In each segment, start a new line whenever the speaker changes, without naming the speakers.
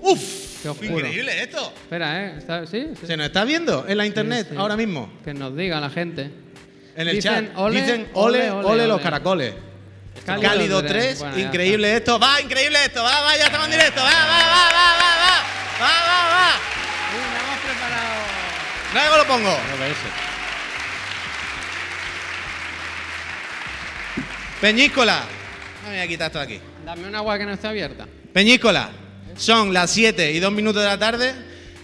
¡Uf!
Qué oscuro.
Increíble esto.
Espera, ¿eh? ¿Está- ¿Sí? sí.
¿Se nos está viendo en la internet
Sí, sí.
ahora mismo?
Que nos diga la gente.
En el
Dicen
chat.
ole,
Dicen ole, ole,
ole, ole,
los
ole.
caracoles.
Cálido
Cálido,
tres.
3,
Bueno, ya
increíble esto. Va, increíble esto. Va, va, ya estamos en directo. Va, va, va, va, va, va. Va, va, va.
hemos preparado.
Luego lo pongo. Peñíscola. No me voy a quitar esto de aquí.
Dame un agua que no esté abierta.
Peñíscola, son las 7 y 2 minutos de la tarde.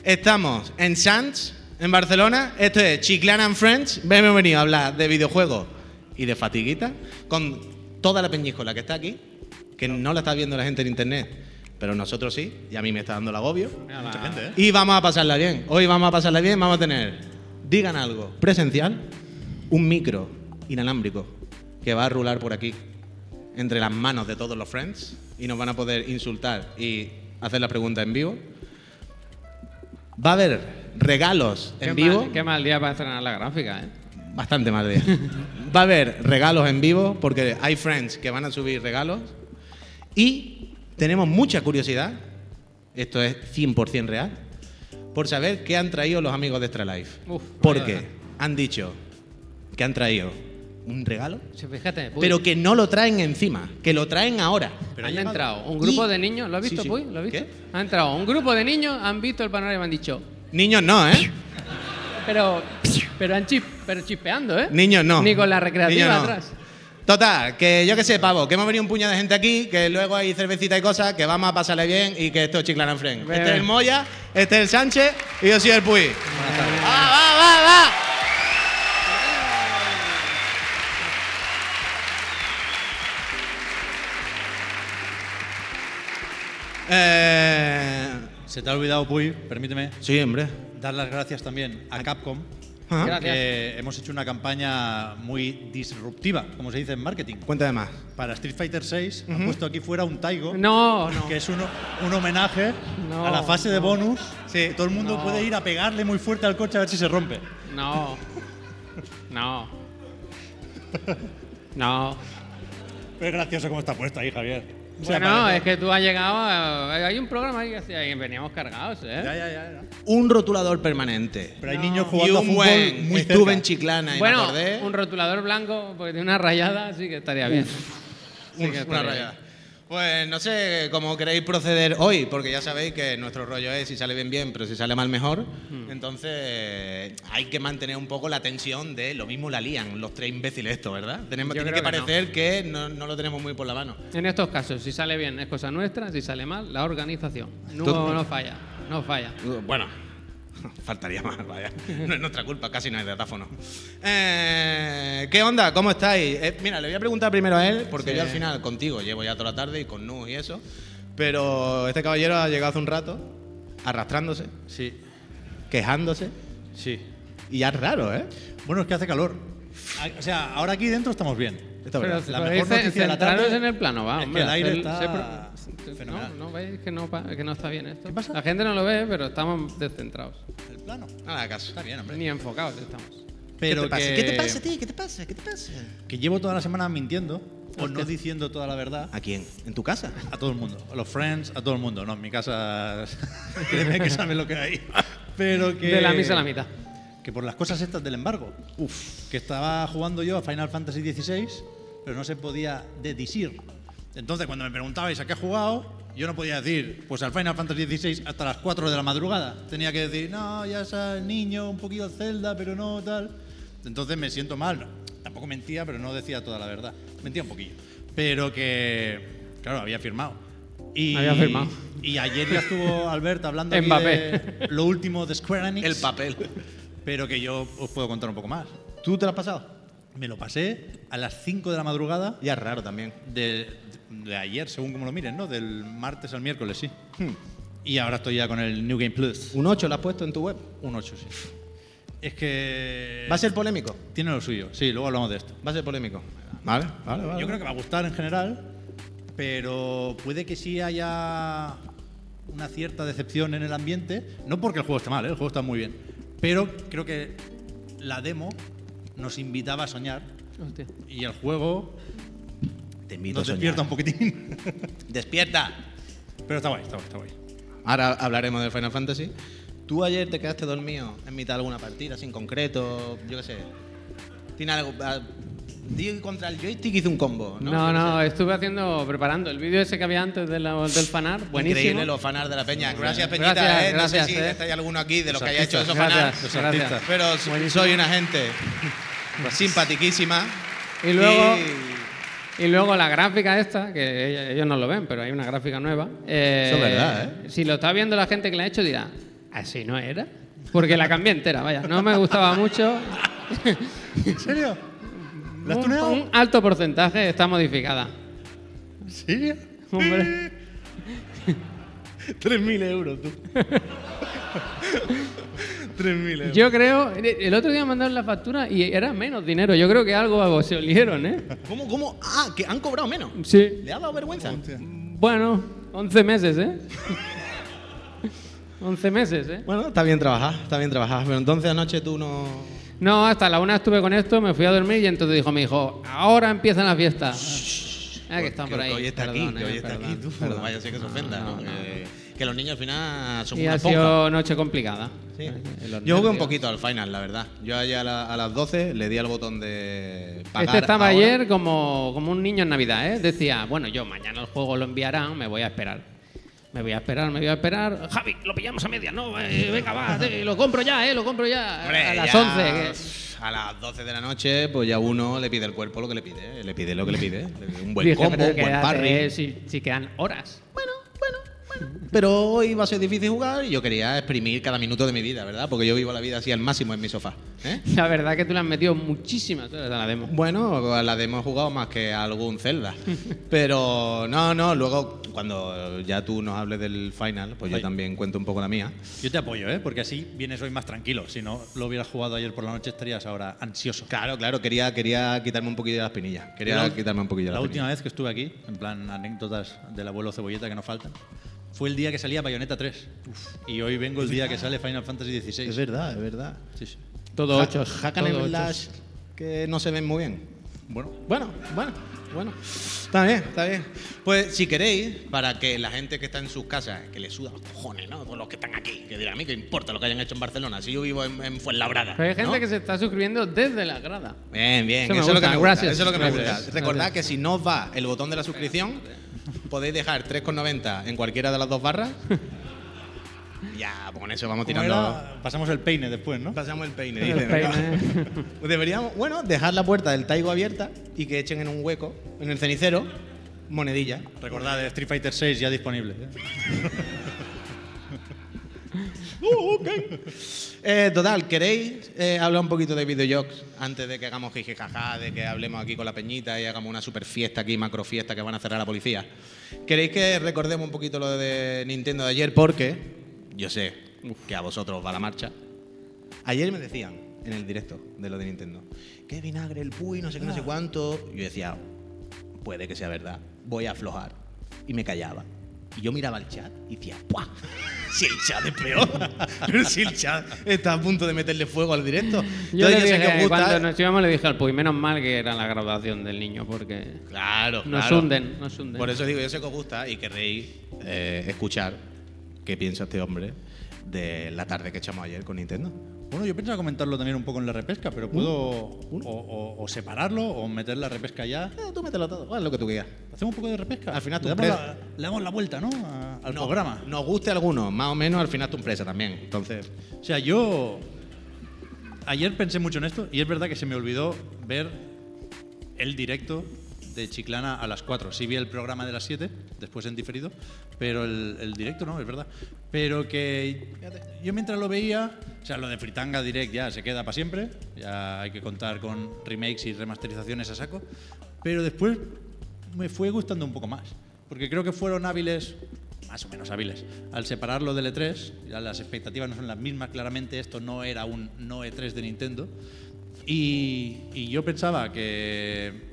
Estamos en Sants, en Barcelona. Esto es Chiclana and Friends. Hemos venido a hablar de videojuegos y de fatiguita con toda la peñíscola que está aquí, que no la está viendo la gente en internet, pero nosotros sí, y a mí me está dando el agobio.
Mucha gente,
Y vamos a pasarla bien. Hoy vamos a pasarla bien. Vamos a tener, digan algo, presencial, un micro inalámbrico que va a rular por aquí, entre las manos de todos los friends, y nos van a poder insultar y hacer la pregunta en vivo. Va a haber regalos en
Qué
vivo.
Mal, qué mal día para estrenar la gráfica, ¿eh?
Bastante mal día. Va a haber regalos en vivo, porque hay friends que van a subir regalos. Y tenemos mucha curiosidad, esto es 100% real, por saber qué han traído los amigos de Extra Life.
Uf,
porque
vaya.
han dicho que han traído un regalo,
Sí, fíjate, Puy,
pero que no lo traen encima, que lo traen ahora.
han entrado un grupo
Y-
de niños, ¿lo has
Sí,
visto,
sí.
Puy? ¿Lo has visto?
¿Qué?
Ha entrado un grupo de niños, han visto el panorama y me han dicho,
Niños no, ¿eh?
pero, pero han chip, pero chispeando, ¿eh?
Niños no.
Ni con la recreativa
Niños no.
atrás.
Total, que yo que sé, pavo, que hemos venido un puñado de gente aquí, que luego hay cervecita y cosas, que vamos a pasarle bien y que esto es Chiclana Friend.
Bebe.
Este es el Moya, este es el Sánchez y yo soy el Puy. Ah, ¡Va, va, va, va! Eh,
Se te ha olvidado, Puy, permíteme,
sí, hombre.
dar las gracias también a Capcom,
Ajá.
Gracias.
que hemos hecho una campaña muy disruptiva, como se dice en marketing.
Cuéntame más.
Para Street Fighter VI han puesto aquí fuera un Taigo,
No, no.
que es un, un homenaje
No,
a la fase de
no.
bonus.
Sí.
Que todo el mundo
No.
puede ir a pegarle muy fuerte al coche a ver si se rompe.
No. No. No.
Pero es gracioso cómo está puesta ahí, Javier. O sea,
Bueno,
parece-
es que tú has llegado. eh, Hay un programa ahí que hacía- y veníamos cargados,
Ya,
¿eh?
ya, ya, ya.
Un rotulador permanente.
Pero hay niños
Y
jugando a
un
fútbol
buen.
muy
estuve
cerca.
en Chiclana y me
Bueno,
acordé.
un rotulador blanco, porque tiene una rayada, así que estaría bien. Sí que
Uf,
estaría
una
bien.
rayada. Pues no sé cómo queréis proceder hoy, porque ya sabéis que nuestro rollo es si sale bien, bien, pero si sale mal, mejor.
Hmm.
Entonces hay que mantener un poco la tensión de lo mismo la lían los tres imbéciles esto, ¿verdad? Tenemos,
Yo
tiene que
creo que no.
parecer que no, no lo tenemos muy por la mano.
En estos casos, si sale bien es cosa nuestra, si sale mal, la organización. No,
Tú-
no falla, no falla.
Uh, Bueno, faltaría más, vaya. No es nuestra culpa, casi no hay datáfono. Eh, ¿Qué onda? ¿Cómo estáis? Eh, mira, le voy a preguntar primero a él, porque
Sí.
yo al final contigo llevo ya toda la tarde y con Nu y eso. Pero este caballero ha llegado hace un rato, arrastrándose,
Sí,
quejándose,
sí.
y ya es raro, ¿eh?
Bueno, es que hace calor. A- O sea, ahora aquí dentro estamos bien.
Esto
Pero,
es verdad.
la
pero
mejor
dice,
noticia de la
centraros
tarde
en el plano, va,
es que
hombre.
el aire
Se-
está
se pro- se-
fenomenal.
No, no veis que no, pa- que no está bien esto.
¿Qué pasa?
La gente no lo ve, pero estamos descentrados.
El plano.
No le hagas caso.
Está bien, hombre.
Ni enfocados estamos.
Pero
¿Qué te pasa?
que-
¿Qué te pasa, tío? ¿Qué te pasa? ¿Qué te pasa?
Que llevo toda la semana mintiendo o no
Hostia.
diciendo toda la verdad
¿A quién? ¿En tu casa?
a todo el mundo. A los friends, a todo el mundo. No, en mi casa créeme que saben lo que hay. Pero que...
De la misa a la mitad.
Que por las cosas estas del embargo. Uf. Que estaba jugando yo a Final Fantasy XVI, pero no se podía dedicir. Entonces, cuando me preguntabais a qué he jugado, yo no podía decir, pues al Final Fantasy XVI hasta las 4 de la madrugada. Tenía que decir, no, ya sabes, niño, un poquito Zelda, pero no, tal. Entonces me siento mal. Tampoco mentía, pero no decía toda la verdad. Mentía un poquillo. Pero que, claro, había firmado. Y,
Había firmado.
Y ayer ya estuvo Albert hablando aquí
Mbappé.
de lo último de Square Enix
El papel.
pero que yo os puedo contar un poco más.
¿Tú te lo has pasado?
Me lo pasé a las 5 de la madrugada
Ya es raro también.
de, de ayer, según como lo miren, ¿no? Del martes al miércoles, sí. Y ahora estoy ya con el New Game Plus.
Hmm. ¿Un 8 lo has puesto en tu web?
Un 8, sí. Es que...
¿Va a ser polémico?
Tiene lo suyo, sí, luego hablamos de esto.
Va a ser polémico. Vale, vale, vale.
Yo creo que va a gustar en general, pero puede que sí haya una cierta decepción en el ambiente. No porque el juego esté mal, ¿eh? el juego está muy bien. Pero creo que la demo nos invitaba a soñar
Hostia.
y el juego
Te
nos despierta un poquitín.
¡Despierta!
Pero está guay, está guay, está guay.
ahora hablaremos del Final Fantasy. Tú ayer te quedaste dormido en mitad de alguna partida, sin concreto, yo qué sé. Tiene algo. ah, Di contra el joystick hizo un combo, ¿no?
No,
Yo qué sé.
no, estuve haciendo, preparando el vídeo ese que había antes de la- del fanar. Buenísimo.
Increíble los fanarts de la peña. Gracias, Peñita.
Gracias,
eh. No
gracias,
sé si
eh.
está ahí alguno aquí de los,
Los
que haya hecho esos
artistas,
fanarts.
gracias,
los artistas.
gracias.
Pero s- soy una gente simpatiquísima.
Y luego- Y luego la gráfica esta, que ella- ellos no lo ven, pero hay una gráfica nueva. eh,
Eso es verdad, ¿eh?
Si lo está viendo la gente que la ha hecho, dirá, así no era. Porque la cambié entera, vaya. No me gustaba mucho.
¿En serio? ¿La has
un,
tuneado?
un alto porcentaje está modificada.
Sí.
Hombre.
3.000 euros, tú.
3.000 euros.
Yo creo, el otro día mandaron la factura y era menos dinero. Yo creo que algo, algo se olieron, ¿eh?
¿Cómo, cómo? Ah, que han cobrado menos.
Sí.
¿Le ha dado vergüenza?
Bueno, 11 meses, ¿eh? 11 meses, ¿eh?
Bueno, está bien trabajar, está bien trabajar. Pero entonces anoche tú no.
No, hasta la una estuve con esto, me fui a dormir y entonces dijo mi hijo, ahora empieza la fiesta. Ah, que están por ahí.
hoy está
perdón,
aquí, que
eh,
hoy está
perdón,
aquí. Tú,
perdón.
vaya a ser que se
No,
ofenda,
no,
¿no?
no.
Que, que los niños al final son
Y
una
ha
esponja.
sido noche complicada.
Sí.
Eh, los
Yo jugué
nervios.
un poquito al final, la verdad. Yo allá a, la- a las 12 le di al botón de pagar.
Este estaba
ahora.
ayer como, como un niño en Navidad, ¿eh? Decía, bueno, yo mañana el juego lo enviarán, me voy a esperar. Me voy a esperar, me voy a esperar. Javi, lo pillamos a media, ¿no? Eh, venga, va, eh, lo compro ya, ¿eh? Lo compro ya.
Hombre,
a las
ya
11. que-
A las 12 de la noche, pues ya uno le pide el cuerpo lo que le pide. ¿eh? Le pide lo que le pide. Le pide un buen
Dije,
combo,
pero
un
¿qué
buen
hace?
parry.
Eh, Si, si quedan horas.
Pero hoy va a ser difícil jugar y yo quería exprimir cada minuto de mi vida, ¿verdad? Porque yo vivo la vida así al máximo en mi sofá. ¿eh?
La verdad que tú le has metido muchísimas horas a la demo.
Bueno, a la demo he jugado más que a algún Zelda. Pero no, no, luego cuando ya tú nos hables del final, pues yo
Ay.
también cuento un poco la mía.
Yo te apoyo, ¿eh? Porque así vienes hoy más tranquilo. Si no lo hubieras jugado ayer por la noche, estarías ahora ansioso.
Claro, claro, quería, quería quitarme un poquillo de las pinillas. Quería
Yo la-
quitarme un poquillo de
La
las
última vez que estuve aquí, en plan anécdotas del abuelo cebolleta que no faltan, fue el día que salía Bayonetta 3. Y hoy vengo el día que sale Final Fantasy
pinillas. Es
XVI.
verdad, es verdad.
Sí, sí.
Todo
Ha-
8.
Hack and slash que no se ven muy bien.
Bueno,
Bueno,
Ah,
bueno, bueno. Está bien, está bien. Pues si queréis, para que la gente que está en sus casas, que le suda los cojones, ¿no? Por los que están aquí, que dirán a mí que importa lo que hayan hecho en Barcelona, si yo vivo en, en Fuenlabrada.
Pero hay gente
¿no?
que se está suscribiendo desde la grada.
Bien, bien,
Eso
eso,
me
es lo
gusta,
que me gusta.
gracias,
eso es lo que me
gracias,
gusta. Recordad
gracias.
que si no os va el botón de la suscripción, podéis dejar 3,90 en cualquiera de las dos barras. ya, con eso vamos
¿Cómo
tirando.
era? pasamos el peine después, ¿no?
Pasamos el peine.
El
dice,
peine.
¿no? Deberíamos, bueno, dejar la puerta del taigo abierta y que echen en un hueco, en el cenicero, monedilla.
Recordad, Street Fighter 6 ya disponible. ¿eh?
Oh, Eh, total, ¿queréis eh, hablar un poquito de videojuegos antes de que hagamos jiji jaja, de que hablemos aquí con la peñita y hagamos una super fiesta aquí, macro fiesta que van a cerrar la policía? ¿Queréis que recordemos un poquito lo de Nintendo de ayer? Porque yo sé que a vosotros va la marcha. Ayer me decían en el directo de lo de Nintendo, que vinagre, el puy, no sé qué, no sé
Ah.
cuánto. Yo decía, puede que sea verdad, voy a aflojar. Y me callaba. Y yo miraba el chat y decía, ¡buah! Si el chat es peor, pero si el chat está a punto de meterle fuego al directo.
Yo
Entonces
le
yo sé que os
dije, cuando
gusta.
nos íbamos le dije al Puy, menos mal que era la graduación del niño, porque
Claro,
nos
claro.
hunden, nos hunden.
Por eso digo, yo sé que os gusta y querréis eh, escuchar qué piensa este hombre de la tarde que echamos ayer con Nintendo. ¿Mm?
Bueno, yo pensaba comentarlo también un poco en la repesca, pero puedo O, o- o separarlo o meter la repesca ya.
Eh, tú mételo todo, haz lo que tú quieras.
Hacemos un poco de repesca.
Al final tú
le damos,
empresa.
la, le damos la vuelta, ¿no? A- al
No,
programa.
Nos guste alguno, más o menos, al final tu empresa también. Entonces,
O sea, yo ayer pensé mucho en esto y es verdad que se me olvidó ver el directo de Chiclana a las 4. Sí vi el programa de las 7, después en diferido, pero el, el directo no, es verdad. Pero que fíjate, yo mientras lo veía, o sea, lo de Fritanga Direct ya se queda para siempre, ya hay que contar con remakes y remasterizaciones a saco, pero después me fue gustando un poco más, porque creo que fueron hábiles, más o menos hábiles, al separarlo del E3, ya las expectativas no son las mismas, claramente esto no era un no E3 de Nintendo, y, y yo pensaba que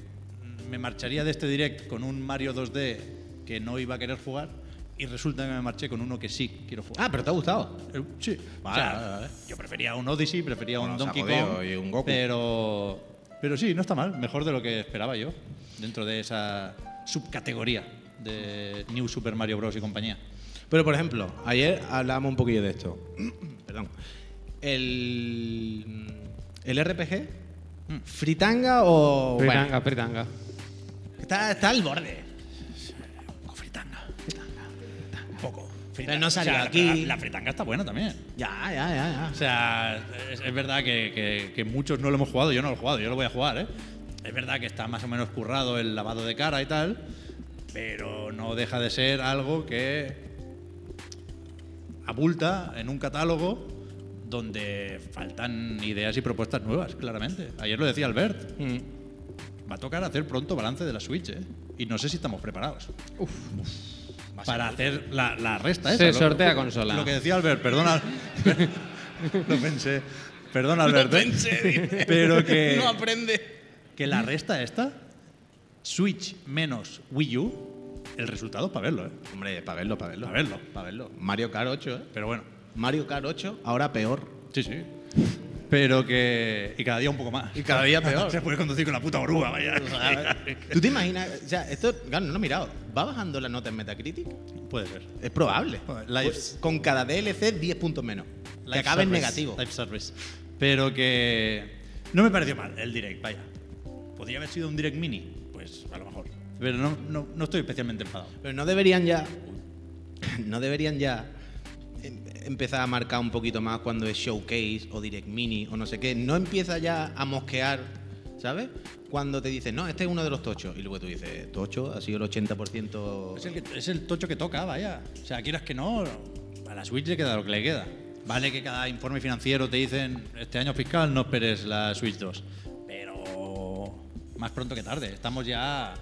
me marcharía de este direct con un Mario 2D que no iba a querer jugar y resulta que me marché con uno que sí quiero jugar.
Ah, pero te ha gustado.
Eh, Sí.
Vale, vale, vale.
Yo prefería un Odyssey, prefería
Bueno,
un
se ha
Donkey
jodido,
Kong.
y un Goku.
Pero, pero sí, no está mal. Mejor de lo que esperaba yo dentro de esa subcategoría de New Super Mario Bros. y compañía.
Pero, por ejemplo, ayer hablábamos un poquillo de esto. Perdón. El, el RPG,
Hmm.
fritanga o... bueno,
Fritanga, fritanga.
está, está al borde.
Poco fritanga. Poco.
Pero no salió
O sea, la-
aquí.
La, la fritanga está buena también.
Ya, ya, ya, ya.
O sea, es, es verdad que, que- que muchos no lo hemos jugado, yo no lo he jugado, yo lo voy a jugar, ¿eh? Es verdad que está más o menos currado el lavado de cara y tal, pero no deja de ser algo que abulta en un catálogo donde faltan ideas y propuestas nuevas, claramente. Ayer lo decía Albert,
Mm.
va a tocar hacer pronto balance de la Switch, ¿eh? Y no sé si estamos preparados. Para hacer la, la resta
Se
esa, lo-
sortea consola.
Lo que decía Albert, perdona. lo pensé. Perdona, Albert. ¿eh? pero que,
No aprende.
que la resta esta, Switch menos Wii U, el resultado es para verlo, ¿eh?
Hombre, para verlo, para verlo.
Para verlo.
Para verlo. Mario Kart 8, ¿eh?
Pero bueno,
Mario Kart 8, ahora peor.
sí, sí. Pero que. Y cada día un poco más.
Y cada día peor.
Se puede conducir con la puta oruga, vaya.
¿Tú te imaginas? O sea, esto, claro, no lo he mirado. ¿Va bajando la nota en Metacritic?
puede ser.
Es probable. Pues,
Joder, lives.
Con cada DLC 10 puntos menos. Que
Live
acabe en
service,
negativo.
live service. Pero que no me pareció mal el direct, vaya. Podría haber sido un direct mini, pues a lo mejor. Pero no, no, no estoy especialmente enfadado.
Pero no deberían ya. No deberían ya em- empezar a marcar un poquito más cuando es showcase o direct mini o no sé qué. No empieza ya a mosquear, ¿sabes? Cuando te dicen, no, este es uno de los tochos. Y luego tú dices, tocho, ha sido el 80%.
Es el, que- es el tocho que toca, vaya. O sea, quieras que no, a la Switch le queda lo que le queda. Vale que cada informe financiero te dicen, este año fiscal no esperes la Switch 2. Pero más pronto que tarde. Estamos ya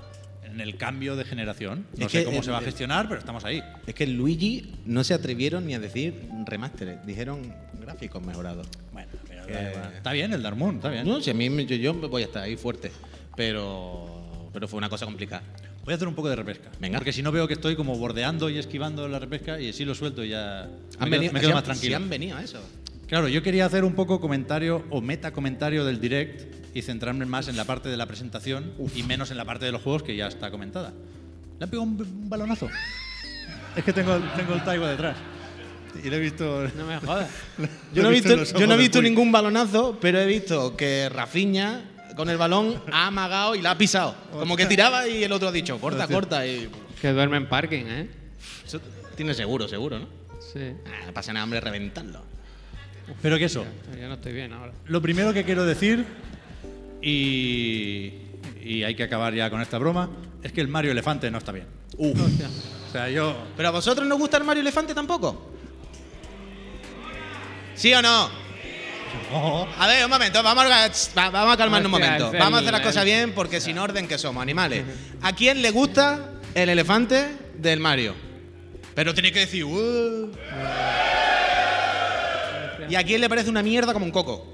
en el cambio de generación. No
Es
sé
que
cómo
el-
se va a gestionar, pero estamos ahí.
Es que Luigi no se atrevieron ni a decir remasteres, dijeron gráficos mejorados.
Bueno, pero
Que-
da igual. está bien el ¿eh? Dark Moon, está bien.
No, si a mí me- yo, yo voy a estar ahí fuerte, pero, pero fue una cosa complicada.
Voy a hacer un poco de repesca.
Venga.
Porque si no veo que estoy como bordeando y esquivando la repesca y así lo suelto y ya me quedo, me quedo
si han-
más
si
tranquilo.
han venido a eso.
Claro, yo quería hacer un poco comentario o meta comentario del direct y centrarme más en la parte de la presentación y menos en la parte de los juegos que ya está comentada. Le han pegado un, un balonazo. es que tengo, el- tengo el Taigo detrás. Y le he visto.
No me jodas.
Yo no he visto,
en los
yo no he
ojos de
visto
Puy.
ningún balonazo, pero he visto que Rafiña con el balón ha amagado y la ha pisado. Como que tiraba y el otro ha dicho, corta, corta. Y
Que duerme en parking, ¿eh?
eso tiene seguro, seguro, ¿no?
Sí.
Ah, no pasa nada, hombre, reventarlo.
Pero que eso.
Yo no estoy bien ahora.
Lo primero que quiero decir, y, y hay que acabar ya con esta broma, es que el Mario Elefante no está bien.
Hostia.
O sea, yo.
¿Pero a vosotros no os gusta el Mario Elefante tampoco? ¿Sí o no?
No.
A ver, un momento, vamos a, va- vamos a calmarnos un
Hostia,
momento.
es el-
Vamos a hacer las
el-
cosas bien porque sin orden que somos, animales. ¿A quién le gusta el elefante del Mario? Pero tenéis que decir... "Uh". ¿Y a quién le parece una mierda como un coco?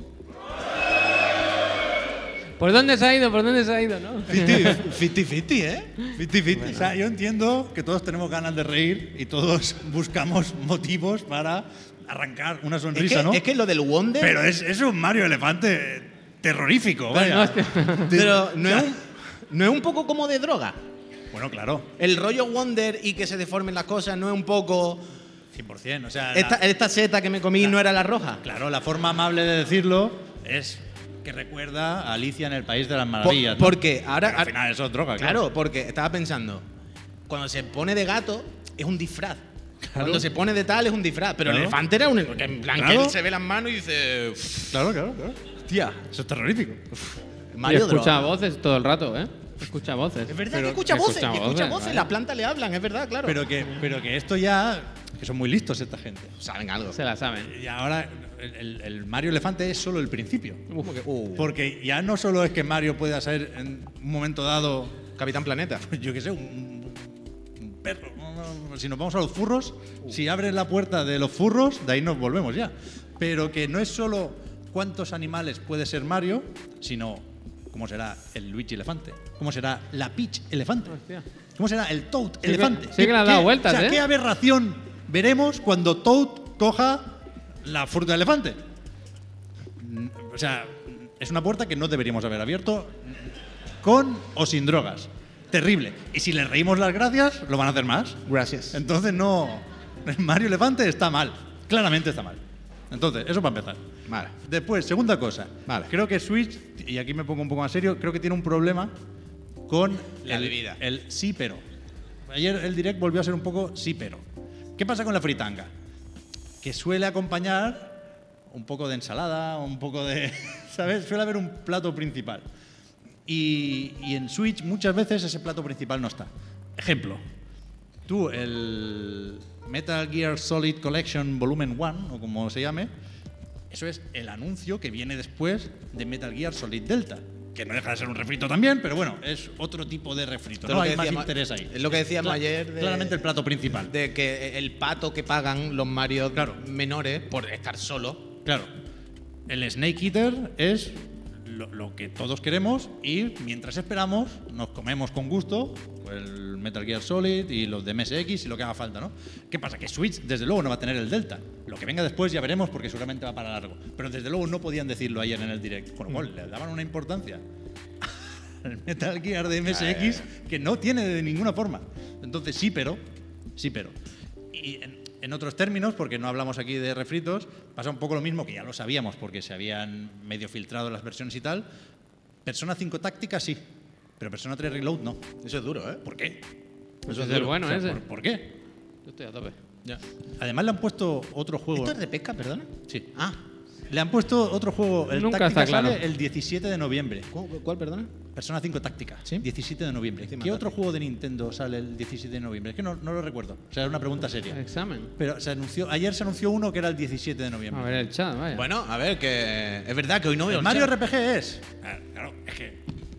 ¿Por dónde se ha ido? ¿Por dónde se ha ido? ¿No?
50-50, ¿eh? 50-50.
O sea, yo entiendo que todos tenemos ganas de reír y todos buscamos motivos para arrancar una
es,
sonrisa,
que,
¿no?
es que lo del Wonder...
Pero es, es un Mario Elefante terrorífico,
Pues
vaya.
pero no, es un, no es un poco como de droga.
Bueno, claro,
El rollo Wonder y que se deformen las cosas no es un poco...
100%. O sea, la-
Esta, esta seta que me comí no era la roja.
claro, la forma amable de decirlo es que recuerda a Alicia en el País de las Maravillas.
Por-
¿no?
porque ahora-
Pero al final eso es droga,
Claro, porque estaba pensando, cuando se pone de gato es un disfraz. Cuando se pone de tal es un disfraz, pero el
Claro.
elefante era un. que en plan, que
Claro.
él se ve las manos y dice. "Uf,
Claro, claro, claro.
Hostia,
Eso es terrorífico.
Y
Mario
escucha
Droga".
voces todo el rato, ¿eh? Escucha voces.
Es verdad que escucha voces, que escucha voces, las plantas le hablan, es verdad, claro.
Pero que, pero que esto ya. que son muy listos esta gente.
saben algo.
Se la saben.
Y ahora el- el Mario Elefante es solo el principio.
Como que, uh,
Porque ya no solo es que Mario pueda ser en un momento dado,
Capitán Planeta.
yo qué sé, un, un perro. no, no, Si nos vamos a los furros, si abres la puerta de los furros, de ahí nos volvemos ya. Pero que no es solo cuántos animales puede ser Mario, sino cómo será el Luigi elefante, cómo será la Peach elefante,
Hostia.
cómo será el Toad
que-
elefante.
sí que le ha
¿Qué-
dado
qué-
vueltas,
o sea,
¿eh?
¿Qué aberración veremos cuando Toad coja la fruta elefante? Mm, O sea, es una puerta que no deberíamos haber abierto con o sin drogas. Terrible. Y si les reímos las gracias, lo van a hacer más.
Gracias.
Entonces no, Mario Elefante está mal. Claramente está mal. Entonces, eso para empezar.
Vale.
Después, segunda cosa.
Vale.
Creo que Switch, y aquí me pongo un poco más serio, creo que tiene un problema con
La
el-
bebida.
El sí, pero. Ayer el direct volvió a ser un poco sí, pero. ¿Qué pasa con la fritanga? Que suele acompañar un poco de ensalada, un poco de. ¿Sabes? Suele haber un plato principal. Y, y en Switch muchas veces ese plato principal no está. Ejemplo. Tú, el Metal Gear Solid Collection Volumen 1, o como se llame, eso es el anuncio que viene después de Metal Gear Solid Delta. Que no deja de ser un refrito también, pero bueno, es otro tipo de refrito.
Esto
No
es
hay
lo que
más
decíamos- eh,
interés ahí.
es lo que decíamos
Cla-
ayer de-
Claramente el plato principal.
De que el pato que pagan los Marios
Claro.
menores por estar solo.
Claro, el Snake Eater es lo, lo que todos queremos y mientras esperamos nos comemos con gusto pues, el Metal Gear Solid y los de MSX y lo que haga falta, ¿no? ¿Qué pasa? Que Switch desde luego no va a tener el Delta. Lo que venga después ya veremos porque seguramente va para largo. Pero desde luego no podían decirlo ayer en el direct, con lo cual le daban una importancia al Metal Gear de MSX
Ah, eh.
que no tiene de ninguna forma. Entonces sí, pero, sí, pero. Y en, en otros términos, porque no hablamos aquí de refritos, pasa un poco lo mismo, que ya lo sabíamos porque se habían medio filtrado las versiones y tal. Persona 5 táctica sí, pero Persona 3 Reload no.
Eso es duro, ¿eh?
¿Por qué?
Eso es el bueno
O sea,
ese.
¿por, por qué?
Yo estoy a tope.
Además le han puesto otro juego.
¿Esto es de pesca, perdona?
Sí.
Ah.
Le han puesto otro juego, el
Nunca
táctica
está claro.
sale el 17 de noviembre.
¿Cuál, cuál, perdona?
Persona 5 Táctica,
¿Sí?
17 de noviembre.
Encima
¿Qué
tarde.
otro juego de Nintendo sale el 17 de noviembre? Es que no, no lo recuerdo. O sea, es una pregunta seria.
Examen.
Pero se anunció, ayer se anunció uno que era el 17 de
A
noviembre.
ver el chat, vaya.
Bueno, a ver, que es verdad que hoy no veo
El
el
Mario
chat.
RPG es. Ah, Claro, es que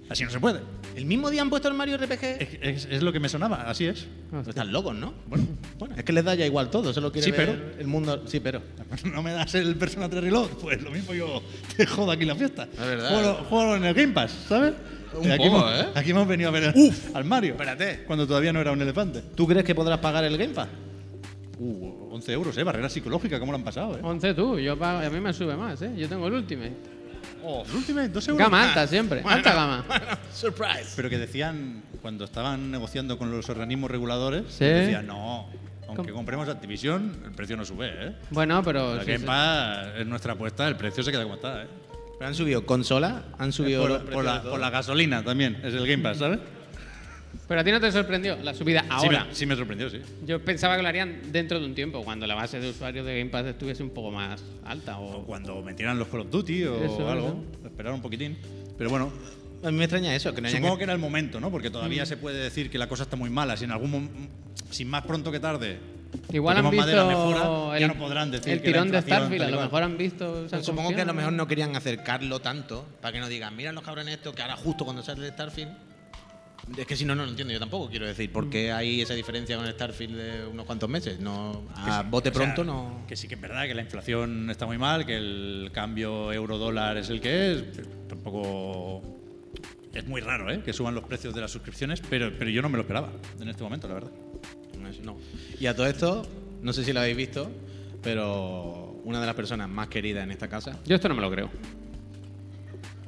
así no se puede.
¿El mismo día han puesto el Mario RPG?
Es, es- es lo que me sonaba, así es.
Están locos, ¿no? Bueno, bueno. Es que les da ya igual todo, solo quiere
Sí,
ver
pero.
el mundo. Sí, pero.
¿No me das el Persona 3 Reload? Pues lo mismo yo te jodo aquí la fiesta.
Es verdad.
Juego, juego en el Game Pass, ¿sabes?
Un
aquí
poco,
hemos,
¿eh?
Aquí hemos venido a ver al- al Mario.
Espérate.
Cuando todavía no era un elefante.
¿Tú crees que podrás pagar el Game Pass?
Uh, 11 euros, ¿eh? Barrera psicológica, ¿cómo lo han pasado, eh?
11 tú, yo pago- a mí me sube más, ¿eh? Yo tengo el último.
Oh, El último, dos euros.
Gama alta siempre, alta gama.
Surprise.
Pero que decían, cuando estaban negociando con los organismos reguladores,
Sí.
decían, no, aunque
Com-
compremos Activision, el precio no sube, ¿eh?
Bueno, pero...
La
sí,
Game
sí.
Pass es nuestra apuesta, el precio se queda como está, ¿eh?
Pero han subido consola, han subido.
Por,
los
por
precios de
la,
todo.
por la gasolina también, es el Game Pass, ¿sabes?
Pero a ti no te sorprendió la subida
Sí
ahora.
me, sí me sorprendió, sí.
Yo pensaba que lo harían dentro de un tiempo, cuando la base de usuarios de Game Pass estuviese un poco más alta.
O
O...
cuando metieran los Call of Duty o
Eso,
algo, esperar un poquitín. Pero bueno,
A mí me extraña eso, que no hayan-
Supongo que era el momento, ¿no? Porque todavía se puede decir que la cosa está muy mala. Si en algún mom- si más pronto que tarde.
Igual han
toquemos madera,
visto
mejora,
el,
ya no podrán decir
el
que la
tirón de
inflación,
Starfield, a
tal y
lo
cual.
mejor han visto... se han
Pues Supongo que a
confiado.
lo mejor no querían acercarlo tanto para que no digan, mira los cabrones estos que ahora justo cuando sale el Starfield. Es que si no, no lo entiendo yo tampoco, quiero decir, porque hay esa diferencia con el Starfield de unos cuantos meses. No, a Ah, bote
O sea,
pronto no.
Que sí que es verdad que la inflación está muy mal, que el cambio euro-dólar es el que es. pero Tampoco. Es muy raro, ¿eh? Que suban los precios de las suscripciones, pero, pero yo no me lo esperaba en este momento, la verdad.
No es- no. Y a todo esto, no sé si lo habéis visto, pero una de las personas más queridas en esta casa.
Yo esto no me lo creo.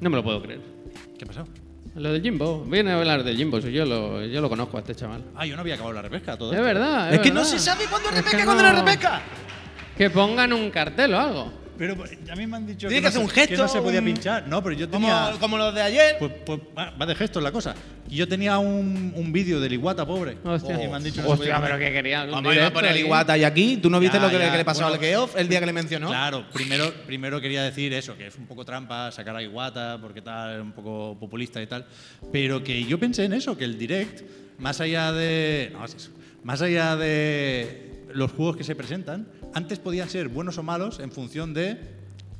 No me lo puedo creer.
¿Qué ha pasado?
Lo del Jimbo. Viene a hablar del Jimbo, si yo lo, yo lo conozco a este chaval.
Ah, yo no había acabado la repesca, todo
Es
esto.
verdad.
es que no
verdad.
se sabe cuándo es
Es que
Rebeca, cuándo no es
no.
Rebeca.
Que pongan un cartel o algo.
Pero pues, a mí me han dicho
Tiene que
no
hacer
se-
un gesto,
no se podía
un-
pinchar. No, pero yo tenía.
Como, como los de ayer.
Pues, pues va va de gestos la cosa. Y Yo tenía un, un vídeo del Iguata, pobre.
Hostia.
Y me han dicho no se
Hostia,
podía
pero
poner.
que quería. un
Vamos, iba a
directo
poner
ahí.
Iguata y aquí. ¿Tú no viste
Ya,
lo que, le-
ya,
que le pasó
bueno.
al Geoff el día que le mencionó?
Claro, primero, primero quería decir eso, que es un poco trampa sacar a Iguata, porque tal, es un poco populista y tal. Pero que yo pensé en eso, que el direct, más allá de. No, es eso. Más allá de los juegos que se presentan, antes podían ser buenos o malos en función de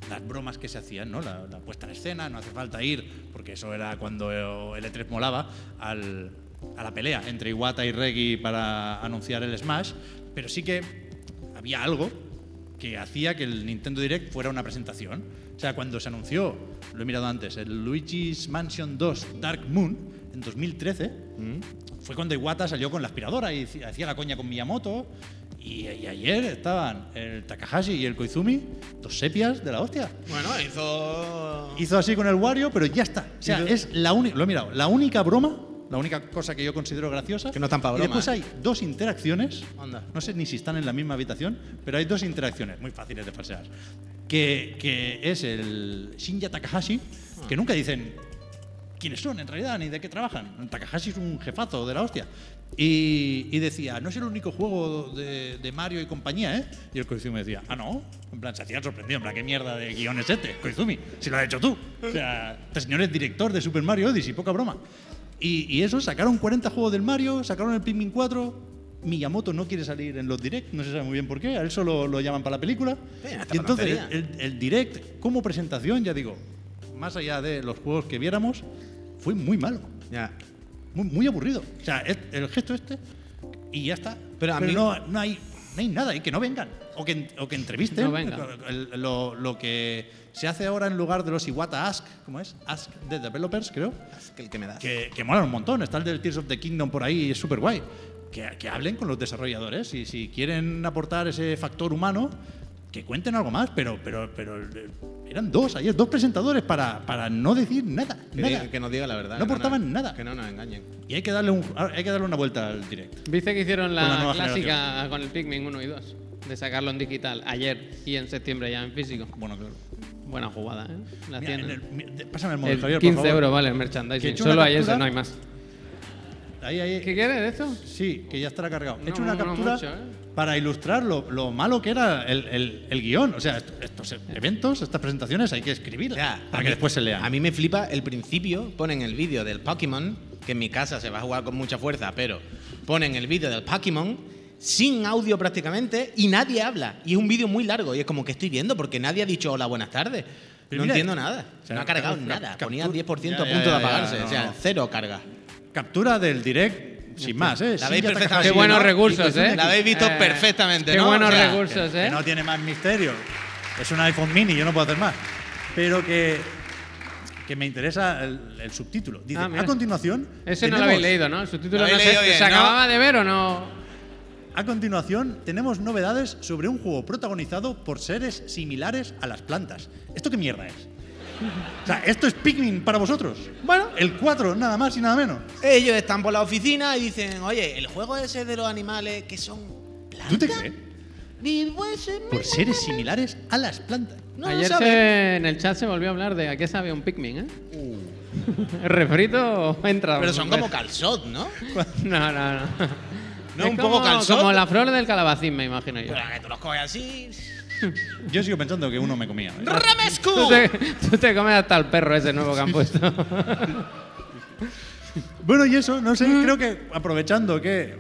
las bromas que se hacían, ¿no? La, la puesta en escena, no hace falta ir, porque eso era cuando el E3 molaba, al- a la pelea entre Iwata y Reggie para anunciar el Smash, pero sí que había algo que hacía que el Nintendo Direct fuera una presentación. O sea, cuando se anunció, lo he mirado antes, el Luigi's Mansion 2 Dark Moon en 2013,
Mm.
fue cuando Iwata salió con la aspiradora y hici- hacía la coña con Miyamoto. Y, y ayer estaban el Takahashi y el Koizumi, dos sepias de la hostia.
Bueno, hizo.
Hizo así con el Wario, pero ya está. O sea,
Hizo-
es la única, lo he mirado, la única broma la única cosa que yo considero graciosa.
Que no están pa'
Y
broma,
después
¿eh?
hay dos interacciones.
Anda.
No sé ni si están en la misma habitación, pero hay dos interacciones muy fáciles de falsear. Que, que es el Shinja Takahashi,
Ah.
que nunca dicen quiénes son en realidad ni de qué trabajan. Takahashi es un jefazo de la hostia. Y, y decía, no es el único juego de, de Mario y compañía, ¿eh? Y el Koizumi decía, ah, no. En plan, se hacían sorprendido. En plan, ¿qué mierda de guión es este, Koizumi? Si lo has hecho tú. O sea, este señor es director de Super Mario Odyssey, poca broma. Y, y eso, sacaron 40 juegos del Mario, sacaron el Pikmin 4. Miyamoto no quiere salir en los direct, no se sabe muy bien por qué. A él solo lo llaman para la película.
Sí, hasta
y entonces,
tontería.
el, el direct como presentación, ya digo, más allá de los juegos que viéramos, fue muy malo,
Ya.
muy, muy aburrido. O sea, es- el gesto este y ya está.
Pero
Pero
a
a
mí-
no, no hay, no hay nada, y que no vengan. O que, en- o que entrevisten.
No vengan.
El- el- lo, lo que se hace ahora en lugar de los Iwata Ask, ¿cómo es? Ask de Developers, creo.
Es que el que me das.
Que, que molan un montón. Está el del Tears of the Kingdom por ahí, es súper guay. Que, que hablen con los desarrolladores y si quieren aportar ese factor humano, que cuenten algo más. Pero, pero, pero eh, eran dos ayer, dos presentadores para, para no decir nada.
Que,
nada.
diga- que nos diga la verdad.
No
que
aportaban
nos-
nada.
Que no nos engañen.
Y hay que darle, un, ah, hay que darle una vuelta al directo.
Viste que hicieron
Con la
la,
nueva
clásica con el Pikmin 1 y 2, de sacarlo en digital ayer y en septiembre ya en físico.
Bueno, claro.
Buena jugada, ¿eh? La
Mira,
tienen.
en el- mi- de- pásame el móvil,
El
Javier,
15
por favor.
euros vale el
Que he
merchandising.
hecho una
Solo hay ese,
captura.
no hay más.
Ahí, ahí.
¿Qué quieres de esto?
Sí, que ya estará cargado.
No,
He hecho una
no
captura
mucho, ¿eh?
para ilustrar lo, lo malo que era el, el- el guión. O sea, est- estos eventos, estas presentaciones hay que escribir para que después se lean.
A mí me flipa el principio. Ponen el vídeo del Pokémon, que en mi casa se va a jugar con mucha fuerza, pero ponen el vídeo del Pokémon sin audio prácticamente y nadie habla. Y es un vídeo muy largo y es como que estoy viendo porque nadie ha dicho hola, buenas tardes.
Pero
no
mira,
entiendo nada.
o sea,
no ha cargado
cap-
nada.
captura-
Ponía 10% a
Ya,
punto
ya,
de
ya, ya,
apagarse.
no,
o sea,
no.
cero carga.
Captura del direct, sin más, ¿eh?
La veis
Shinja
perfectamente.
Takahashi,
Qué buenos
¿no?
recursos,
Y-
¿eh?
la habéis visto
Eh,
perfectamente,
Qué
¿no?
buenos
O sea,
recursos,
que
¿eh?
no tiene más misterio. Es un iPhone mini, yo no puedo hacer más. Pero que, que me interesa el, el subtítulo. Dice,
Ah, mira.
a continuación.
Ese no
tenemos-
lo habéis leído, ¿no? El subtítulo
Lo
no
habéis
sé-
leído bien,
se
¿no?
acababa de ver o no.
A continuación, tenemos novedades sobre un juego protagonizado por seres similares a las plantas. ¿Esto qué mierda es? O sea, esto es Pikmin para vosotros.
Bueno.
El 4, nada más y nada menos.
Ellos están por la oficina y dicen, oye, el juego ese de los animales que son plantas.
¿Tú te crees?
Y, pues,
Por seres similares a las plantas.
no
Ayer
saben.
se- en el chat se volvió a hablar de a qué sabe un Pikmin, ¿eh?
Uh.
El refrito entra.
Pero son como calzot, ¿no?
No, no, no.
¿No
Es
un poco
como-
calzón?
Como la flor del calabacín, me imagino yo.
Pero que tú los coges así.
Yo sigo pensando que uno me comía. ¿eh?
¡Ramescu!
Tú te, tú te comes hasta el perro ese nuevo que han puesto.
Bueno, y eso, no sé, creo que aprovechando que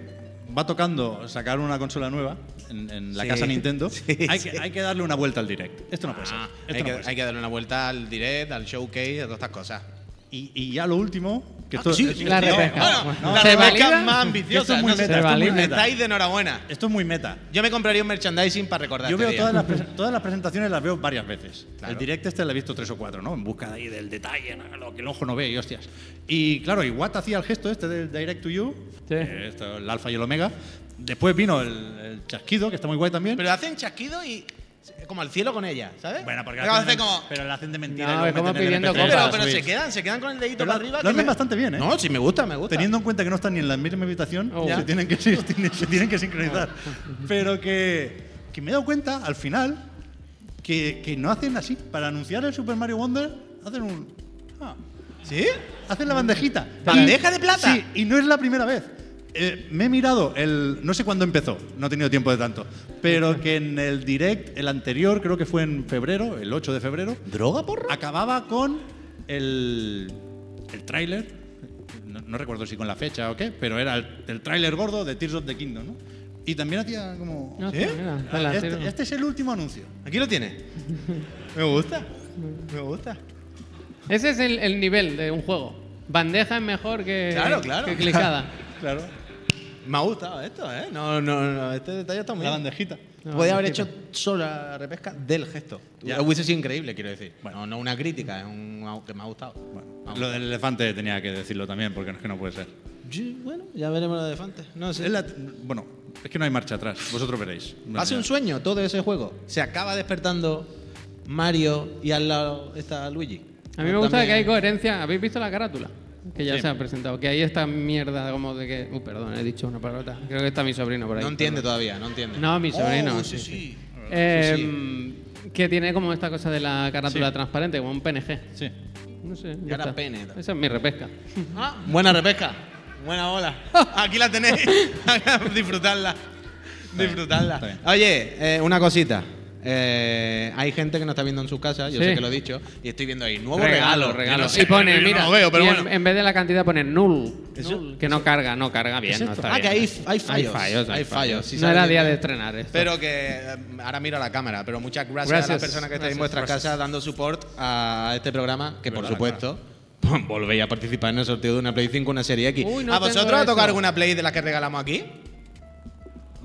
va tocando sacar una consola nueva en, en la
Sí.
casa Nintendo,
Sí,
hay,
sí.
Que, hay que darle una vuelta al direct. Esto no puede ser.
Ah,
esto
hay,
no
que,
puede ser.
hay que darle una vuelta al direct, al showcase, a todas estas cosas.
Y, y ya lo último, que esto,
Sí,
esto-
sí,
la
sí,
repesca.
no. Bueno,
No.
la
¿Se
repesca
valida?
más
Esto
ambiciosa.
es muy
no sé.
meta, esto es muy
valida.
meta.
Estáis de enhorabuena.
Esto es muy meta.
Yo me compraría un merchandising para recordar
Yo
este
veo
día.
todas las, presen- todas las presentaciones, las veo varias veces.
Claro.
El direct este lo he visto tres o cuatro, ¿no? En busca ahí del detalle, ¿no? lo que el ojo no ve, y hostias. Y claro, Iwata hacía el gesto este del direct to you,
Sí.
eh, esto, el alfa y el omega. Después vino el, el chasquido, que está muy guay también.
Pero hacen chasquido y como al cielo con ella, ¿sabes?
bueno, porque
Luego hacen como...
pero la hacen de mentira.
No,
y luego
es como
meten en el
pidiendo
NPC.
No, pero,
para
pero se
subir.
quedan, se quedan con el dedito
Pero
para
lo-
arriba.
lo
que
hacen
me-
bastante bien, ¿eh?
No, sí, me gusta, me gusta.
Teniendo en cuenta que no están ni en la misma habitación,
Oh.
se,
Ya.
tienen que, se tienen- se tienen que sincronizar. Pero que, que me he dado cuenta al final que, que no hacen así. Para anunciar el Super Mario Wonder, hacen un. ah,
¿Sí?
hacen la bandejita.
¿Bandeja de plata?
Sí, y no es la primera vez. Eh, me he mirado el. No sé cuándo empezó, no he tenido tiempo de tanto. Pero que en el direct, el anterior, creo que fue en febrero, el 8 de febrero,
¿Droga, porra?
acababa con el, el tráiler, no, no recuerdo si con la fecha o qué, pero era el, el tráiler gordo de Tears of the Kingdom, ¿no? Y también hacía como...
No, mira, está la
este,
tira.
este es el último anuncio.
Aquí lo tienes. Me gusta. Me gusta.
Ese es el, el nivel de un juego. Bandeja es mejor que,
Claro, claro.
que clicada.
Claro,
Me ha gustado esto, ¿eh? No, no, no. Este detalle está muy
la
bien.
bandejita.
La
Podría haber
bandejita.
hecho solo la repesca del gesto.
Ya.
Hubiese sido increíble, quiero decir.
Bueno.
No, no una crítica, es un au- que me ha gustado. Me ha
Lo del elefante tenía que decirlo también, porque no es que no puede ser.
gustado. Yo- bueno, ya veremos lo de Fante. No sé.
Es la- bueno, es que no hay marcha atrás, vosotros veréis. No,
Hace
ya.
un sueño todo ese juego. Se acaba despertando Mario y al lado está Luigi.
A mí me gusta
También-
que hay coherencia. ¿Habéis visto la carátula? que ya
Sí.
se ha presentado. Que ahí esta mierda como de que... Uh, perdón, he dicho una palabra. Creo que está mi sobrino por ahí.
No entiende todavía, no entiende.
No, mi sobrino.
Oh,
sí, sí.
Sí,
Em, Que tiene como esta cosa de la carátula
Sí.
transparente, como un PNG.
Sí.
No sé.
Y
ya
ahora
está.
pene.
Esa es mi repesca.
Ah, buena repesca. Buena ola. Aquí la tenéis. Disfrutadla.
bien,
Disfrutadla.
está bien.
Oye, eh, una cosita. Eh, hay gente que nos está viendo en sus casas, yo
Sí.
sé que lo he dicho, y estoy viendo ahí. Nuevo regalo,
regalo.
Que no
y
sé-
pone,
yo no
mira,
lo veo, pero
y en-
bueno.
en, vez de la cantidad pone null.
¿Eso?
Null, que no carga, no carga bien.
¿Es
no
esto?
está
Ah, que
bien.
hay f- hay
Hay
fallos.
fallos.
Hay fallos, sí
no era
sabía.
día de estrenar esto.
Pero que eh, ahora miro a la cámara, pero muchas gracias, a
Gracias.
las personas que estáis
Gracias,
en vuestras
gracias.
casas dando support a este programa, que por
Verdad,
supuesto volvéis a participar en el sorteo de una Play 5, una serie X.
Uy, no
¿A
tengo
vosotros ha tocado
eso.
alguna Play de las que regalamos aquí?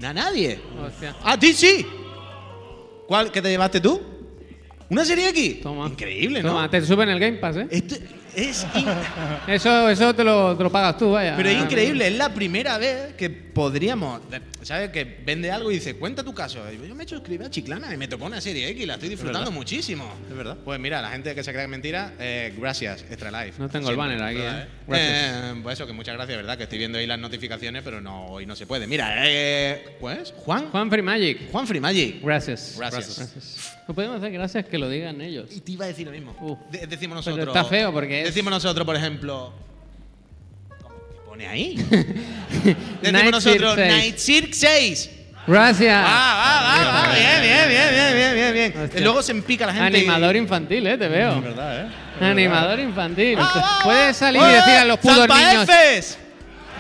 ¿A nadie?
Hostia.
¡A ti sí! ¿Cuál que te llevaste tú? ¿Una serie X?
Toma.
Increíble,
Toma,
¿no?
te suben el Game Pass, ¿eh? Ah.
Esto es in-
Eso, eso te, lo, te lo pagas tú, vaya.
Pero es increíble, es la primera vez que podríamos. ¿Sabes? Que vende algo y dice, cuenta tu caso. Y yo, yo me he hecho escribir a Chiclana y me tocó una serie X, la estoy disfrutando
verdad.
muchísimo.
Es verdad.
Pues mira, la gente que se cree que es mentira, eh, gracias, Extra Life.
No tengo el banner aquí,
¿verdad,
eh? Gracias.
Eh, pues eso, que muchas gracias, ¿verdad? Que estoy viendo ahí las notificaciones, pero no, hoy no se puede. Mira, eh, pues, Juan. Juan,
Juan Free Magic.
Free Magic.
Gracias.
Gracias.
No podemos hacer gracias que lo digan ellos.
Y te iba a decir lo mismo.
Uh.
De- decimos nosotros.
está feo porque es-
Decimos nosotros, por ejemplo. ¿Qué pone ahí? decimos
Night
nosotros,
Cirque
Night Cirque 6.
Gracias.
Ah, va, va, va, bien, bien, bien, bien, bien, bien, bien, bien.
Hostia.
Luego se empica la gente. y-
Animador infantil, ¿eh? Te
Es
veo.
verdad, ¿eh?
Animador infantil.
Ah, va, va.
Puedes salir y
¡Eh!
decir a los putos
¡Zampa
niños.
Fs!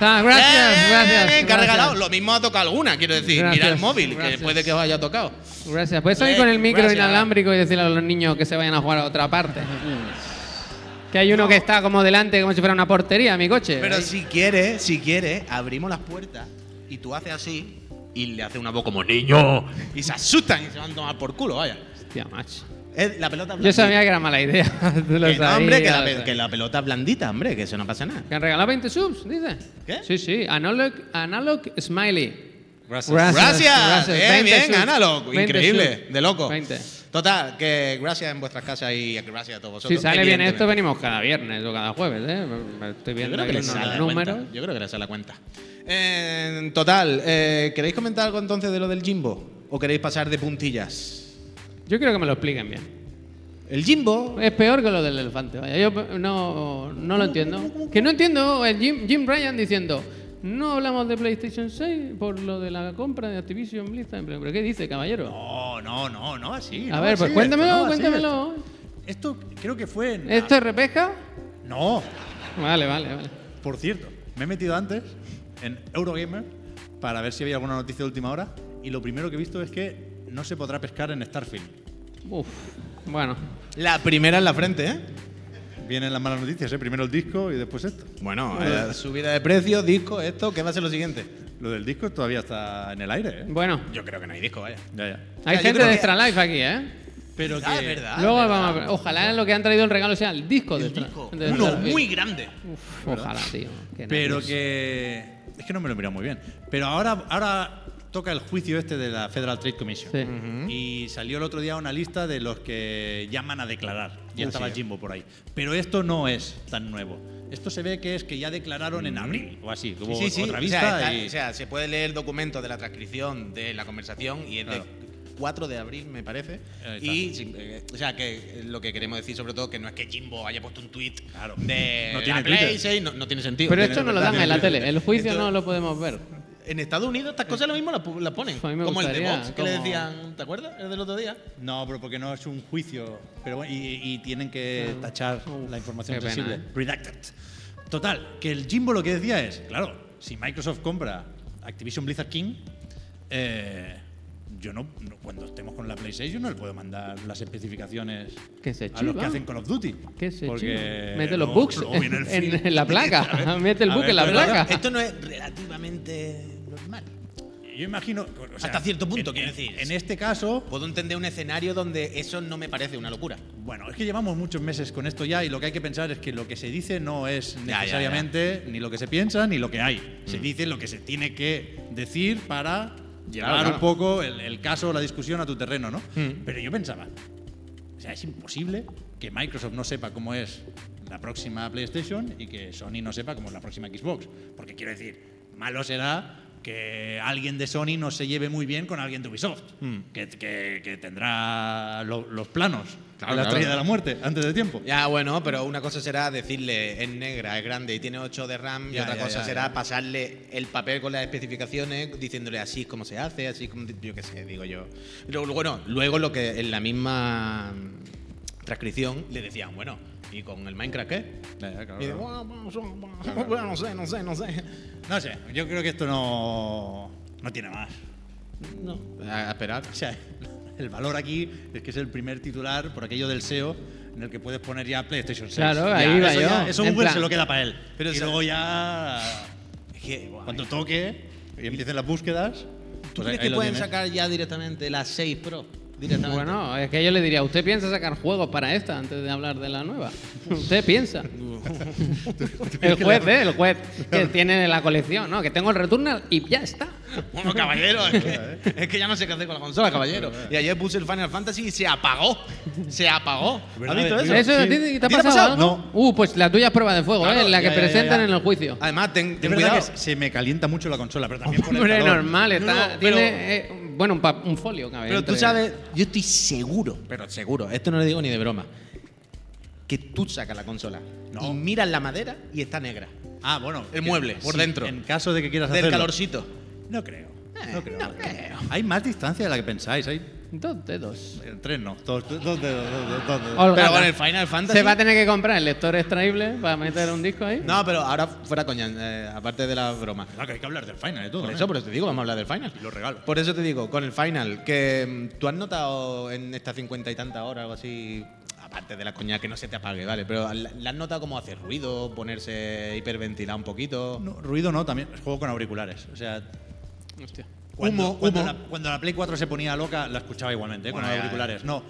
Ah, gracias,
Bien, bien,
gracias.
bien, bien, Eh, que ha
gracias.
regalado. Lo mismo ha tocado alguna, quiero decir. Mira el
Gracias,
móvil,
gracias.
que puede que os haya tocado.
Gracias. Puedes salir con el micro
Gracias.
inalámbrico y decirle a los niños que se vayan a jugar a otra parte. Que hay uno que está como delante, como si fuera una portería, mi coche.
Pero
Ahí.
si quieres, si quieres, abrimos las puertas y tú haces así y le haces una voz como niño y se asustan y se van a tomar por culo, vaya.
Hostia, macho.
Es la pelota blandita.
Yo sabía que era mala idea. Tú lo
Que no, hombre, que
sabías,
la,
o
pe-
sea.
que la pelota es blandita, hombre, que eso no pasa nada.
Que han regalado 20 subs, dice.
¿Qué?
Sí, sí. Analog, analog Smiley.
Gracias.
Gracias,
gracias.
bien,
20
bien,
subs.
Analog,
20
increíble,
subs.
de loco.
20.
Total, que gracias en vuestras casas y gracias a todos
Si
vosotros.
sale bien esto,
evidentemente.
venimos cada viernes o cada jueves, ¿eh? Me- me Estoy
Yo
viendo
creo
ahí
que les
unos
sale la
números.
cuenta. Yo creo que les sale la cuenta. En total, eh, ¿queréis comentar algo entonces de lo del Jimbo? ¿O queréis pasar de puntillas?
Yo creo que me lo expliquen bien.
El Jimbo
Es peor que lo del elefante, vaya. Yo no, no lo entiendo. Que no entiendo el Jim, Jim Ryan diciendo, no hablamos de PlayStation 6 por lo de la compra de Activision Blizzard. ¿Pero pero qué dice, caballero?
No, no, no, no así.
A
no
ver,
así
pues
esto,
cuéntamelo,
no así
cuéntamelo.
Esto. Esto creo que fue en.
¿Esto es repesca?
No,
Vale, vale, vale.
por cierto, me he metido antes en Eurogamer para ver si había alguna noticia de última hora y lo primero que he visto es que no se podrá pescar en Starfield.
Uf, bueno.
La primera en la frente, ¿eh?
Vienen las malas noticias, ¿eh? Primero el disco y después esto.
Bueno, eh, subida de precio, disco, esto, ¿qué va a ser lo siguiente?
Lo del disco todavía está en el aire, ¿eh?
Bueno,
Yo creo que no hay disco, vaya.
Ya, Ah, ya.
hay
Ya, yo
gente
creo
de
que-
Extra Life aquí, ¿eh?
Pero que es verdad.
Luego
es verdad.
vamos a... Ojalá lo que han traído el regalo sea el disco de
El
Extra
disco,
de
uno
Extra Life.
muy grande.
Uf, ojalá, tío. Qué
Pero
nervios.
que. Es que no me lo he mirado muy bien. Pero ahora, ahora toca el juicio este de la Federal Trade Commission.
Sí.
Y salió el otro día una lista de los que llaman a declarar. Y estaba Jimbo por ahí. Pero esto no es tan nuevo. Esto se ve que es que ya declararon en abril o así. que Hubo
Sí, sí,
otra
o
vista.
sea, está-
y-
o sea, se puede leer el documento de la transcripción de la conversación y es
Claro.
de 4 de abril, me parece.
Ahí está.
Y, sí, eh, o sea, que lo que queremos decir sobre todo que no es que Jimbo haya puesto un tweet
Claro.
de
No
la
tiene
Play
Twitter.
6, no, no tiene sentido.
Pero
Tiene-
esto no lo dan en la tele. El juicio no lo podemos ver.
En Estados Unidos estas cosas lo mismo las pu- las ponen.
Pues a mí me
Como el de
gustaría,
Vox, que le
como-
decían, ¿te acuerdas? El del otro día.
No, pero porque no es un juicio. Pero bueno, y, y tienen que
Claro.
tachar
Uf,
la información
qué pena,
sensible.
¿eh?
Redacted. Total, que el Jimbo lo que decía es, claro, si Microsoft compra Activision Blizzard King, eh, yo no, no- cuando estemos con la PlayStation yo no le puedo mandar las especificaciones
Que se
a los que
chiva.
hacen Call of Duty.
¿Qué se
porque
chiva? Mete los
no-
bugs
luego
en,
viene el fin.
en la placa. Mete el
A
bug
ver,
en la
pero
placa.
Esto no es relativamente normal.
Yo imagino... o sea,
Hasta cierto punto,
en-
quiero
en-
decir.
En este caso,
Puedo entender un escenario donde eso no me parece una locura.
Bueno, es que llevamos muchos meses con esto ya y lo que hay que pensar es que lo que se dice no es
ya, Mm. ya.
necesariamente ni lo que se piensa ni lo que hay. Se dice lo que se tiene que decir para llevar
claro.
un poco el, el caso o la discusión a tu terreno, ¿no?
Mm.
Pero yo pensaba, o sea, es imposible que Microsoft no sepa cómo es la próxima PlayStation y que Sony no sepa cómo es la próxima Xbox. Porque quiero decir, malo será que alguien de Sony no se lleve muy bien con alguien de Ubisoft, que, que- que tendrá lo- los planos
Claro,
de la
claro.
estrella de la muerte antes de tiempo.
Ya, bueno, pero una cosa será decirle es negra, es grande y tiene 8 de RAM, y
Ya,
otra
ya,
cosa
ya,
será
ya.
pasarle el papel con las especificaciones, diciéndole así es como se hace, así como. Yo qué sé, digo yo. Luego, bueno, luego lo que en la misma mm, transcripción le decían, bueno, ¿y con el Minecraft qué? Y dice, bueno, bueno, no sé, no sé, no sé.
No sé, yo creo que esto no, no tiene más.
No. A a esperar.
O sea, el valor aquí es que es el primer titular por aquello del SEO en el que puedes poner ya PlayStation 6.
Claro,
Ya,
ahí va
eso
yo,
ya- eso
en
Google
plan.
se lo queda para él. Pero y
se-
luego ya,
Es que, buah,
cuando toque y empiecen las búsquedas,
¿Tú
pues ahí-
crees
ahí
que
lo
pueden
tienes.
sacar ya directamente la 6 Pro? Directamente.
Bueno, es que yo le diría, ¿usted piensa sacar juegos para esta antes de hablar de la nueva? ¿Usted piensa? el juez, ¿eh? El juez que tiene la colección, ¿no? Que tengo el Returnal y ya está.
Bueno, caballero, es que, es que ya no sé qué hacer con la consola, caballero. Y ayer puse el Final Fantasy y se apagó. Se apagó. ¿Has
¿Verdad?
visto Pues eso?
¿Eso a
sí.
ti te, te ha
¿A ti te ha
pasado?
pasado?
algo?
No.
Uh, pues la tuya es prueba de fuego,
Claro,
¿eh? La
ya,
que
ya, ya,
presentan
ya.
en el juicio.
Además, ten,
Es
ten
verdad
cuidado.
que se me calienta mucho la consola, pero también por el
Hombre,
calor.
normal,
No,
está,
no, pero-
tiene eh, bueno, un, pa- un folio cabe
Pero tú
entre-
sabes, yo estoy seguro, pero seguro, esto no lo digo ni de broma, que tú sacas la consola
No.
y miras la madera y está negra.
Ah, bueno.
El
que-
mueble, por
sí,
dentro.
En caso de que quieras
Del
hacerlo.
calorcito.
No creo.
Eh,
No creo.
no creo.
Hay más distancia de la que pensáis. Hay
Dos dedos.
eh, tres, no. Dos, dos, dos dedos, dos dedos, dos dedos.
Holgada.
Pero con el Final Fantasy.
Se va a tener que comprar el lector extraíble para meter un disco ahí.
No, pero ahora fuera coña, eh, aparte de la broma.
Claro, que hay que hablar del final y todo.
Por
¿eh?
eso, por eso te digo, vamos a hablar del final.
Y los regalos.
Por eso te digo, con el final, que mm, tú has notado en estas cincuenta y tantas horas o algo así, aparte de la coña que no se te apague, ¿vale? Pero la, la has notado como hacer ruido, ponerse hiperventilado un poquito.
No, ruido no, también. Juego con auriculares. O sea,
Hostia.
cuando,
Humo,
cuando
humo.
La, cuando la Play 4 se ponía loca, la escuchaba igualmente, ¿eh? con
Bueno, ya,
los auriculares. No,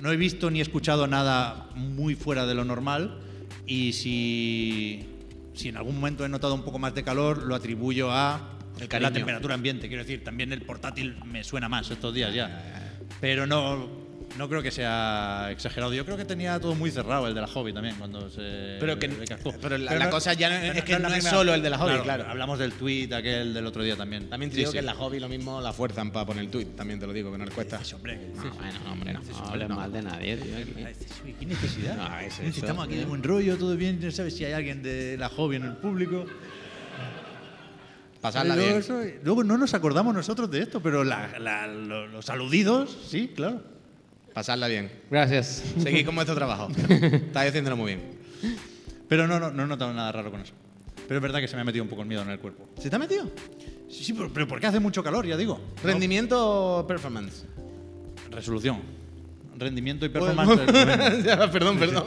no he visto ni escuchado nada muy fuera de lo normal. Y si, si en algún momento he notado un poco más de calor, lo atribuyo a
El cariño.
la temperatura ambiente. Quiero decir, también el portátil me suena más estos días ya. Pero no. No creo que sea exagerado. Yo creo que tenía todo muy cerrado el de la hobby también cuando se.
Pero que-
cascó.
pero la- la cosa ya no-
pero
es que no
la
es
misma-
solo el de la hobby, claro.
Hablamos del tweet aquel del otro día también.
También te
Sí,
digo
sí.
que en la hobby lo mismo la fuerzan para poner el tweet, también te lo digo, que no les cuesta.
Sí, hombre,
No, bueno, no, hombre, no.
No hables mal de nadie, tío. aquí.
¿Qué necesidad?
No, a veces
Estamos
eso,
aquí de
tío.
buen rollo, todo bien, no sabes si hay alguien de la hobby en el público.
Pasarla
luego,
bien.
eso- luego no nos acordamos nosotros de esto, pero la- la- lo- los aludidos, sí, claro.
Pasarla bien.
Gracias.
Seguir con vuestro trabajo. Estáis haciéndolo muy bien.
Pero no, no, no he notado nada raro con eso. Pero es verdad que se me ha metido un poco el miedo en el cuerpo.
¿Se te ha metido?
Sí, sí, pero, pero porque hace mucho calor, ya digo.
¿Rendimiento o performance?
No, resolución. Rendimiento y performance. tremendo.
perdón, perdón.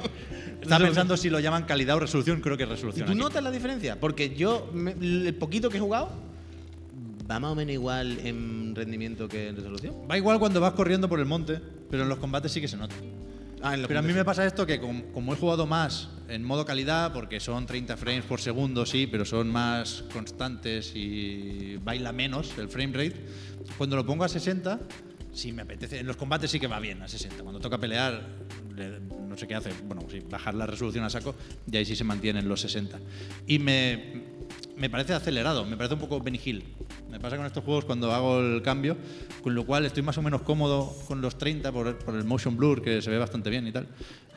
Estaba pensando si lo llaman calidad o resolución, creo que es
¿Y
resolución.
tú
aquí.
notas la diferencia? Porque yo, me- el poquito que he jugado, va más o menos igual en rendimiento que en resolución.
Va igual cuando vas corriendo por el monte, pero en los combates sí que se nota.
Ah, en los
Pero a mí me
puntos.
pasa esto que com- como, he jugado más en modo calidad, porque son 30 frames por segundo, sí, pero son más constantes y baila menos el frame rate, cuando lo pongo a 60, sí me apetece, en los combates sí que va bien a 60, cuando toca pelear, le- no sé qué hace, bueno, sí, bajar la resolución a saco y ahí sí se mantienen los 60. Y me, me parece acelerado, me parece un poco Benny Hill. Me pasa con estos juegos cuando hago el cambio, con lo cual estoy más o menos cómodo con los 30 por, por el motion blur que se ve bastante bien y tal.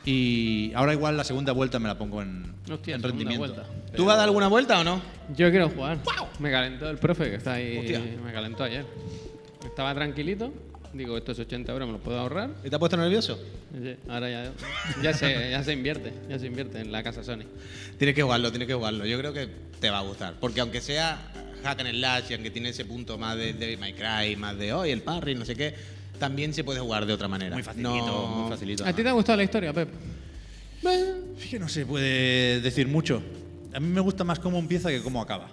Y ahora igual la segunda vuelta me la pongo en,
Hostia,
en
segunda
rendimiento.
vuelta.
¿Tú vas a dar alguna vuelta o no?
Yo quiero jugar. Me calentó el profe que está ahí.
Hostia.
Me calentó ayer. Estaba tranquilito. Digo, estos 80 euros me los puedo ahorrar.
¿Y te has puesto nervioso?
Sí, Ahora ya, ya, se, ya se invierte. Ya se invierte en la casa Sony.
Tienes que jugarlo, tienes que jugarlo. Yo creo que te va a gustar. Porque aunque sea hack and slash y aunque tiene ese punto más de Devil May Cry, más de hoy, el parry, no sé qué, también se puede jugar de otra manera.
Muy facilito,
No-
muy facilito.
¿A ti te ha gustado la historia, Pep?
Es que no se puede decir mucho. A mí me gusta más cómo empieza que cómo acaba.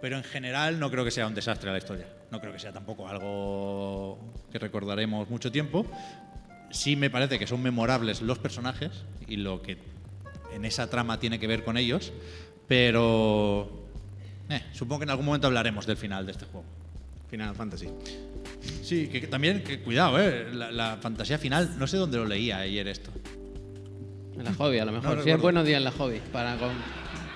Pero en general no creo que sea un desastre la historia. No creo que sea tampoco algo que recordaremos mucho tiempo. Sí me parece que son memorables los personajes y lo que en esa trama tiene que ver con ellos. Pero eh, supongo que en algún momento hablaremos del final de este juego.
Final Fantasy.
Sí, que, que también, que cuidado, eh, la, la fantasía final, no sé dónde lo leía ayer esto.
En la hobby, a lo mejor. si es
recuerdo.
buenos días en la hobby. Para con,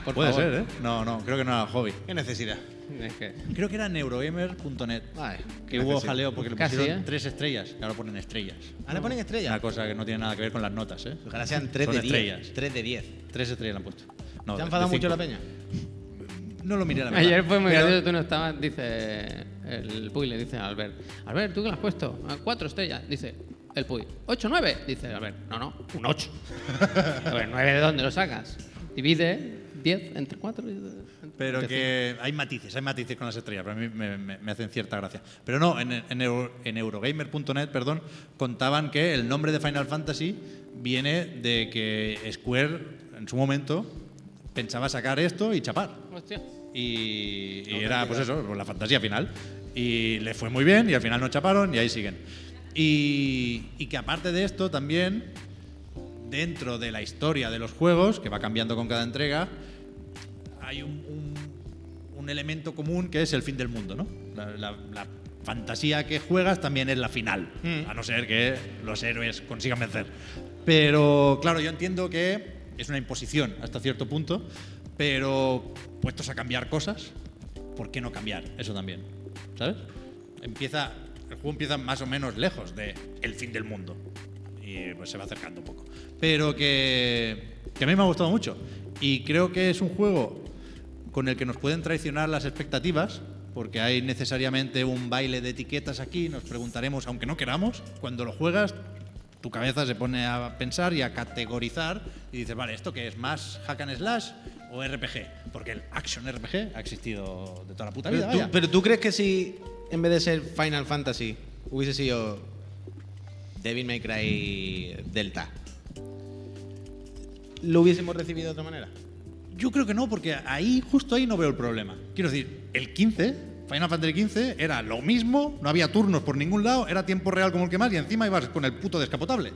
por
Puede
favor.
ser, ¿eh? No, no, creo que no era hobby.
¿Qué necesidad?
Es que,
Creo que era neurogamer.net.
Vale,
que
gracias,
hubo
sí.
jaleo porque le
Casi,
pusieron
¿eh?
tres estrellas y ahora ponen estrellas.
Ahora ponen estrellas.
Una cosa que no tiene nada que ver con las notas, ¿eh?
Ojalá sean 3
Son
de
estrellas.
10. 3 de 10.
Tres estrellas le han puesto. No,
¿Te ha
de
enfadado mucho
cinco.
la peña?
No lo miré la verdad.
Ayer fue muy
Pero-
gracioso, tú no estabas, dice el Puy, le dice a Albert, Albert, ¿tú qué le has puesto? A cuatro estrellas, dice el Puy. ¿Ocho, nueve? Dice Albert, no, no, un ocho. a ver, nueve de dónde lo sacas? Divide diez entre cuatro. y-
Pero
entre
que hay matices, hay matices con las estrellas, pero a mí me, me- me hacen cierta gracia. Pero no, en, en Euro- en Eurogamer.net, perdón, contaban que el nombre de Final Fantasy viene de que Square en su momento pensaba sacar esto y chapar.
cinco. Hostia.
Y, y era, pues eso, pues la fantasía final. Y le fue muy bien y al final no chaparon y ahí siguen. Y, y que aparte de esto también, dentro de la historia de los juegos, que va cambiando con cada entrega, hay un, un- un elemento común que es el fin del mundo, ¿no? La, la- la fantasía que juegas también es la final, a no ser que los héroes consigan vencer. Pero claro, yo entiendo que es una imposición hasta cierto punto, pero puestos a cambiar cosas, ¿por qué no cambiar eso también? ¿Sabes? Empieza, el juego empieza más o menos lejos de el fin del mundo y pues se va acercando un poco. Pero que, que a mí me ha gustado mucho y creo que es un juego con el que nos pueden traicionar las expectativas, porque hay necesariamente un baile de etiquetas aquí, nos preguntaremos, aunque no queramos, cuando lo juegas, tu cabeza se pone a pensar y a categorizar y dices, vale, ¿esto qué es? ¿Más hack and slash o RPG? Porque el action RPG ha existido de toda la puta vida.
Pero tú,
vaya.
pero tú crees que si en vez de ser Final Fantasy hubiese sido Devil May Cry Delta, ¿lo hubiésemos recibido de otra manera?
Yo creo que no, porque ahí, justo ahí no veo el problema. Quiero decir, el 15, Final Fantasy 15, era lo mismo, no había turnos por ningún lado, era tiempo real como el que más, y encima ibas con el puto descapotable.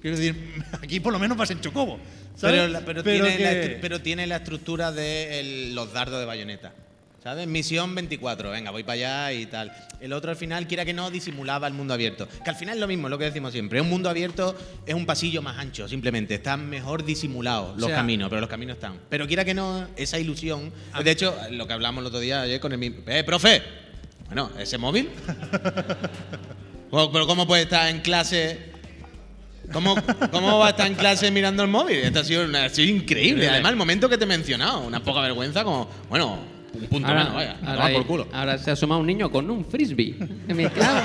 Quiero decir, aquí por lo menos vas en chocobo. ¿sabes?
Pero, la- pero tiene la,
que-
estru- pero tiene la estructura de el- los dardos de bayoneta. ¿Sabes? Misión 24, venga, voy para allá y tal. El otro al final, quiera que no, disimulaba el mundo abierto. Que al final es lo mismo, lo que decimos siempre. Un mundo abierto es un pasillo más ancho, simplemente. Están mejor disimulados los
O sea-
caminos, pero los caminos están. Pero quiera que no, esa ilusión.
Ah.
De hecho, lo que hablamos el otro día ayer con el mismo. ¡Eh, profe! Bueno, ese móvil. Bueno, pero ¿cómo puede estar en clase ¿Cómo, ¿Cómo va a estar en clase mirando el móvil? Esto ha sido, una- ha sido increíble. Además, el momento que te he mencionado, una poca vergüenza, como, bueno, un punto menos, vaya, a tomar
ahí-
por culo.
ahora se ha asomado un niño con un frisbee mezclado.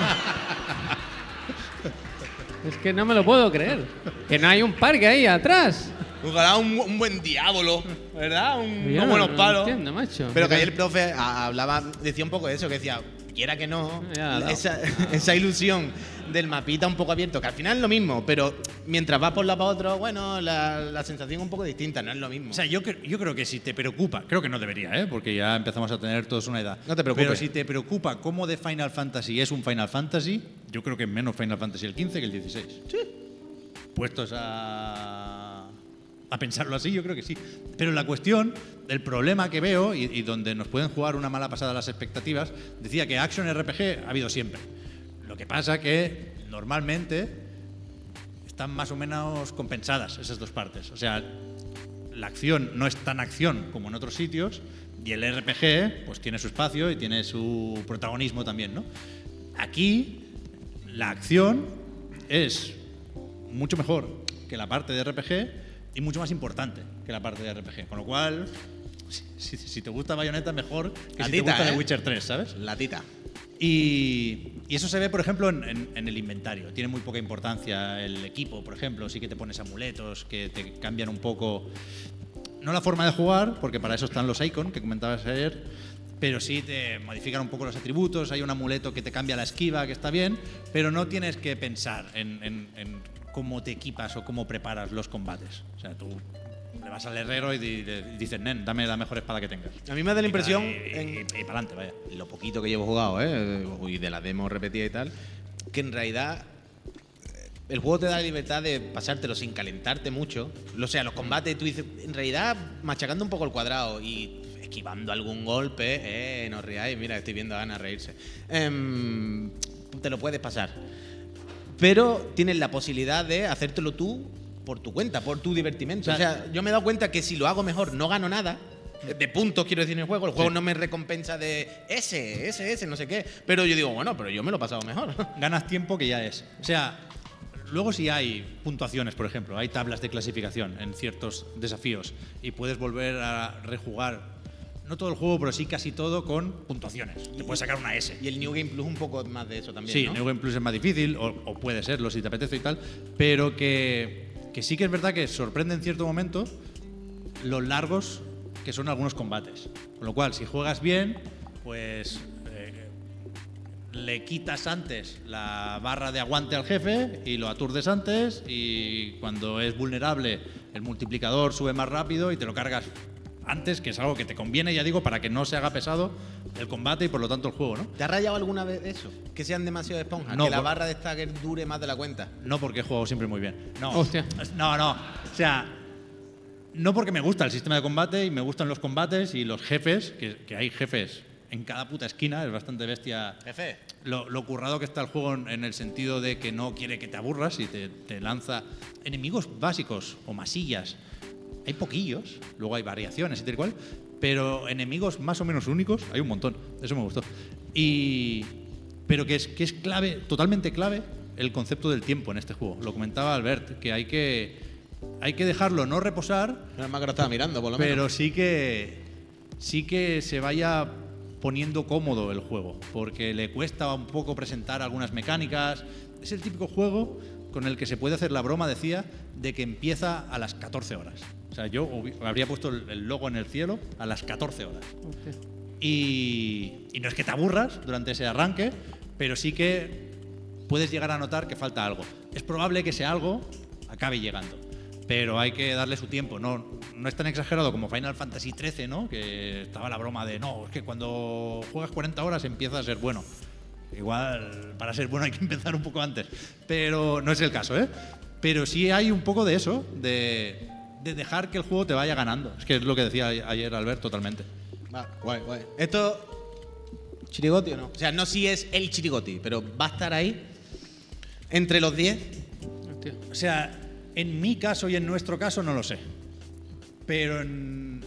es que no me lo puedo creer. Que no hay un parque ahí atrás.
Ojalá un, un buen diablo, ¿verdad? Un,
Yo no-
unos buenos
no
palos.
entiendo, macho.
Pero que ayer el profe a- hablaba, decía un poco de eso, que decía, quiera que no,
Ya, no.
esa, esa ilusión del mapita un poco abierto, que al final es lo mismo, pero mientras vas por un lado para otro, bueno, la, la sensación es un poco distinta, no es lo mismo.
O sea, yo, cre- yo creo que si te preocupa, creo que no debería, ¿eh? porque ya empezamos a tener todos una edad.
No te preocupes.
Pero si te preocupa cómo de Final Fantasy es un Final Fantasy, yo creo que es menos Final Fantasy el 15 que el 16. Sí. Puestos a, a pensarlo así, yo creo que sí. Pero la cuestión, el problema que veo y, y donde nos pueden jugar una mala pasada las expectativas, decía que Action RPG ha habido siempre. Lo que pasa que normalmente están más o menos compensadas esas dos partes. O sea, la acción no es tan acción como en otros sitios y el RPG pues tiene su espacio y tiene su protagonismo también, ¿no? Aquí la acción es mucho mejor que la parte de RPG y mucho más importante que la parte de RPG, con lo cual si, si- si te gusta Bayonetta mejor que si te
Latita,
gusta
¿eh?
The Witcher 3, ¿sabes?
la tita.
Y, y eso se ve, por ejemplo, en, en- en el inventario. Tiene muy poca importancia el equipo, por ejemplo. Sí que te pones amuletos, que te cambian un poco. No la forma de jugar, porque para eso están los icons que comentabas ayer. Pero sí te modifican un poco los atributos. Hay un amuleto que te cambia la esquiva, que está bien. Pero no tienes que pensar en, en- en cómo te equipas o cómo preparas los combates. O sea, tú le vas al herrero y di- le dices, nen, dame la mejor espada que tengas.
A mí me da la impresión...
Y,
en-
para adelante, vaya.
lo poquito que llevo jugado, ¿eh? y de la demo repetida y tal, que en realidad eh, el juego te da la libertad de pasártelo sin calentarte mucho. O sea, los combates, tú dices, en realidad machacando un poco el cuadrado y esquivando algún golpe, eh, no reáis, mira, estoy viendo a Ana reírse. Em, te lo puedes pasar pero tienes la posibilidad de hacértelo tú por tu cuenta, por tu divertimento. O sea, yo me he dado cuenta que si lo hago mejor no gano nada. De puntos, quiero decir, en el juego. El juego no me recompensa de ese, ese, ese, no sé qué. Pero yo digo, bueno, pero yo me lo he pasado mejor.
ganas tiempo que ya es. O sea, luego si hay puntuaciones, por ejemplo, hay tablas de clasificación en ciertos desafíos y puedes volver a rejugar, no todo el juego, pero sí casi todo con puntuaciones. Te puedes sacar una S.
Y el New Game Plus un poco más de eso también.
Sí,
¿no?
New Game Plus es más difícil, o, o puede serlo si te apetece y tal, pero que, que sí que es verdad que sorprende en cierto momento los largos que son algunos combates. Con lo cual, si juegas bien, pues eh, le quitas antes la barra de aguante al jefe y lo aturdes antes y cuando es vulnerable el multiplicador sube más rápido y te lo cargas antes, que es algo que te conviene, ya digo, para que no se haga pesado el combate y por lo tanto el juego, ¿no?
¿Te ha rayado alguna vez eso? Que sean demasiado esponjas,
No,
que la
por-
barra de Stagger dure más de la cuenta.
No porque he jugado siempre muy bien. No.
Hostia.
No, no. O sea, no porque me gusta el sistema de combate y me gustan los combates y los jefes, que, que hay jefes en cada puta esquina, es bastante bestia
Jefe,
lo, lo currado que está el juego en, en el sentido de que no quiere que te aburras y te, te lanza enemigos básicos o masillas. Hay poquillos, luego hay variaciones y tal y cual, pero enemigos más o menos únicos, hay un montón, eso me gustó. Y, pero que es, que es clave, totalmente clave, el concepto del tiempo en este juego. Lo comentaba Albert, que hay que, hay que dejarlo no reposar
no es más que lo estaba mirando, por lo menos.
pero sí que sí que se vaya poniendo cómodo el juego, porque le cuesta un poco presentar algunas mecánicas. Es el típico juego con el que se puede hacer la broma, decía, de que empieza a las 14 horas. O sea, yo hubi- habría puesto el el logo en el cielo a las 14 horas.
Hostia.
Y, y no es que te aburras durante ese arranque, pero sí que puedes llegar a notar que falta algo. Es probable que ese algo acabe llegando, pero hay que darle su tiempo. No, no es tan exagerado como Final Fantasy XIII, ¿no? que estaba la broma de no, es que cuando juegas 40 horas empieza a ser bueno. Igual para ser bueno hay que empezar un poco antes, pero no es el caso, ¿eh? Pero sí hay un poco de eso, de, de dejar que el juego te vaya ganando. Es que es lo que decía a- ayer Albert totalmente.
Va, guay, guay. Esto. ¿Chirigoti o no? O sea, no si es el chirigoti, pero va a estar ahí. Entre los 10.
Hostia.
O sea, en mi caso y en nuestro caso no lo sé. Pero en,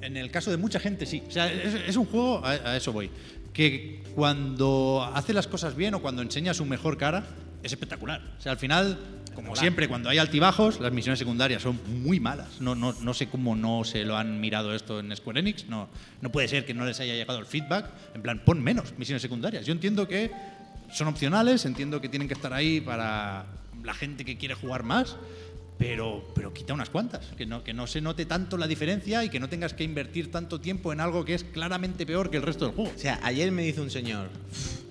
en el caso de mucha gente sí. O sea, es, es un juego, a, a eso voy, que cuando hace las cosas bien o cuando enseña su mejor cara, es espectacular. O sea, al final, como siempre, cuando hay altibajos, las misiones secundarias son muy malas. No, no, no sé cómo no se lo han mirado esto en Square Enix. No, no puede ser que no les haya llegado el feedback. En plan, pon menos misiones secundarias. Yo entiendo que son opcionales, entiendo que tienen que estar ahí para la gente que quiere jugar más, pero, pero quita unas cuantas, que no, que no se note tanto la diferencia y que no tengas que invertir tanto tiempo en algo que es claramente peor que el resto del juego.
O sea, ayer me dice un señor,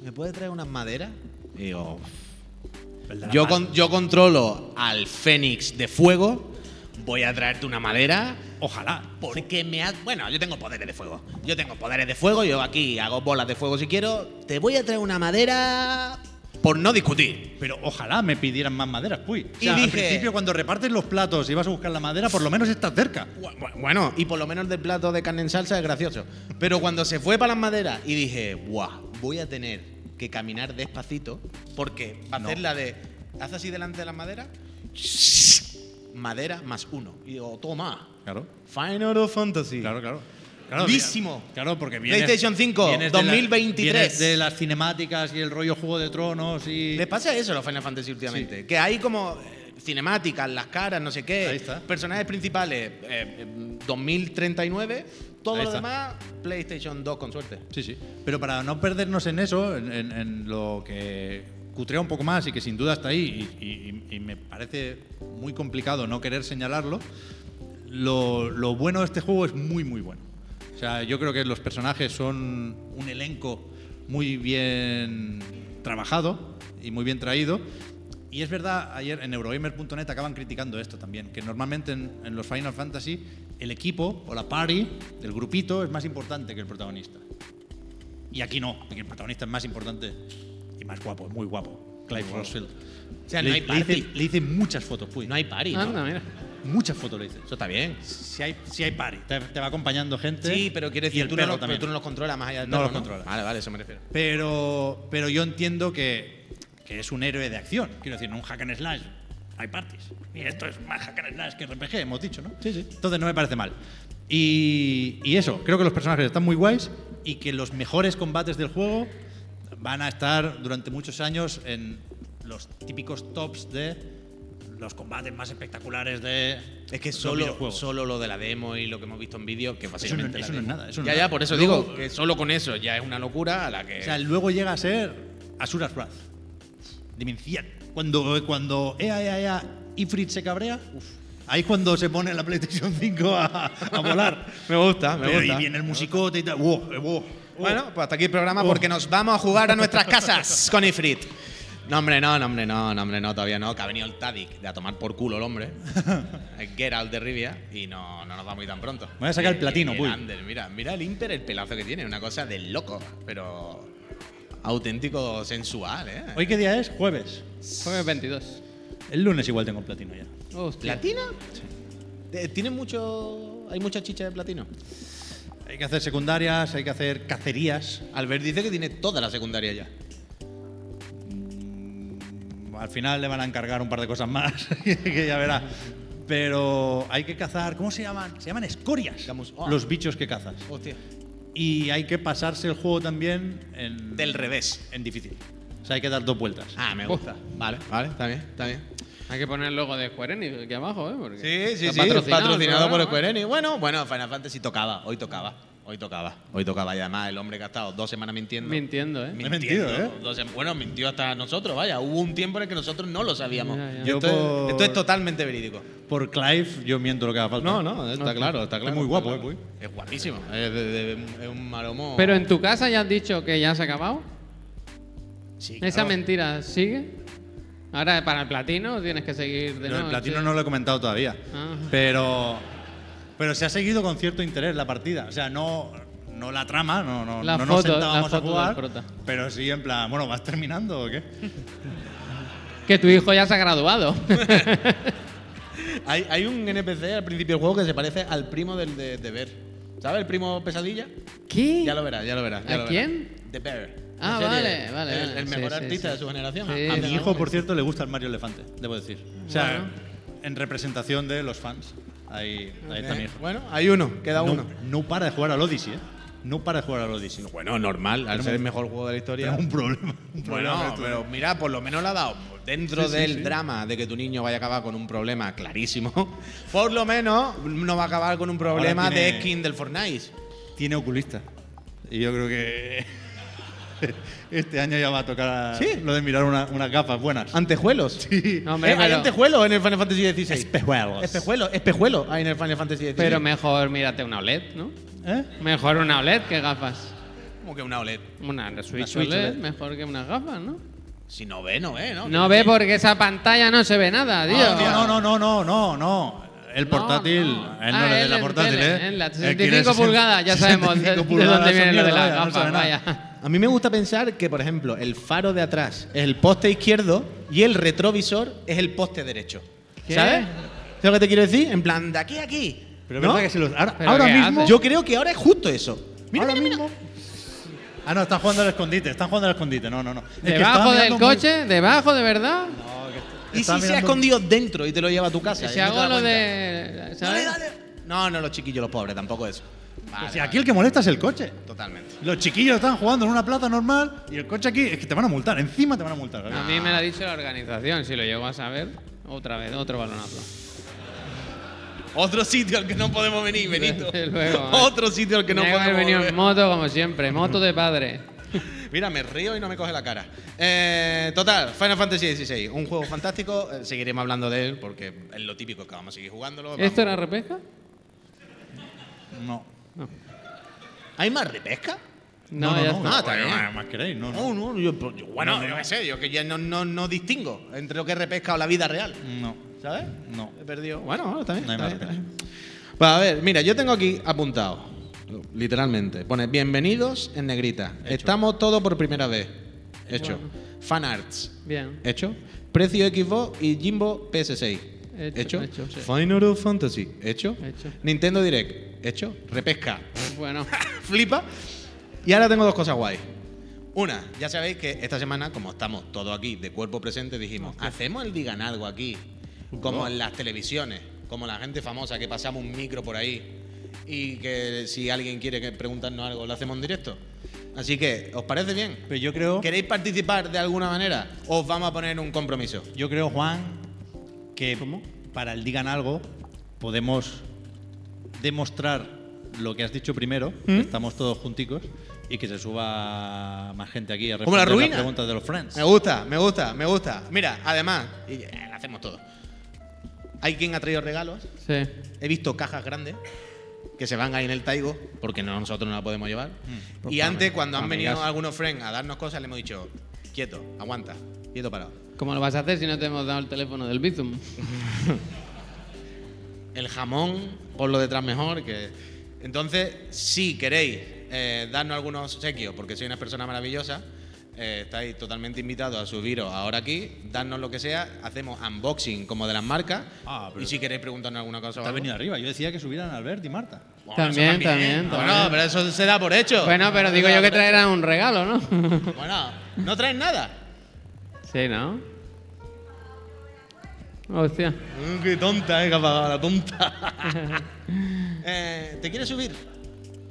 ¿me puede traer unas maderas? Y digo, yo, con- yo controlo al Fénix de fuego, voy a traerte una madera.
Ojalá.
Porque me ha... Bueno, yo tengo poderes de fuego. Yo tengo poderes de fuego, yo aquí hago bolas de fuego si quiero. Te voy a traer una madera por no discutir.
Pero ojalá me pidieran más maderas, puy. O
Y
sea, al
dije-
principio cuando repartes los platos y vas a buscar la madera, por lo menos estás cerca.
Bu- bu- Bueno, y por lo menos del plato de carne en salsa es gracioso. Pero cuando se fue para las maderas y dije, guau, voy a tener que caminar despacito porque va a
No.
hacer la de, haz así delante de las maderas, madera más uno. Y digo, toma,
Claro,
Final Fantasy.
claro, claro.
Durísimo.
mira, Claro, porque vienes,
PlayStation 5,
vienes de la-
2023.
vienes de las cinemáticas y el rollo Juego de Tronos y...
Les pasa eso a los Final Fantasy últimamente, que hay como eh, cinemáticas, las caras, no sé qué,
Ahí está.
personajes principales, eh, eh, 2039, todo
Ahí
lo
está.
demás, PlayStation 2 con suerte.
Sí, sí. Pero para no perdernos en eso, en, en- en lo que cutrea un poco más y que sin duda está ahí, y, y- y me parece muy complicado no querer señalarlo, lo, lo bueno de este juego es muy, muy bueno. O sea, yo creo que los personajes son un elenco muy bien trabajado y muy bien traído. Y es verdad, ayer en Eurogamer.net acaban criticando esto también, que normalmente en, en los Final Fantasy el equipo o la party, el grupito, es más importante que el protagonista. Y aquí no, porque el protagonista es más importante y más guapo, es muy guapo. Clive Rossfield.
O sea, no hay party.
hice, le hice muchas fotos, pues.
No hay pari, ¿no?
Anda, mira.
muchas fotos le hice.
Eso está bien.
Si hay, si hay party, te, te va acompañando gente.
Sí, pero quiere
y
decir,
el
tú no,
perro
los, pero
también.
tú no los controlas más allá del
No
perro,
los controlas.
Vale, vale, eso me refiero.
Pero, pero yo entiendo que, que es un héroe de acción. Quiero decir, no un hack and slash hay parties. Y esto es más hack and slash que RPG, hemos dicho, ¿no?
Sí, sí.
Entonces no me parece mal. Y, y eso, creo que los personajes están muy guays y que los mejores combates del juego van a estar durante muchos años en los típicos tops de los combates más espectaculares de
Es que
los
solo,
videojuegos.
solo lo de la demo y lo que hemos visto en vídeo, que
Eso no,
básicamente. la
eso no es
demo.
nada. Eso no
ya,
es
ya,
nada.
por eso
Luego,
digo que solo con eso ya es una locura a la que.
O sea, luego llega a ser Asuras Wrath. Demencial. Cuando, cuando ea, ea, ea, Ifrit se cabrea, uf, ahí es cuando se pone la PlayStation 5 a, a volar.
me gusta, me
Pero
gusta.
y viene el musicote y tal. Wow, eh, wow, wow.
Bueno, pues hasta aquí el programa porque nos vamos a jugar a nuestras casas con Ifrit. No, hombre, no, no, hombre, no, no, hombre, no, todavía no, que ha venido el Tadic de a tomar por culo el hombre, el Geralt de Rivia, y no, no nos vamos a ir tan pronto.
Voy a sacar el
Y-
platino,
y
puy.
el Ander, mira, mira el Inter, el pelazo que tiene, una cosa de loco, pero auténtico sensual, ¿eh?
¿Hoy qué día es? Jueves.
Jueves 22.
El lunes igual tengo platino ya.
Hostia.
¿Platino? Eh, ¿Tiene mucho, hay mucha chicha de platino?
Hay que hacer secundarias, hay que hacer cacerías.
Albert dice que tiene toda la secundaria ya.
Mm, Al final le van a encargar un par de cosas más, que ya verá. Pero hay que cazar, ¿cómo se llaman? Se llaman escorias.
Llamus- ah.
Los bichos que cazas.
Hostia.
Y hay que pasarse el juego también en,
Del revés.
en difícil. O sea, hay que dar dos vueltas. Oh.
Ah, me gusta. Vale, vale, está bien, está bien.
Hay que poner el logo de Square Enix aquí abajo, ¿eh? Porque
Sí, sí,
está
sí. Patrocinado, por
el programa,
Square Enix. Bueno, bueno, Final Fantasy tocaba, hoy tocaba, hoy tocaba, hoy tocaba. Y además el hombre que ha estado dos semanas mintiendo.
Mintiendo, ¿eh?
He mentido, ¿eh?
dos sem- bueno, mintió hasta nosotros, vaya. Hubo un tiempo en el que nosotros no lo sabíamos.
Ya, ya.
Yo esto,
Yo por-
es, esto es totalmente verídico.
Por Clive, yo miento lo que haga falta.
no, está claro, está
claro, está eh. claro.
Es guapísimo. Es, de- de- es un maromo.
Pero en tu casa ya has dicho que ya se ha acabado.
Sí,
Esa
claro.
mentira sigue. Ahora para el platino tienes que seguir de
No, el
noche.
platino no lo he comentado todavía.
Ah.
Pero, pero se ha seguido con cierto interés la partida. O sea, no, no la trama, no, no,
La
no
foto-
nos sentábamos
la
a
foto del prota.
jugar. Pero sí, en plan, bueno, ¿vas terminando o qué?
Que tu hijo ya se ha graduado.
Hay, hay un NPC al principio del juego que se parece al primo del de, de Bear. ¿Sabes? El primo pesadilla.
¿Qué?
Ya lo verás, ya lo verás. ya
¿A
lo verás.
quién?
The Bear.
Ah,
La
vale,
serie.
vale,
El,
vale.
el
Sí,
mejor
sí,
artista
sí.
de su generación.
Sí,
Ah,
A
sí,
mi
sí.
mira,
hijo, por cierto, le gusta el Mario Elefante, debo decir. O sea,
Bueno.
en representación de los fans. Ahí, ahí está mi hijo.
Bueno, hay uno, queda
no,
uno.
no para de jugar al Odyssey, ¿eh? No para de jugar al Odyssey.
Bueno, normal, al ser el mejor juego de la historia.
Tengo un problema. un problema
Bueno,
esto.
pero mira, por lo menos le ha dado. Dentro
Sí, sí,
del
sí.
drama de que tu niño vaya a acabar con un problema clarísimo, por lo menos no va a acabar con un problema
tiene-
de skin del Fortnite.
Tiene oculista. Y yo creo que este año ya va a tocar a-
¿Sí?
lo de mirar una- unas gafas buenas.
Antejuelos.
No, hombre,
Eh, hay
pero-
antejuelos en el Final Fantasy XVI.
Espejuelos.
Espejuelos, espejuelos hay en el Final Fantasy XVI.
Pero mejor mírate una OLED, ¿no?
¿Eh?
Mejor una OLED que gafas.
Como que una
E
OLED.
Una Switch, E
Switch
OLED,
OLED.
mejor que unas gafas, ¿no?
Si no ve, no ve, ¿no?
No ve porque esa pantalla no se ve nada, tío.
No, no, no, no, no, no, no. El
No,
portátil.
no.
Él no
Ah,
le dé
él
la
en
portátil,
tele,
¿eh?
en la
Él quiere
65 pulgadas, ya sabemos de-
65
de dónde
esa
viene lo de las
mierda, vaya, no
gafas,
sabe nada.
vaya.
A mí me gusta pensar que, por ejemplo, el faro de atrás es el poste izquierdo y el retrovisor es el poste derecho.
¿Qué?
¿Sabes? ¿Sabes lo que te quiero decir? En plan, de aquí a aquí.
Pero
¿no?
verdad que si los- ahora,
¿Pero
ahora
qué
mismo.
hace?
Yo creo que ahora es justo eso. Mira,
ahora
mira, mira.
mismo. Ah, no, están jugando al escondite, están jugando al escondite. No, no, no. Es que estaba
Debajo del
mirando muy-
coche, debajo, de verdad.
No, que est-
¿Y
estaba
si se ha
mirando-
escondido dentro y te lo lleva a tu
Si
casa? y no te
hago
das
lo
cuenta?
de.
Dale,
¿Sabes?
dale. No, no, los chiquillos, los pobres, tampoco eso.
Pero
Vale,
si aquí el que molesta es el coche.
vale, Totalmente.
Los chiquillos están jugando en una plaza normal y el coche aquí es que te van a multar, encima te van a multar.
A mí me lo ha dicho la organización, si lo llego a saber, otra vez, otro balonazo.
Otro sitio al que no podemos venir, Benito.
Luego, ¿eh?
Otro sitio al que no
Tenía haber
podemos
venido
volver.
en moto, como siempre, moto de padre.
Mira, me río y no me coge la cara. Eh, total, Final Fantasy XVI, un juego fantástico. eh, Seguiremos hablando de él porque es lo típico que vamos a seguir jugándolo. vamos.
¿Esto era repesca?
No.
¿Hay más repesca?
No, ya está.
Ah, está
Bueno,
bien.
más- más queréis, no, no.
No, no, yo, pues, yo- bueno, yo qué sé, yo que ya no, no, no distingo entre lo que es repesca o la vida real.
No.
¿Sabes?
No.
He perdido. Bueno, bueno, está bien.
No hay
está
más
bien, está bien. Pues a ver, mira, yo tengo aquí apuntado, literalmente. Pone bienvenidos en negrita. Estamos todos por primera vez. Hecho. Fanarts.
Bien.
Hecho. Precio Xbox y Jimbo PS6.
Hecho,
Hecho.
hecho, sí.
Final Fantasy. Hecho.
Hecho.
Nintendo Direct. Hecho. Repesca.
Bueno,
Flipa. Y ahora tengo dos cosas guay. Una, ya sabéis que esta semana, como estamos todos aquí de cuerpo presente, dijimos, hacemos el digan algo aquí.
Uh,
como
oh.
en las televisiones, como la gente famosa que pasamos un micro por ahí y que si alguien quiere que preguntarnos algo lo hacemos en directo. Así que, ¿os parece bien?
Pero Pues yo creo,
¿Queréis participar de alguna manera? Os vamos a poner un compromiso.
yo creo, Juan, que para el digan algo podemos demostrar lo que has dicho primero,
¿Mm?
que estamos todos junticos y que se suba más gente aquí a
Como la
responder
ruina.
las preguntas de los friends.
Me gusta, me gusta, me gusta. Mira, además, y, eh, lo hacemos todo. Hay quien ha traído regalos.
Sí.
He visto cajas grandes que se van ahí en el taigo, porque no, nosotros no la podemos llevar.
Pues
y antes, cuando han venido
amigas.
algunos friends a darnos cosas, le hemos dicho, quieto, aguanta, quieto parado.
¿Cómo lo vas a hacer si no te hemos dado el teléfono del Bizum?
El jamón, ponlo detrás mejor. que Entonces, si queréis eh, darnos algunos obsequios, porque soy una persona maravillosa, eh, estáis totalmente invitados a subiros ahora aquí, darnos lo que sea, hacemos unboxing como de las marcas,
Ah, pero-
y si queréis preguntarnos alguna cosa o
Te has
algo.
venido arriba. Yo decía que subieran Albert y Marta.
Bueno,
También,
eso
también,
Bueno,
también.
pero eso se da por hecho.
Bueno, pero digo yo que traerán un regalo, ¿no?
Bueno, no traes nada.
sí, ¿no? Hostia.
Mm, qué tonta, eh, que ha pagado la tonta. Eh, ¿Te quieres subir?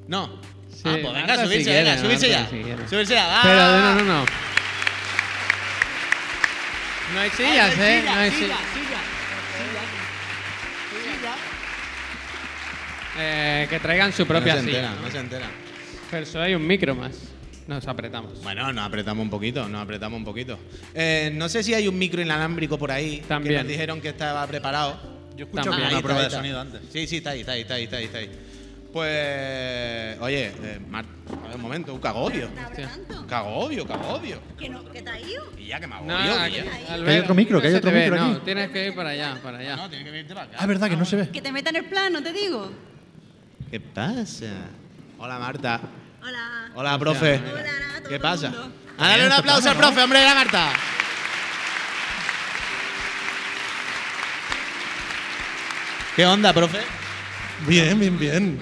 No.
Sí,
ah, pues venga,
Marta, si
subirse,
quiere,
venga, subirse
Marta,
ya.
si quiere.
subirse ya. Ah. va.
Pero no, no, no. No hay sillas,
Ay, no hay
¿eh? No hay sillas. Eh, que traigan su propia
no se
silla.
entera, no se entera.
Pero solo hay un micro más. Nos apretamos.
Bueno, nos apretamos un poquito, nos apretamos un poquito. Eh, no sé si hay un micro inalámbrico por ahí. Que
También.
nos dijeron que estaba preparado.
Yo
escucho También. que-
Ah,
una
ahí
prueba de
está, ahí
sonido
está.
antes.
Sí, sí, está ahí, está ahí, está ahí, está ahí. Está ahí. Pues, oye, eh, Mar- a ver, un momento, un cagobio.
No habrá tanto.
Cagobio, cagobio.
Que no, que te ha ido.
Y ya que me agobio,
No, no,
que ya.
Albert,
Que hay otro micro,
no
que hay
se
otro
te ve,
micro
No,
aquí.
tienes que ir para allá, para allá.
No, tienes que venirte para acá.
Ah, verdad que no se ve.
Que te metan el plano, te digo.
¿Qué pasa? Hola, Marta.
Hola.
Hola, profe.
Hola a todo
¿Qué
el
pasa?
mundo.
A darle un aplauso al profe, hombre, la Marta. ¿Qué onda, profe?
Bien, bien, bien.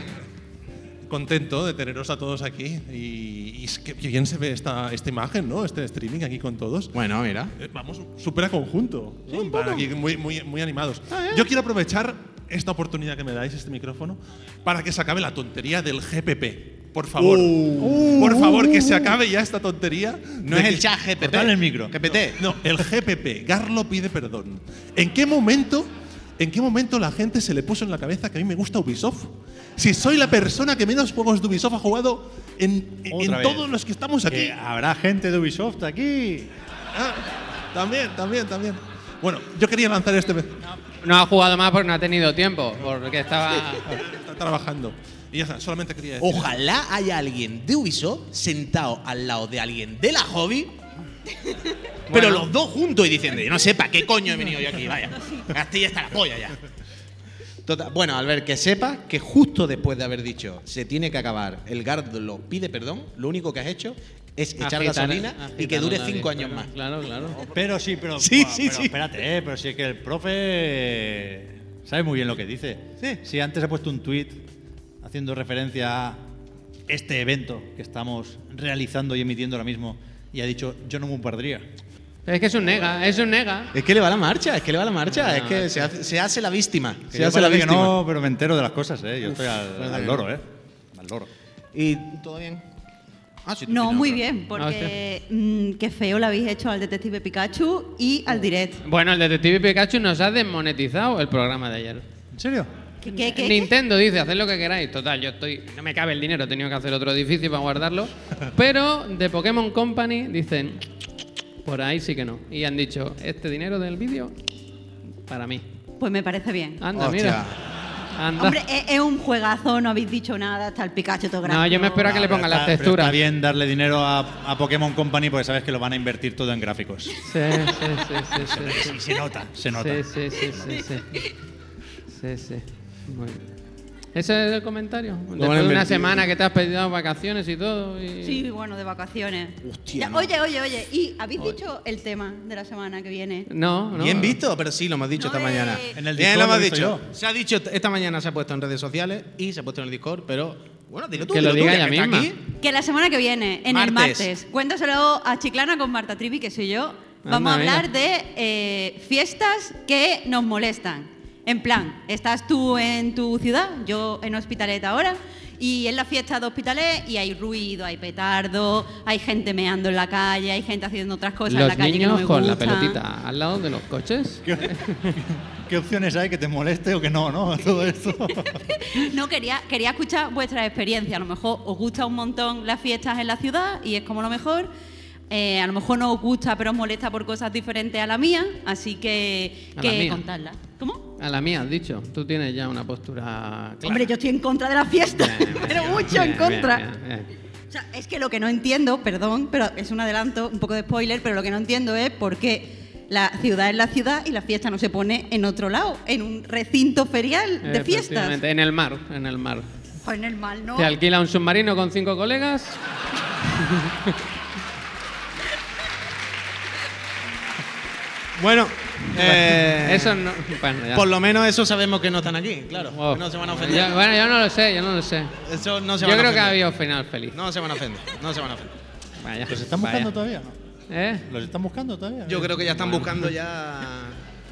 Contento de teneros a todos aquí. Y, y es que bien se ve esta, esta imagen, ¿no? Este streaming aquí con todos.
Bueno, mira.
Eh, Vamos, súper a conjunto. ¿no? En plan, aquí muy, muy, muy animados. Yo quiero aprovechar esta oportunidad que me dais, este micrófono, para que se acabe la tontería del GPP. Por favor. Uh. Por favor, que se acabe ya esta tontería.
No
de
es
que-
el chat GPT.
cortale el micro.
GPT.
no, el GPP, Garlo pide perdón. ¿En qué momento, en qué momento la gente se le puso en la cabeza que a mí me gusta Ubisoft? Si soy la persona que menos juegos de Ubisoft ha jugado en, en
Otra vez.
todos los que estamos aquí.
Que habrá gente de Ubisoft aquí.
Ah, también, también, también.
Ah,
Bueno, yo quería lanzar este.
No ha jugado más porque no ha tenido tiempo, porque estaba...
Está trabajando. Y ya está, solamente quería decir.
Ojalá haya alguien de Ubisoft sentado al lado de alguien de la hobby, pero los dos juntos y diciendo, yo no sé para qué coño he venido yo aquí, vaya. Castilla está la polla ya. Total, Tota, bueno, Albert, que sepa que justo después de haber dicho se tiene que acabar, el Gardo lo pide perdón, lo único que has hecho es echar
Agitar-
gasolina y que
agitar
dure
la
cinco
nariz,
años más.
Claro, claro.
Pero sí, pero.
Sí,
ah,
sí,
pero
sí.
Espérate, eh, pero si es que el profe sabe muy bien lo que dice.
Sí.
antes he puesto un tweet haciendo referencia a este evento que estamos realizando y emitiendo ahora mismo y ha dicho yo no me perdría.
Es que es un nega, es un nega.
Es que le va la marcha, es que le va la marcha,
Ah,
es que se hace, se hace la víctima.
Que
Se
yo
hace la
parece que
víctima.
no, pero me entero de las cosas, eh. Yo estoy al,
madre
al loro, eh. Al loro.
¿Y todo bien? Ah, sí, tú
No,
tienes
muy
otra.
bien,
Ah,
porque mm, qué feo lo habéis hecho al detective Pikachu y al direct.
Bueno, el detective Pikachu nos ha desmonetizado el programa de ayer.
¿En serio?
¿Qué, qué, qué?
Nintendo dice, haced lo que queráis. Total, yo estoy. No me cabe el dinero, he tenido que hacer otro edificio para guardarlo. Pero de Pokémon Company dicen, por ahí sí que no. Y han dicho, este dinero del vídeo, para mí.
Pues me parece bien.
Anda,
Hostia.
mira. Anda.
Hombre, e, es, es un juegazo, no habéis dicho nada, está el Pikachu todo grande.
no, yo me espero a que le pongan
Pero
las
está- pero
texturas.
Está bien darle dinero a, a Pokémon Company porque sabes que lo van a invertir todo en gráficos.
Sí, sí, sí, sí, sí, sí.
Y se nota, se nota.
Sí, sí, sí, sí, sí. Sí, sí. Muy bien. ¿Ese es el comentario? Después de una
invertido.
semana que te has pedido vacaciones y todo. y-
Sí, bueno, de vacaciones.
Hostia,
Ya,
no.
Oye, oye, oye, ¿y habéis dicho el tema de la semana que viene?
No, no.
Bien visto, pero sí, lo hemos dicho
No
esta
de-
mañana.
En
el
Bien,
Discord
lo hemos
lo he visto
dicho. Se ha dicho, esta mañana se ha puesto en redes sociales y se ha puesto en el Discord, pero bueno, dilo tú.
Que lo
dilo tú,
diga
ya
ella
que está
misma.
aquí.
Que la semana que viene, en el
Martes.
martes, cuéntaselo a Chiclana con Marta Trivi, que soy yo, Vamos a
mira.
hablar de eh, fiestas que nos molestan. En plan, estás tú en tu ciudad, yo en Hospitalet ahora, y es la fiesta de Hospitalet y hay ruido, hay petardo, hay gente meando en la calle, hay gente haciendo otras cosas en la
Los
calle que no
niños
me
con Pues la
gustan.
pelotita al lado de los coches.
¿Qué, qué opciones hay que te moleste o que no, no? Todo esto.
No, quería, quería escuchar vuestra experiencia. A lo mejor os gusta un montón las fiestas en la ciudad y es como lo mejor. Eh, a lo mejor no os gusta, pero os molesta por cosas diferentes a la mía, así que,
A la
que
mía.
contadla. ¿Cómo?
A la mía, has dicho. Tú tienes ya una postura clara.
Hombre, yo estoy en contra de las fiestas,
Bien, bien,
pero
bien,
mucho
bien,
en contra.
bien, bien, bien.
O sea, es que lo que no entiendo, perdón, pero es un adelanto, un poco de spoiler, pero lo que no entiendo es por qué la ciudad es la ciudad y la fiesta no se pone en otro lado, en un recinto ferial de fiestas.
Efectivamente, En el mar, en el mar.
Joder, en el mal, ¿no?
Te alquila un submarino con cinco colegas.
Bueno, eh,
Eso no. Bueno, ya.
por lo menos eso sabemos que no están aquí, claro.
Wow.
No se van a ofender.
Ya, bueno, yo no lo sé, yo no lo sé.
Eso no se
Yo
van a
creo que ha
ofender.
habido final feliz.
No se van a ofender, no se van a ofender.
Vaya,
¿Los están
vaya.
buscando todavía? no?
¿Eh?
¿Los están buscando todavía?
Yo creo que ya están buscando ya...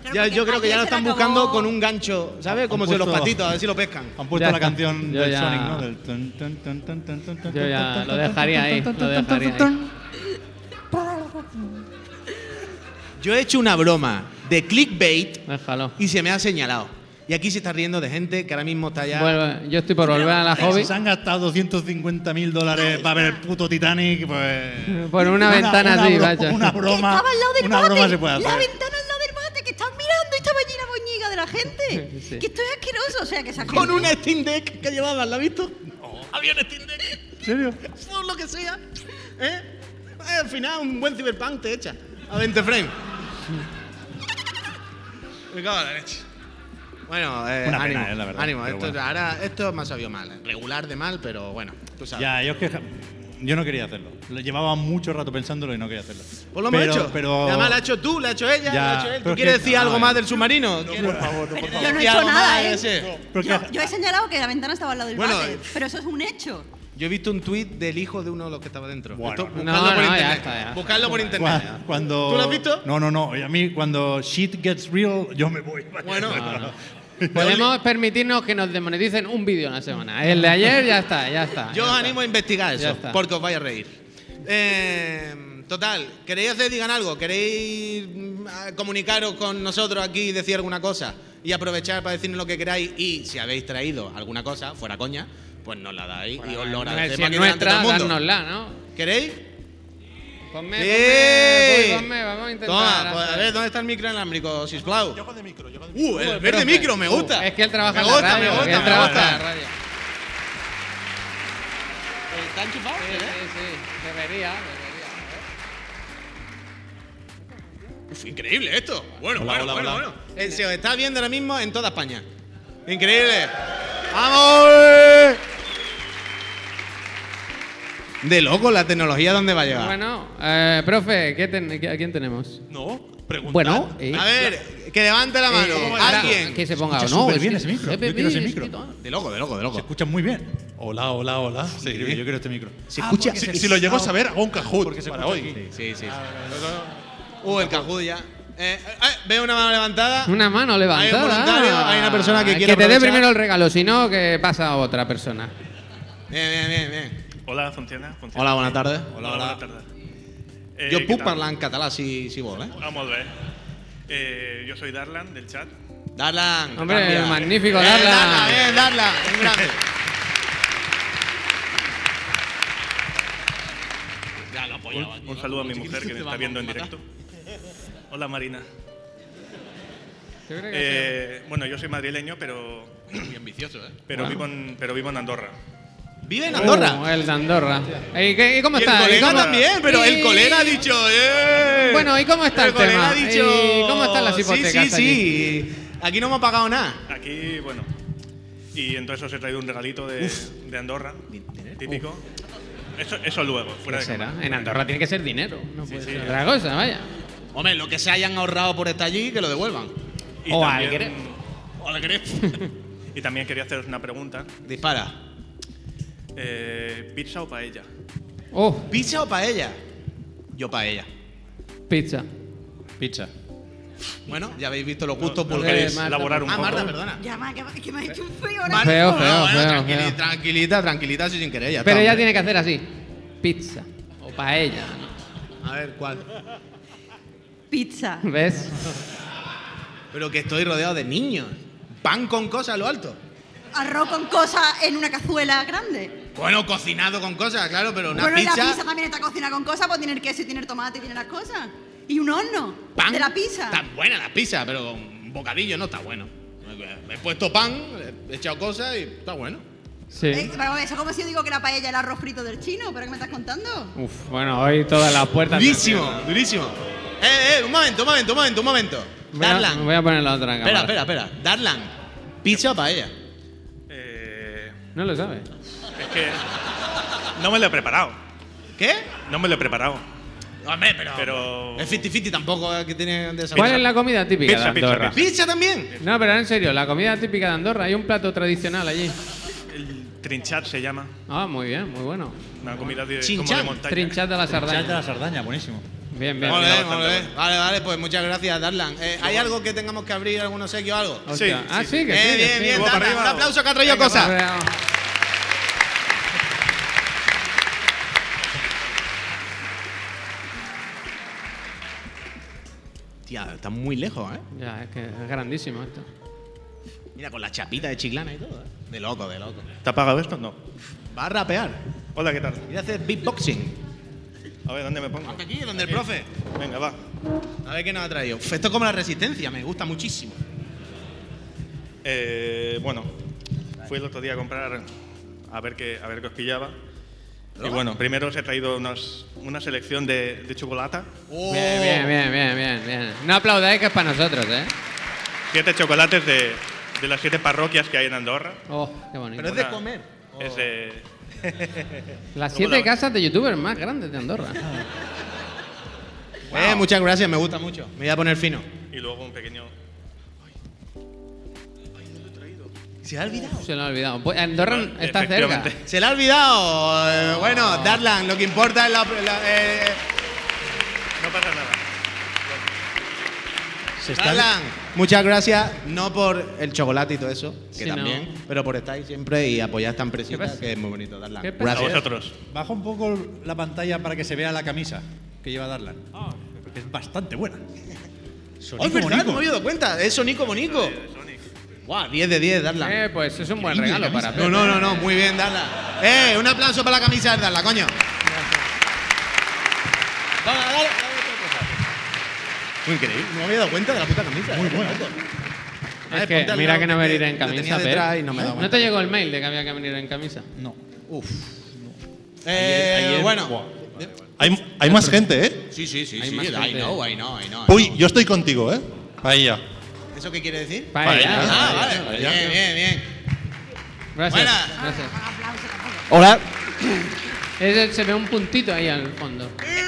Claro,
ya-
porque
yo creo que
ayer
ya lo
se le
están
acabó-
buscando con un gancho, ¿sabes?
Han
Como si los
puesto-
patitos, a ver si lo pescan.
Han puesto
Ya
la
está.
canción
Yo
del
ya-
Sonic, ¿no? Del tun, tun, tun, tun, tun, tun, tun,
Yo ya
tun, tun,
lo
tun,
dejaría
tun,
ahí,
tun,
lo
tun, tun,
dejaría
tun,
ahí.
tun.
Yo he hecho una broma de clickbait
Déjalo.
y se me ha señalado. Y aquí se está riendo de gente que ahora mismo está ya...
Vuelve- yo estoy por volver a la hobby.
Se han gastado 250 mil dólares para ver el puto Titanic, pues.
Por una ventana así,
bro-
vaya.
Una
Que
broma.
estaba al lado del
una
bate,
broma se puede
La
hacer.
ventana al lado del bate, que están mirando y estaba allí la boñiga de la gente.
Sí.
Que esto es asqueroso, o sea, que esa gente...
Con un Steam Deck que llevaban, ¿la has visto? Había un Steam Deck.
¿En serio?
por lo que sea, ¿eh? Eh, Al final, un buen Cyberpunk te echa a 20 frames. Me cago en la leche. Bueno, eh,
Una pena,
ánimo,
eh, la verdad,
ánimo.
pero
Esto,
bueno.
ahora, esto me ha sabido mal. eh. Regular de mal, pero bueno, tú sabes.
Ya, yo es que. ja- Yo no quería hacerlo. Lo llevaba mucho rato pensándolo y no quería hacerlo.
Pues lo hemos
Pero-
hecho.
Pero.
Además, la ha hecho tú, la ha hecho ella,
Ya,
la ha hecho él.
pero
¿Tú
es
quieres
que-
decir
no,
algo
eh.
más del submarino? ¿Quieres-
Por favor, no, por favor.
Yo no he
decir
hecho
algo más
nada,
de
¿eh?
ese?
pero
Yo,
que-
yo he señalado que la ventana estaba al lado del
Bueno,
bate,
eh.
pero eso es un hecho.
Yo he visto un tuit del hijo de uno de los que estaba dentro.
Bueno,
Esto,
no,
buscadlo
no,
por
ya
internet.
está, ya está.
Buscadlo por internet.
cua- Cuando.
¿Tú lo has visto?
No, no, no. Y a mí, cuando shit gets real, yo me voy.
Bueno,
Podemos permitirnos que nos demoneticen un vídeo a la semana. El de ayer ya está, ya está.
Yo
ya
os
está.
animo a investigar
Ya
eso,
está.
porque os vais a reír. Eh, total, ¿queréis hacer, digan algo? ¿Queréis mm, a- comunicaros con nosotros aquí y decir alguna cosa? Y aprovechar para decirnos lo que queráis. Y si habéis traído alguna cosa, fuera coña, pues nos la dais y os lo
A ver,
agradecemos
si es
aquí delante de
nuestra,
todo el mundo.
dárnosla, ¿no?
¿Queréis?
Ponme,
Sí.
ponme, ponme, vamos a intentar.
Toma, pues,
hacer-
a ver, ¿dónde está el micro inalámbrico, Sisplau?
Yo con de micro, yo con de micro.
Uh, el verde micro, me gusta.
Es que él trabaja
me
en la
gusta,
radio.
Me
que
gusta,
él
me
trabaja
gusta.
en la radio.
¿Está enchufado?
Sí,
¿Eh?
sí, sí. Debería, debería.
Uf, increíble esto. Bueno,
Hola,
bueno,
hola,
bueno,
hola.
bueno. Eh, se os está viendo ahora mismo en toda España. Increíble. ¡Vamos! De loco la tecnología dónde va a llegar.
Bueno, eh, profe, ¿qué ten- qué- ¿a quién tenemos?
No, preguntad.
Bueno, eh,
a ver, que levante la
eh,
mano.
eh,
Alguien.
Que se ponga
Escucha
o no.
súper bien
que-
ese micro, yo
Pepe,
quiero ese
es
micro.
que todo-
De loco, de loco, de
Se
loco.
escucha muy bien.
Hola, hola, hola. Sí.
Increíble, Yo quiero este micro.
Se escucha.
Si, si lo llego a saber, hago un cajut para hoy.
Sí, sí. Uh, el cajudo ya. Eh, eh, veo una mano levantada.
Una mano levantada. Ah,
Hay un voluntario, hay una persona que quiere
Que te dé
aprovechar.
primero el regalo, si no, que pasa a otra persona.
Bien, bien, bien, bien.
Hola, funciona? funciona.
Hola, buenas tardes.
Hola, bona tarda. Eh,
Yo
què
puc
tal?
parlar en català si, si vol, eh?
Ah, molt bé. Eh, yo soy Darlan, del chat.
Darlan.
Hombre,
cambia. Eh,
magnífico,
Bien,
Darlan.
Bien, Darlan, un grande.
Un, un saludo a mi mujer que me está viendo en directo. Hola, Marina.
Yo creo que
Eh, bueno, yo soy madrileño, pero,
Muy ambicioso, ¿eh?
pero, vivo en, pero vivo en Andorra.
Vive en
sí.
Andorra.
Uh, el de Andorra. ¿Y, qué- y cómo
y el
está? ¿Y
colega
cómo-
también, pero el
Y-
colega ha dicho. "Eh".
Bueno, ¿y cómo está el
colega
tema?
ha dicho,
¿Y cómo están las hipotecas
Sí, sí, sí. Aquí no me ha pagado nada.
Aquí, bueno. Y entonces os he traído un regalito de, de Andorra, típico. Eso, eso luego, fuera
¿Qué
de
será?
cámara.
En Andorra tiene que ser dinero. No puede
sí.
ser otra cosa, vaya.
Hombre, lo que se hayan ahorrado por estar allí, que lo devuelvan.
Y
O al
también,
Gref.
y también quería haceros una pregunta.
Dispara.
Eh, ¿Pizza o paella?
Oh,
¿Pizza o paella? Yo paella.
pizza.
Pizza.
Bueno, ya habéis visto los gustos
No, no
porque
queréis
Marta,
elaborar un
Ah,
poco.
Marta, perdona.
Ya, ma, que, que me ha hecho un frío ahora.
Marta,
Feo,
no,
feo,
bueno,
feo,
tranquili-
feo.
Tranquilita, tranquilita, eso sin querer. ya
Pero
está,
ella
hombre.
tiene que hacer así. Pizza. O paella.
A ver, ¿cuál?
Pizza.
¿Ves?
Pero que estoy rodeado de niños. Pan con cosas a lo alto.
Arroz con cosas en una cazuela grande.
Bueno, cocinado con cosas, claro, pero una
bueno, y
pizza.
la pizza también está cocinada con cosas, pues tiene el queso y tiene el tomate y tiene las cosas. Y un horno
pan.
de la pizza.
Está buena la pizza, pero con un bocadillo no está bueno. He puesto pan, he echado cosas y está bueno.
Eh,
Sí.
pero eso es como si yo digo que la paella es el arroz frito del chino, pero ¿qué me estás contando?
Uf, bueno, hoy todas las puertas.
Durísimo, durísimo. Eh, eh, un momento, un momento, un momento, un momento.
Voy a,
Darlan.
voy a poner la otra cámara.
Espera, espera, espera. Darlan. Pizza para ella.
Eh,
No lo sabes.
es que no me lo he preparado.
¿Qué?
No me lo he preparado.
Hombre, pero.
Pero-
Es 50-50 tampoco eh, que tiene de esa
¿Cuál es la comida típica
Pizza,
de
pizza,
Andorra?
pizza.
¿Pizza también?
No, pero en serio, la comida típica de Andorra. Hay un plato tradicional allí.
El trinchat se llama.
Ah, muy bien, muy bueno.
Una comida de, como de
Chinchán,
montaña.
Trinchat de la
Sardaña. de
sardaña.
la Sardaña, buenísimo.
Bien, bien.
Muy
Vale,
bien, muy
bastante
bien. Vale, vale, pues muchas gracias, Darlan. Eh, ¿Hay algo que tengamos que abrir, algún obsequio o algo?
Hostia.
Sí,
ah,
sí,
sí,
sí.
que
bien,
sí. que
bien,
sí.
bien,
Vamos
Darlan.
para
Un
arriba.
aplauso que ha traído cosas.
Hombre,
Tía, está muy lejos, ¿eh?
Ya, es que es grandísimo esto.
Mira, con la chapita de chiclana y todo. ¿eh? De loco, de loco.
¿Está apagado esto? No.
Va a rapear.
Hola, ¿qué tal?
Y hace beatboxing.
A ver, ¿dónde me pongo?
Hasta aquí, donde el profe.
Venga, va.
A ver qué nos ha traído. Uf, esto es como la resistencia, me gusta muchísimo.
Eh, bueno, fui el otro día a comprar a ver qué, a ver qué os pillaba. Y bueno, primero os he traído unas, una selección de, de chocolate.
Oh.
Bien, bien, bien, bien, bien, bien. No aplaudáis que es para nosotros, ¿eh?
Siete chocolates de, de las siete parroquias que hay en Andorra.
Oh, qué bonito.
Pero es de
Una-
comer.
Es de,
Las
¿Cómo
siete
la-
casas de youtubers más grandes de Andorra.
Eh, muchas gracias, me gusta mucho. Me voy a poner fino.
y luego un pequeño...
Se le ha olvidado.
Se lo ha olvidado. Pues Andorra
Bueno,
está cerca.
efectivamente.
Se le ha olvidado. Eh, bueno, Darlan, lo que importa es la. la- eh,
No pasa nada.
Se está,
Darlan, muchas gracias, no por el chocolate y todo eso, que
Sí, no.
también, pero por estar ahí siempre y apoyar esta empresita,
pasa?
que es muy bonito, Darlan.
¿Qué pasa?
A
Gracias.
vosotros.
Baja un poco la pantalla para que se vea la camisa que lleva Darlan. que Es bastante buena.
Oh, es
Sonico
verdad, no
bonico.
me había dado cuenta. Es Sonico Bonico. Guau, 10 de 10, Darlan.
Eh, pues es un buen regalo para
No,
Pepe.
no, no, no, muy bien, Darla. Eh, un aplauso para la camisa de Darla, coño. Vamos, dale, dale otra cosa. Muy increíble, no me había dado cuenta de la puta camisa. eh, Muy buena.
Es que mira que no voy a ir en camisa, Pep.
no me he dado
¿No te llegó el mail de que había que venir en camisa?
No.
Uf. Eh, bueno.
Hay, hay más gente, ¿eh?
Sí, sí, sí,
Hay
sí.
más
I
gente.
know, I know, I know.
Uy, yo estoy contigo, ¿eh? Paella.
¿Eso qué quiere decir?
Paella.
Ah, vale. Bien, bien, bien.
Gracias.
Buena.
gracias.
Hola,
Ese- se ve un puntito ahí al fondo.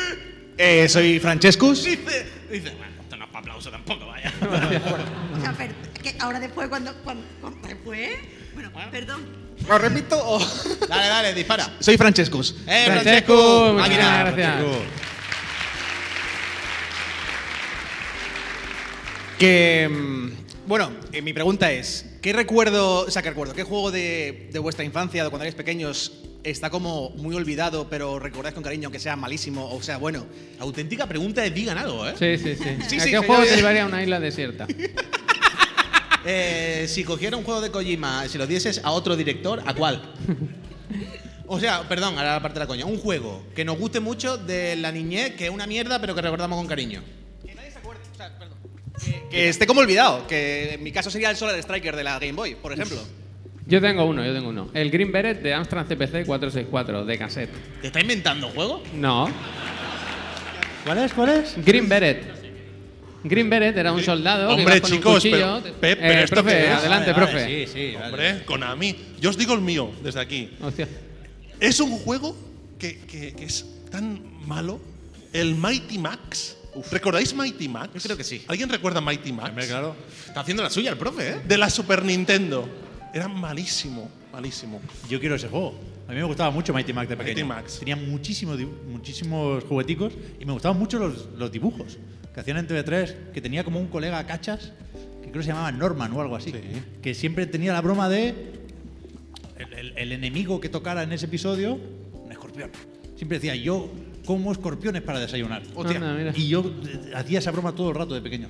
eh, soy Francescus.
Dice, dice, bueno, esto no es para aplauso tampoco, vaya.
O sea, per- que ahora después, cuando, cuando- cuando- después, bueno, perdón.
¿Lo repito o...?
Dale, dale, dispara.
Soy Francescus.
Eh,
Francesco,
Francesco,
muchas
máquina.
gracias.
Que... mm, Bueno, eh, mi pregunta es, ¿qué recuerdo, o sea, qué recuerdo, qué juego de, de vuestra infancia, de cuando erais pequeños, está como muy olvidado, pero recordáis con cariño, aunque sea malísimo o sea bueno?
Auténtica pregunta de digan algo, ¿eh?
Sí, sí, sí.
Sí,
¿A
sí,
qué
sí,
juego
yo-
te llevaría a una isla desierta?
Eh, si cogiera un juego de Kojima, si lo dieses a otro director, ¿a cuál? O sea, perdón, ahora la parte de la coña. Un juego que nos guste mucho de la niñez, que es una mierda, pero que recordamos con cariño.
Que nadie se acuerde, o sea, perdón. Que, que esté como olvidado, que en mi caso sería el Solar Striker de la Game Boy, por ejemplo.
Yo tengo uno, yo tengo uno. El Green Beret de Amstrad CPC 464, de cassette.
¿Te está inventando juego?
No.
¿Cuál es? ¿Cuál es?
Green Beret. Green Beret era un soldado que
Hombre,
iba con un
chicos,
cuchillo.
pero- Pep, pero
Eh,
¿esto
profe,
qué es? Ah,
adelante,
Vale, vale,
profe.
Sí, sí. vale.
Hombre, Konami. Yo os digo el mío desde aquí.
Hostia.
Es un juego que, que- que es tan malo. El Mighty Max. ¿Recordáis Mighty Max?
Yo creo que sí.
¿Alguien recuerda Mighty Max?
Hombre, claro.
Está haciendo la suya el profe, ¿eh?
De la Super Nintendo. era malísimo, malísimo.
Yo quiero ese juego. A mí me gustaba mucho Mighty Max de
Mighty
pequeño.
Max.
Tenía muchísimos, dibu- muchísimos jugueticos y me gustaban mucho los, los dibujos que hacían en TV3, que tenía como un colega cachas, que creo que se llamaba Norman o algo así, que siempre tenía la broma de el, el- el enemigo que tocara en ese episodio, un escorpión. Siempre decía, yo como escorpiones para desayunar.
Hostia. Anda, mira.
y yo eh, hacía esa broma todo el rato de pequeño.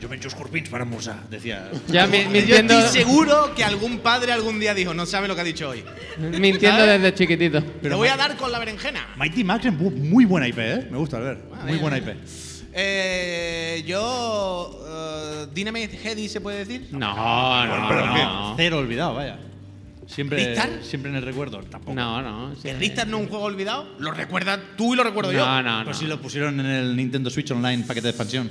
Yo me echo escorpiones para musa, decía.
Ya mi-
Yo
mintiendo,
estoy seguro que algún padre algún día dijo, no sabe lo que ha dicho hoy.
mintiendo desde chiquitito.
Te voy a dar con la berenjena.
Mighty Max es mu- muy buena IP, ¿eh? Me gusta, ver. Muy buena IP.
Eh, yo. eh, Dynamite Heady se puede decir.
No, no, no.
Cero olvidado, vaya. Siempre,
¿Ristar?
siempre en el recuerdo, tampoco.
No, no. sí.
El Ristar no es un juego olvidado. Lo recuerdas tú y lo recuerdo yo.
No, no, no.
Pues si lo pusieron en el Nintendo Switch Online paquete de expansión.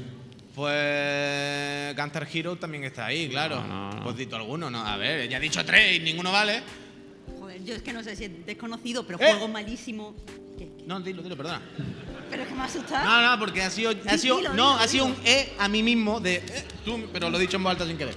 Pues Gunstar Hero también está ahí, claro.
No, no, no.
Pues dito alguno, no. A ver, ya he dicho tres y ninguno vale.
Joder, yo es que no sé si es desconocido, pero
¡Eh!
juego malísimo. Que- que-
No, dilo, dilo, perdona.
Pero es que me asusta.
No, no, porque ha sido, ha
Sí,
sido,
¿Ah? dilo,
no,
dilo,
ha sido un
dilo.
E a mí mismo de, eh, tú, pero lo he dicho en voz alta sin querer.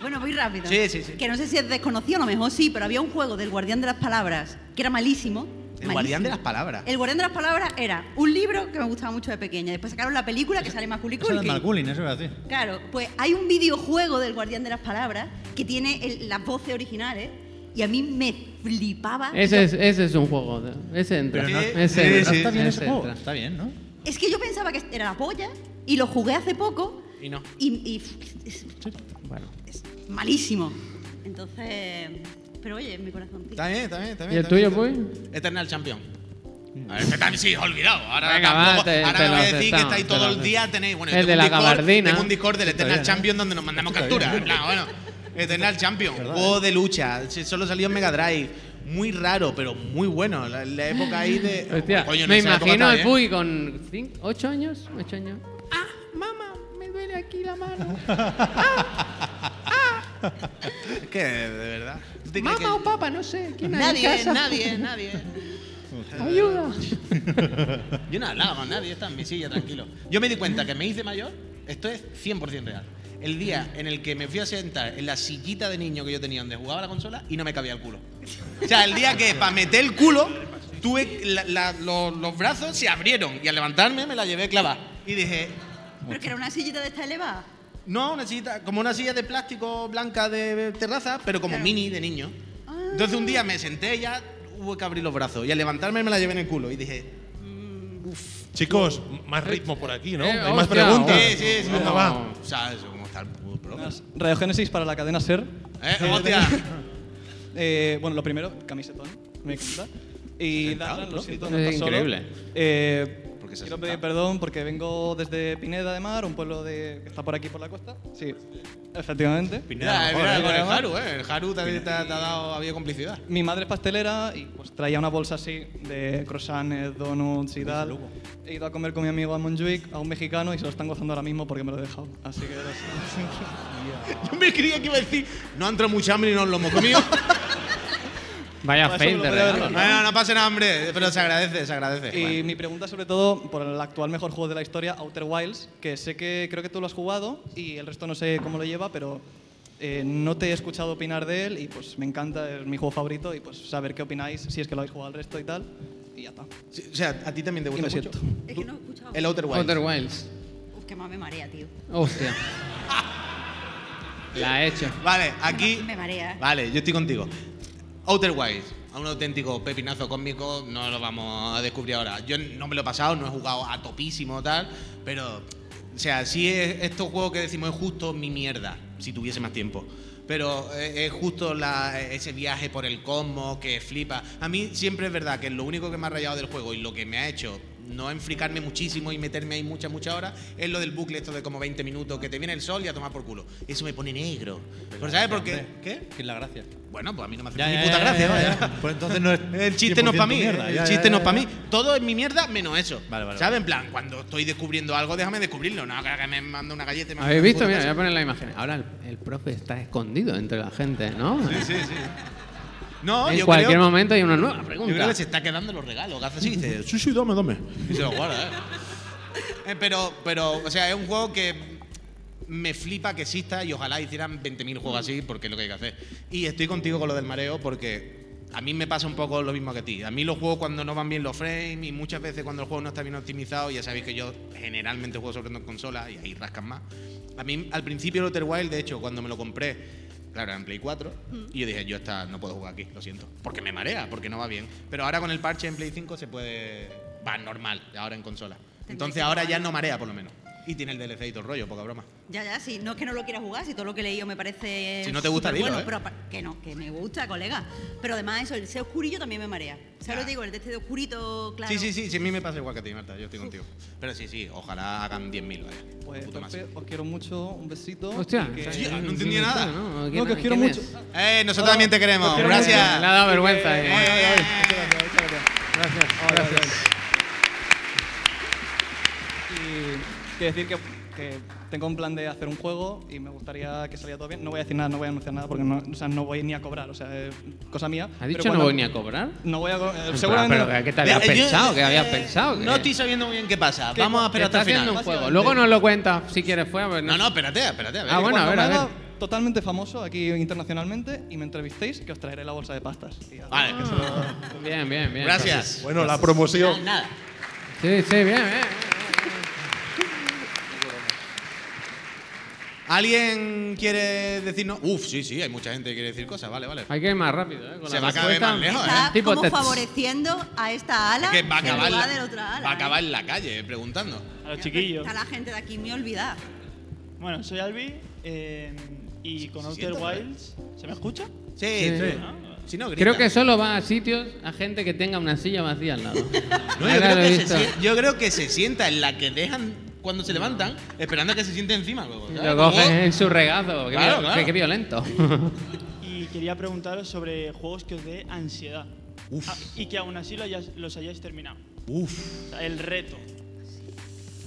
Bueno, voy rápido.
Sí, sí, sí.
Que no sé si es desconocido, a lo mejor sí, pero había un juego del Guardián de las Palabras que era malísimo.
El
malísimo.
guardián de las palabras.
El Guardián de las Palabras era un libro que me gustaba mucho de pequeña. Después sacaron la película que sale Macaulay
Eso era el
Culkin.
Malkulin, eso era así.
Claro, pues hay un videojuego del Guardián de las Palabras que tiene el- las voces originales y a mí me flipaba.
Ese
Yo-
es, ese es un juego. de- Ese entra.
Pero no-
ese
Pero
entra,
no está bien
ese
ese juego.
entra.
Está bien, ¿no?
Es que yo pensaba que era la polla y lo jugué hace poco
Y no.
y, y f- es,
Bueno.
es malísimo. Entonces, pero oye, mi corazón.
Está bien, está bien, está bien.
¿Y el
está bien,
tuyo,
está bien. Eternal Champion. A ver, ¿qué tal? Sí, os he olvidado. Ahora,
Mm. Venga, va,
tampoco-
te-
ahora
te
me
lo
voy a decir que
aceptamos,
estáis
te
todo
lo
el día, tenéis, bueno, yo
El
tengo
de
un
la
Discord-
gabardina.
Tengo un Discord del Eternal
bien, ¿eh?
Champion donde nos mandamos capturas. En plan, bueno, Eternal Champion, juego de lucha, sí, solo salió en Mega Drive. Muy raro, pero muy bueno. La, la época ahí de.
Hostia,
Coño, no
me
sé la época
imagino
tal,
al
¿eh?
Puy con 8 años. 8 años. ¡Ah, mamá! Me duele aquí la mano.
Es que, de verdad. ¿Tú te crees que-
Mamá o papá, no sé. ¿Quién hay en
Nadie,
casa?
nadie, nadie.
Ayuda.
Yo no hablaba con nadie, está en mi silla, tranquilo. Yo me di cuenta que me hice mayor, esto es 100% real. El día en el que me fui a sentar en la sillita de niño que yo tenía donde jugaba la consola y no me cabía el culo. O sea, el día que para meter el culo, tuve la- la- los, los brazos se abrieron y al levantarme me la llevé clavada. Y dije,
Pero que era una sillita de esta elevada.
no, una sillita, como una silla de plástico blanca de terraza, pero como mini de niño. Entonces un día me senté y ya hubo que abrir los brazos y al levantarme me la llevé en el culo y dije, mm,
Chicos, más ritmo por aquí, ¿no?
Eh,
Hay más
hostia,
preguntas.
Sí, sí, Ah, sí.
Venga, va.
¿Sabes cómo está el puto programa?
Radiogénesis para la cadena SER.
Eh, hostia.
Eh, bueno, lo primero, camisetón, me encanta. Y Darlan, lo siento, no
Es
está solo.
increíble.
Eh,
Porque se
quiero
senta.
pedir perdón porque vengo desde Pineda de Mar, un pueblo de, que está por aquí, por la costa. Sí, efectivamente.
Mira, mira, con el
¿eh?
Haru, eh. El Haru también te, ha te ha dado, había complicidad.
Mi madre es pastelera y pues traía una bolsa así de croissants, donuts y tal. He ido a comer con mi amigo a Montjuic, a un mexicano, y se lo están gozando ahora mismo porque me lo he dejado. Así que lo siento.
Yo me creía que iba a decir, no ha entrado mucha hambre y nos lo hemos comido.
Vaya
Eso
fail
lo
de
podía haber
regalo.
quitado.
bueno, no pasen hambre, pero se agradece, se agradece.
Y
Bueno.
mi pregunta sobre todo por el actual mejor juego de la historia, Outer Wilds, que sé que creo que tú lo has jugado y el resto no sé cómo lo lleva, pero eh, no te he escuchado opinar de él y pues me encanta, es mi juego favorito y pues saber qué opináis, si es que lo habéis jugado el resto y tal, y ya está.
Sí, O sea, a ti también te
Y
gusta
me
mucho.
siento.
Es que no he escuchado.
El Outer Wilds.
Outer Wilds.
Uf, que más me marea, tío.
Hostia. La he hecho.
Vale, aquí.
Me marea. eh.
Vale, yo estoy contigo. Outer Wilds, a un auténtico pepinazo cósmico, no lo vamos a descubrir ahora. Yo no me lo he pasado, no he jugado a topísimo tal, pero, o sea, sí es estos juegos que decimos es justo mi mierda, si tuviese más tiempo. Pero eh, es justo la- ese viaje por el cosmos que flipa. A mí siempre es verdad que lo único que me ha rayado del juego y lo que me ha hecho no enfricarme muchísimo y meterme ahí muchas, muchas horas, es lo del bucle esto de como 20 minutos, que te viene el sol y a tomar por culo. Eso me pone negro. Pero ¿sabes por qué? ¿Qué?
Que es la gracia.
Bueno, pues a mí no me hace
Ya,
ni
ya,
puta
ya,
gracia.
ya,
vaya.
ya. Pues entonces no es
El chiste no es para
100%
mí.
mierda,
el
ya, ya,
chiste
ya,
no es para
ya.
mí. Todo es mi mierda menos eso.
Vale, vale,
¿Sabes? En plan, cuando estoy descubriendo algo, déjame descubrirlo. No, que me manda una galleta. y me manda
¿Habéis visto?
una
Mira, voy
puta
a poner la imagen. Ahora el, el profe está escondido entre la gente, ¿no?
casa. No,
en
yo
cualquier
creo,
momento hay una nueva
yo creo
pregunta.
que se está quedando los regalos. Que hace así y dice,
Sí, sí, dame, dame.
y se los guarda, ¿eh? Eh, Pero, pero, o sea, es un juego que me flipa que exista y ojalá hicieran 20.000 juegos así porque es lo que hay que hacer. Y estoy contigo con lo del mareo porque a mí me pasa un poco lo mismo que a ti. A mí los juegos cuando no van bien los frames y muchas veces cuando el juego no está bien optimizado, ya sabéis que yo generalmente juego sobre dos consolas y ahí rascan más. A mí al principio el Outer Wild, de hecho, cuando me lo compré, claro, era en Play 4, y yo dije, yo esta no puedo jugar aquí, lo siento, porque me marea, porque no va bien. Pero ahora con el parche en Play 5 se puede... va normal, ahora en consola. Entonces ahora ya no marea por lo menos. Y tiene el DLC y todo el rollo, poca broma.
Ya, ya, si no es que no lo quiera jugar, si todo lo que he leído me parece.
Si no te gusta,
superbueno,
dilo, ¿eh?
pero apa- que no, que me gusta, colega. Pero además, eso, el ser oscurillo también me marea. ¿Sabes lo que te digo? El de este de oscurito, claro.
Sí, sí, sí, sí, a mí me pasa igual que a ti, Marta, yo estoy contigo. Pero sí, sí, ojalá hagan 10.000, vaya.
Pues,
Puto más.
Pepe, os quiero mucho, un besito.
Hostia,
y que-
Sí, no entendía nada.
No,
No, que os quiero mucho.
¡Eh, nosotros también te queremos!
Gracias.
¡Gracias!
Le ha dado vergüenza. eh.
Eh,
Y quiero decir que, que tengo un plan de hacer un juego y me gustaría que saliera todo bien. No voy a decir nada, no voy a anunciar nada porque no, o sea, no voy ni a cobrar, o sea, es cosa mía.
¿Ha
Pero
dicho
cuando-
no voy ni a cobrar?
No voy a co- eh,
En
seguramente
plan,
no.
pero ¿Qué te habías
Vea, yo-
pensado? ¿Qué habías
eh,
pensado?
No
¿Qué?
estoy sabiendo muy bien qué pasa.
¿Qué?
Vamos a
Te
esperar hasta
está
el
haciendo un
final.
juego. Luego nos lo cuentas si quieres fuera. pero
No, no, espérate, espérate. A ver.
Ah, bueno, a
Cuando
ver, a
me haga
ver.
totalmente famoso aquí internacionalmente y me entrevistéis, que os traeré la bolsa de pastas. Y ya.
Vale,
Bien, bien, bien.
Ah. gracias.
Bueno, la promoción.
Nada, nada.
Sí, sí, bien, bien.
¿Alguien quiere decirnos? Uf, sí, sí, hay mucha gente que quiere decir cosas. Vale, vale.
Hay que ir más rápido, ¿eh? Con
Se
la
va cada vez
respuesta.
más lejos, ¿eh?
Está
Tipo
como
tets.
favoreciendo a esta ala
Que va a
en
acabar,
lugar
la-
de la otra ala.
va a acabar
¿eh?
en la calle preguntando.
A los chiquillos.
Está la gente de aquí me olvida.
Bueno, soy Albi eh, y con Outer
siéntate.
Wilds. ¿Se me escucha?
Sí,
Sí.
sí.
Ah,
Si no, grita.
Creo que solo va a sitios a gente que tenga una silla vacía al lado.
No, yo,
Ahora
creo
lo he
que se,
visto.
sien- yo creo que se sienta en la que dejan cuando se levantan, esperando a que se siente encima luego. ¿sabes?
Lo cogen
Como-
en su regazo. Qué,
Claro,
vi-
claro.
qué- qué violento.
Y quería preguntaros sobre juegos que os dé ansiedad. Ah, y que aún así lo hayas- los hayáis terminado. O sea, el reto.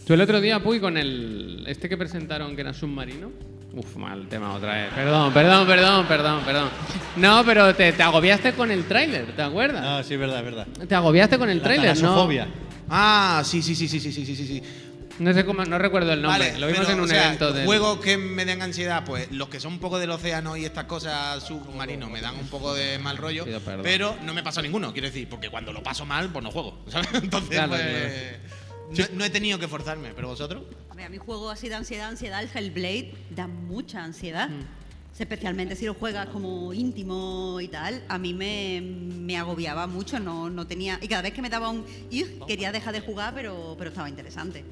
Tú el otro día, Puy, con el. Este que presentaron que era submarino. Uf, mal tema otra vez. Perdón, perdón, perdón, perdón, perdón. No, pero te, te agobiaste con el tráiler, ¿te acuerdas?
No, sí, es verdad, es verdad.
Te agobiaste con el
La
tráiler, ¿no?
talasofobia.
Ah, sí, sí, sí, sí, sí, sí, sí, sí, sí.
No sé cómo, no recuerdo el nombre. lo vimos
pero,
en
o
un
sea,
evento de.
Juegos que me den ansiedad, pues los que son un poco del océano y estas cosas submarinos me dan un poco de mal rollo,
Pido perdón.
pero no me pasó ninguno, quiero decir, porque cuando lo paso mal, pues no juego, ¿sabes? Entonces,
Claro,
pues, No, no he tenido que forzarme, pero vosotros.
A ver, a mi juego así de ansiedad, ansiedad, el Hellblade, da mucha ansiedad.
Mm.
Especialmente si lo juegas como íntimo y tal. A mí me, me agobiaba mucho, no, no tenía... Y cada vez que me daba un... "Ugh", Quería dejar de jugar, pero, pero estaba interesante.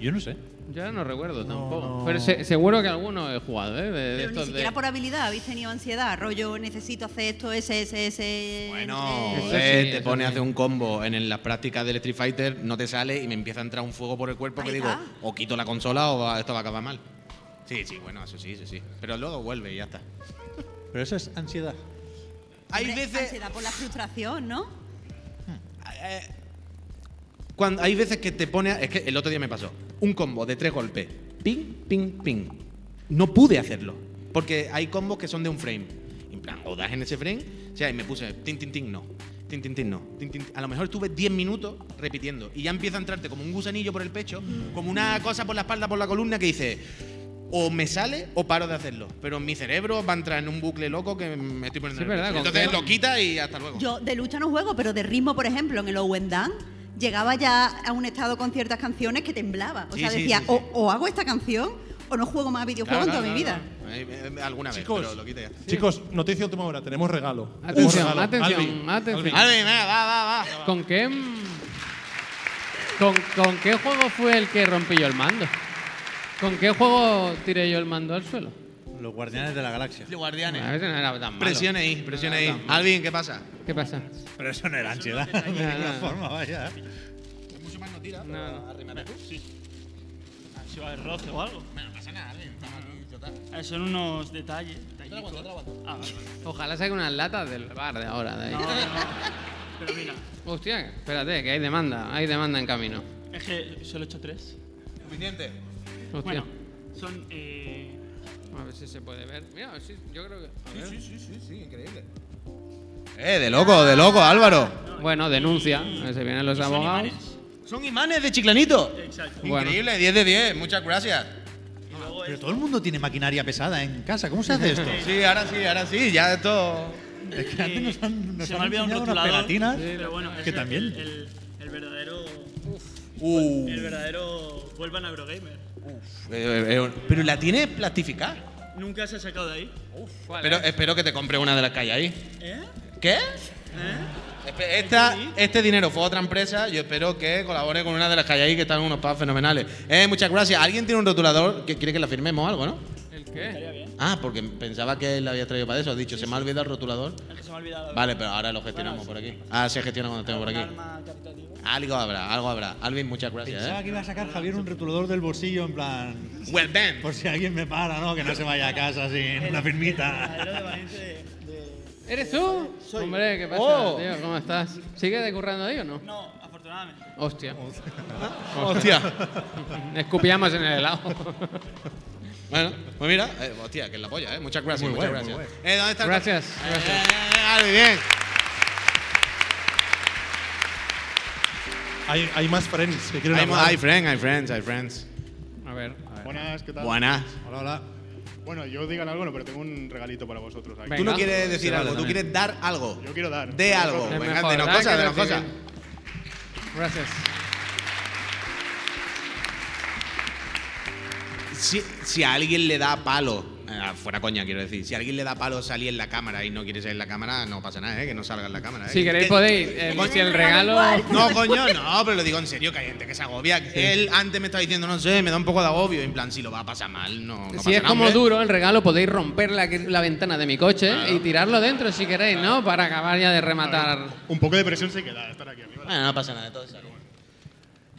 Yo no sé.
Yo ahora no recuerdo tampoco. Pero se- seguro que alguno he jugado, ¿eh? De-
Pero
de
ni
estos de-
siquiera por habilidad habéis tenido ansiedad. Rollo, necesito hacer esto, ese, ese, ese...
Bueno,
no sé.
Eso
eh,
sí,
te
eso
pone a
sí.
hacer un combo en el- las prácticas del Street Fighter, no te sale y me empieza a entrar un fuego por el cuerpo que
Ahí
digo,
está.
o quito la consola o va- esto va a acabar mal. Sí, sí, bueno, eso sí, eso sí. Pero luego vuelve y ya está.
Pero eso es ansiedad.
Hay
Hombre,
veces, Hmm. Eh,
Ansiedad por la frustración, ¿no?
cuando, hay veces que te pone. a- es que el otro día me pasó. Un combo de tres golpes. Ping, ping, ping. No pude hacerlo. Porque hay combos que son de un frame. En plan, o das en ese frame. O sea, y me puse. Tin, tin, tin, no. Tin, tin, tin, no. Tin, tin, tin. A lo mejor estuve 10 minutos repitiendo. Y ya empieza a entrarte como un gusanillo por el pecho. Como una cosa por la espalda, por la columna que dice. O me sale o paro de hacerlo. Pero mi cerebro va a entrar en un bucle loco que me estoy poniendo.
Sí, es verdad,
nervioso.
¿con
Entonces
qué?
lo quita y hasta luego.
Yo de lucha no juego, pero de ritmo, por ejemplo, en el Owen Dan, llegaba ya a un estado con ciertas canciones que temblaba. O
Sí,
sea,
sí,
decía,
sí, sí.
O, o hago esta canción o no juego más videojuegos
Claro,
en toda
claro,
mi vida.
claro, claro. Eh, eh, Alguna vez,
Chicos.
pero lo quita ya.
Chicos, noticia de última hora, tenemos regalo. Tenemos
Atención,
regalo.
atención,
Albi,
atención.
Albi.
Alvin, venga, va, va, va.
¿Con qué. mm, Con, con qué juego fue el que rompí yo el mando? ¿Con qué juego tiré yo el mando al suelo?
Los guardianes de la galaxia.
Los guardianes.
A veces no era tan malo.
eh? Presione ahí, presione ahí. Alvin, ¿qué pasa?
¿Qué pasa?
Pero eso no era ansiedad. De ninguna forma, vaya.
eh. Mucho más no tira.
No, no.
Ah, Si va a haber roce o algo. Ah, Son unos detalles. detallitos. Ah, vale, vale.
Ojalá saque unas latas del bar de ahora. De ahí.
No, no, no. Pero mira,
Hostia, espérate, que hay demanda, hay demanda en camino.
es que solo he hecho tres.
Suficiente.
Hostia.
Bueno, son. eh,
A ver si se puede ver. Mira, sí, yo creo que. a ver.
Eh, de loco, de loco, Álvaro.
Bueno, denuncia. Se vienen los
son
abogados.
imanes.
Son imanes de chiclanito.
Exacto.
Increíble, 10 de 10. Muchas gracias.
Pero todo el mundo tiene maquinaria pesada en casa. ¿Cómo se hace esto?
Sí, ahora sí, ahora sí. Ya esto.
Es que antes nos han, nos
Se
han
me ha olvidado un
enseñado unas
rotulador.
pegatinas.
pero bueno,
que
ese es
también.
El, el- el verdadero.
Uh.
El verdadero. Vuelvan a Eurogamer.
Eh, eh, eh, Pero la tienes plastificada.
Nunca se ha sacado de ahí.
Pero espero que te compre una de las que hay ahí.
¿Eh?
¿Qué?
¿Eh?
Espe- Esta, este dinero fue a otra empresa. Yo espero que colabore con una de las que hay ahí que están unos pavos fenomenales. Eh, muchas gracias. ¿Alguien tiene un rotulador que quiere que la firmemos o algo, no?
¿El qué?
Estaría bien.
Ah, porque pensaba que la había traído para eso. Has dicho, se me ha olvidado el rotulador.
Es que se me ha olvidado.
Vale, pero ahora lo gestionamos por
Bueno,
aquí. Ah, se gestiona cuando tengo por
Un
aquí.
arma caritativa.
Algo habrá, algo habrá. Alvin, muchas gracias.
Pensaba
¿eh?
que iba a sacar Javier un rotulador del bolsillo en plan.
Well, then.
Por si alguien me para, ¿no? Que no se vaya a casa sin una firmita.
Verdadero de Valencia de- de-
¿Eres tú?
Soy-
Hombre, ¿qué pasa,
Oh.
tío? ¿Cómo estás? ¿Sigue decurrando ahí o no?
No, afortunadamente.
Hostia.
Hostia.
Escupíamos en el helado.
bueno, pues mira, eh, hostia, que es la polla, ¿eh? Muchas gracias, muchas
bueno, muy
gracias. Eh, ¿dónde está el-
Gracias,
Eh,
gracias.
eh, eh, Alvin, bien.
Hay, hay más friends que quieren
Hay,
hablar.
hay friends, hay friends, hay friends.
A ver, a ver.
Buenas, ¿qué tal?
Buenas.
Hola, hola.
Bueno, yo os digan algo, no, pero tengo un regalito para vosotros aquí.
Venga.
Tú no quieres decir
vale
algo, tú
también.
quieres dar algo.
Yo quiero dar.
De algo.
Es
Venga,
mejor,
denos
¿verdad?
cosas,
Que
denos cosas.
recibir. Gracias.
Si, si a alguien le da palo, eh, fuera coña quiero decir, si a alguien le da palo salir en la cámara y no quiere salir en la cámara, no pasa nada, ¿eh? Que no salga en la cámara. ¿eh?
Si queréis
Que-
podéis.
que-
eh,
que-
si el regalo.
No, coño, no, pero lo digo en serio, que hay gente que se agobia. Él antes me estaba diciendo, no sé, me da un poco de agobio. En plan, si lo va a pasar mal, no. no pasa
Si es
nada,
como
hombre.
duro el regalo, podéis romper la, la ventana de mi coche y tirarlo dentro si queréis, ¿no? Para acabar ya de rematar.
Un poco de presión se queda estar aquí arriba.
Bueno, no pasa nada, todo es algo.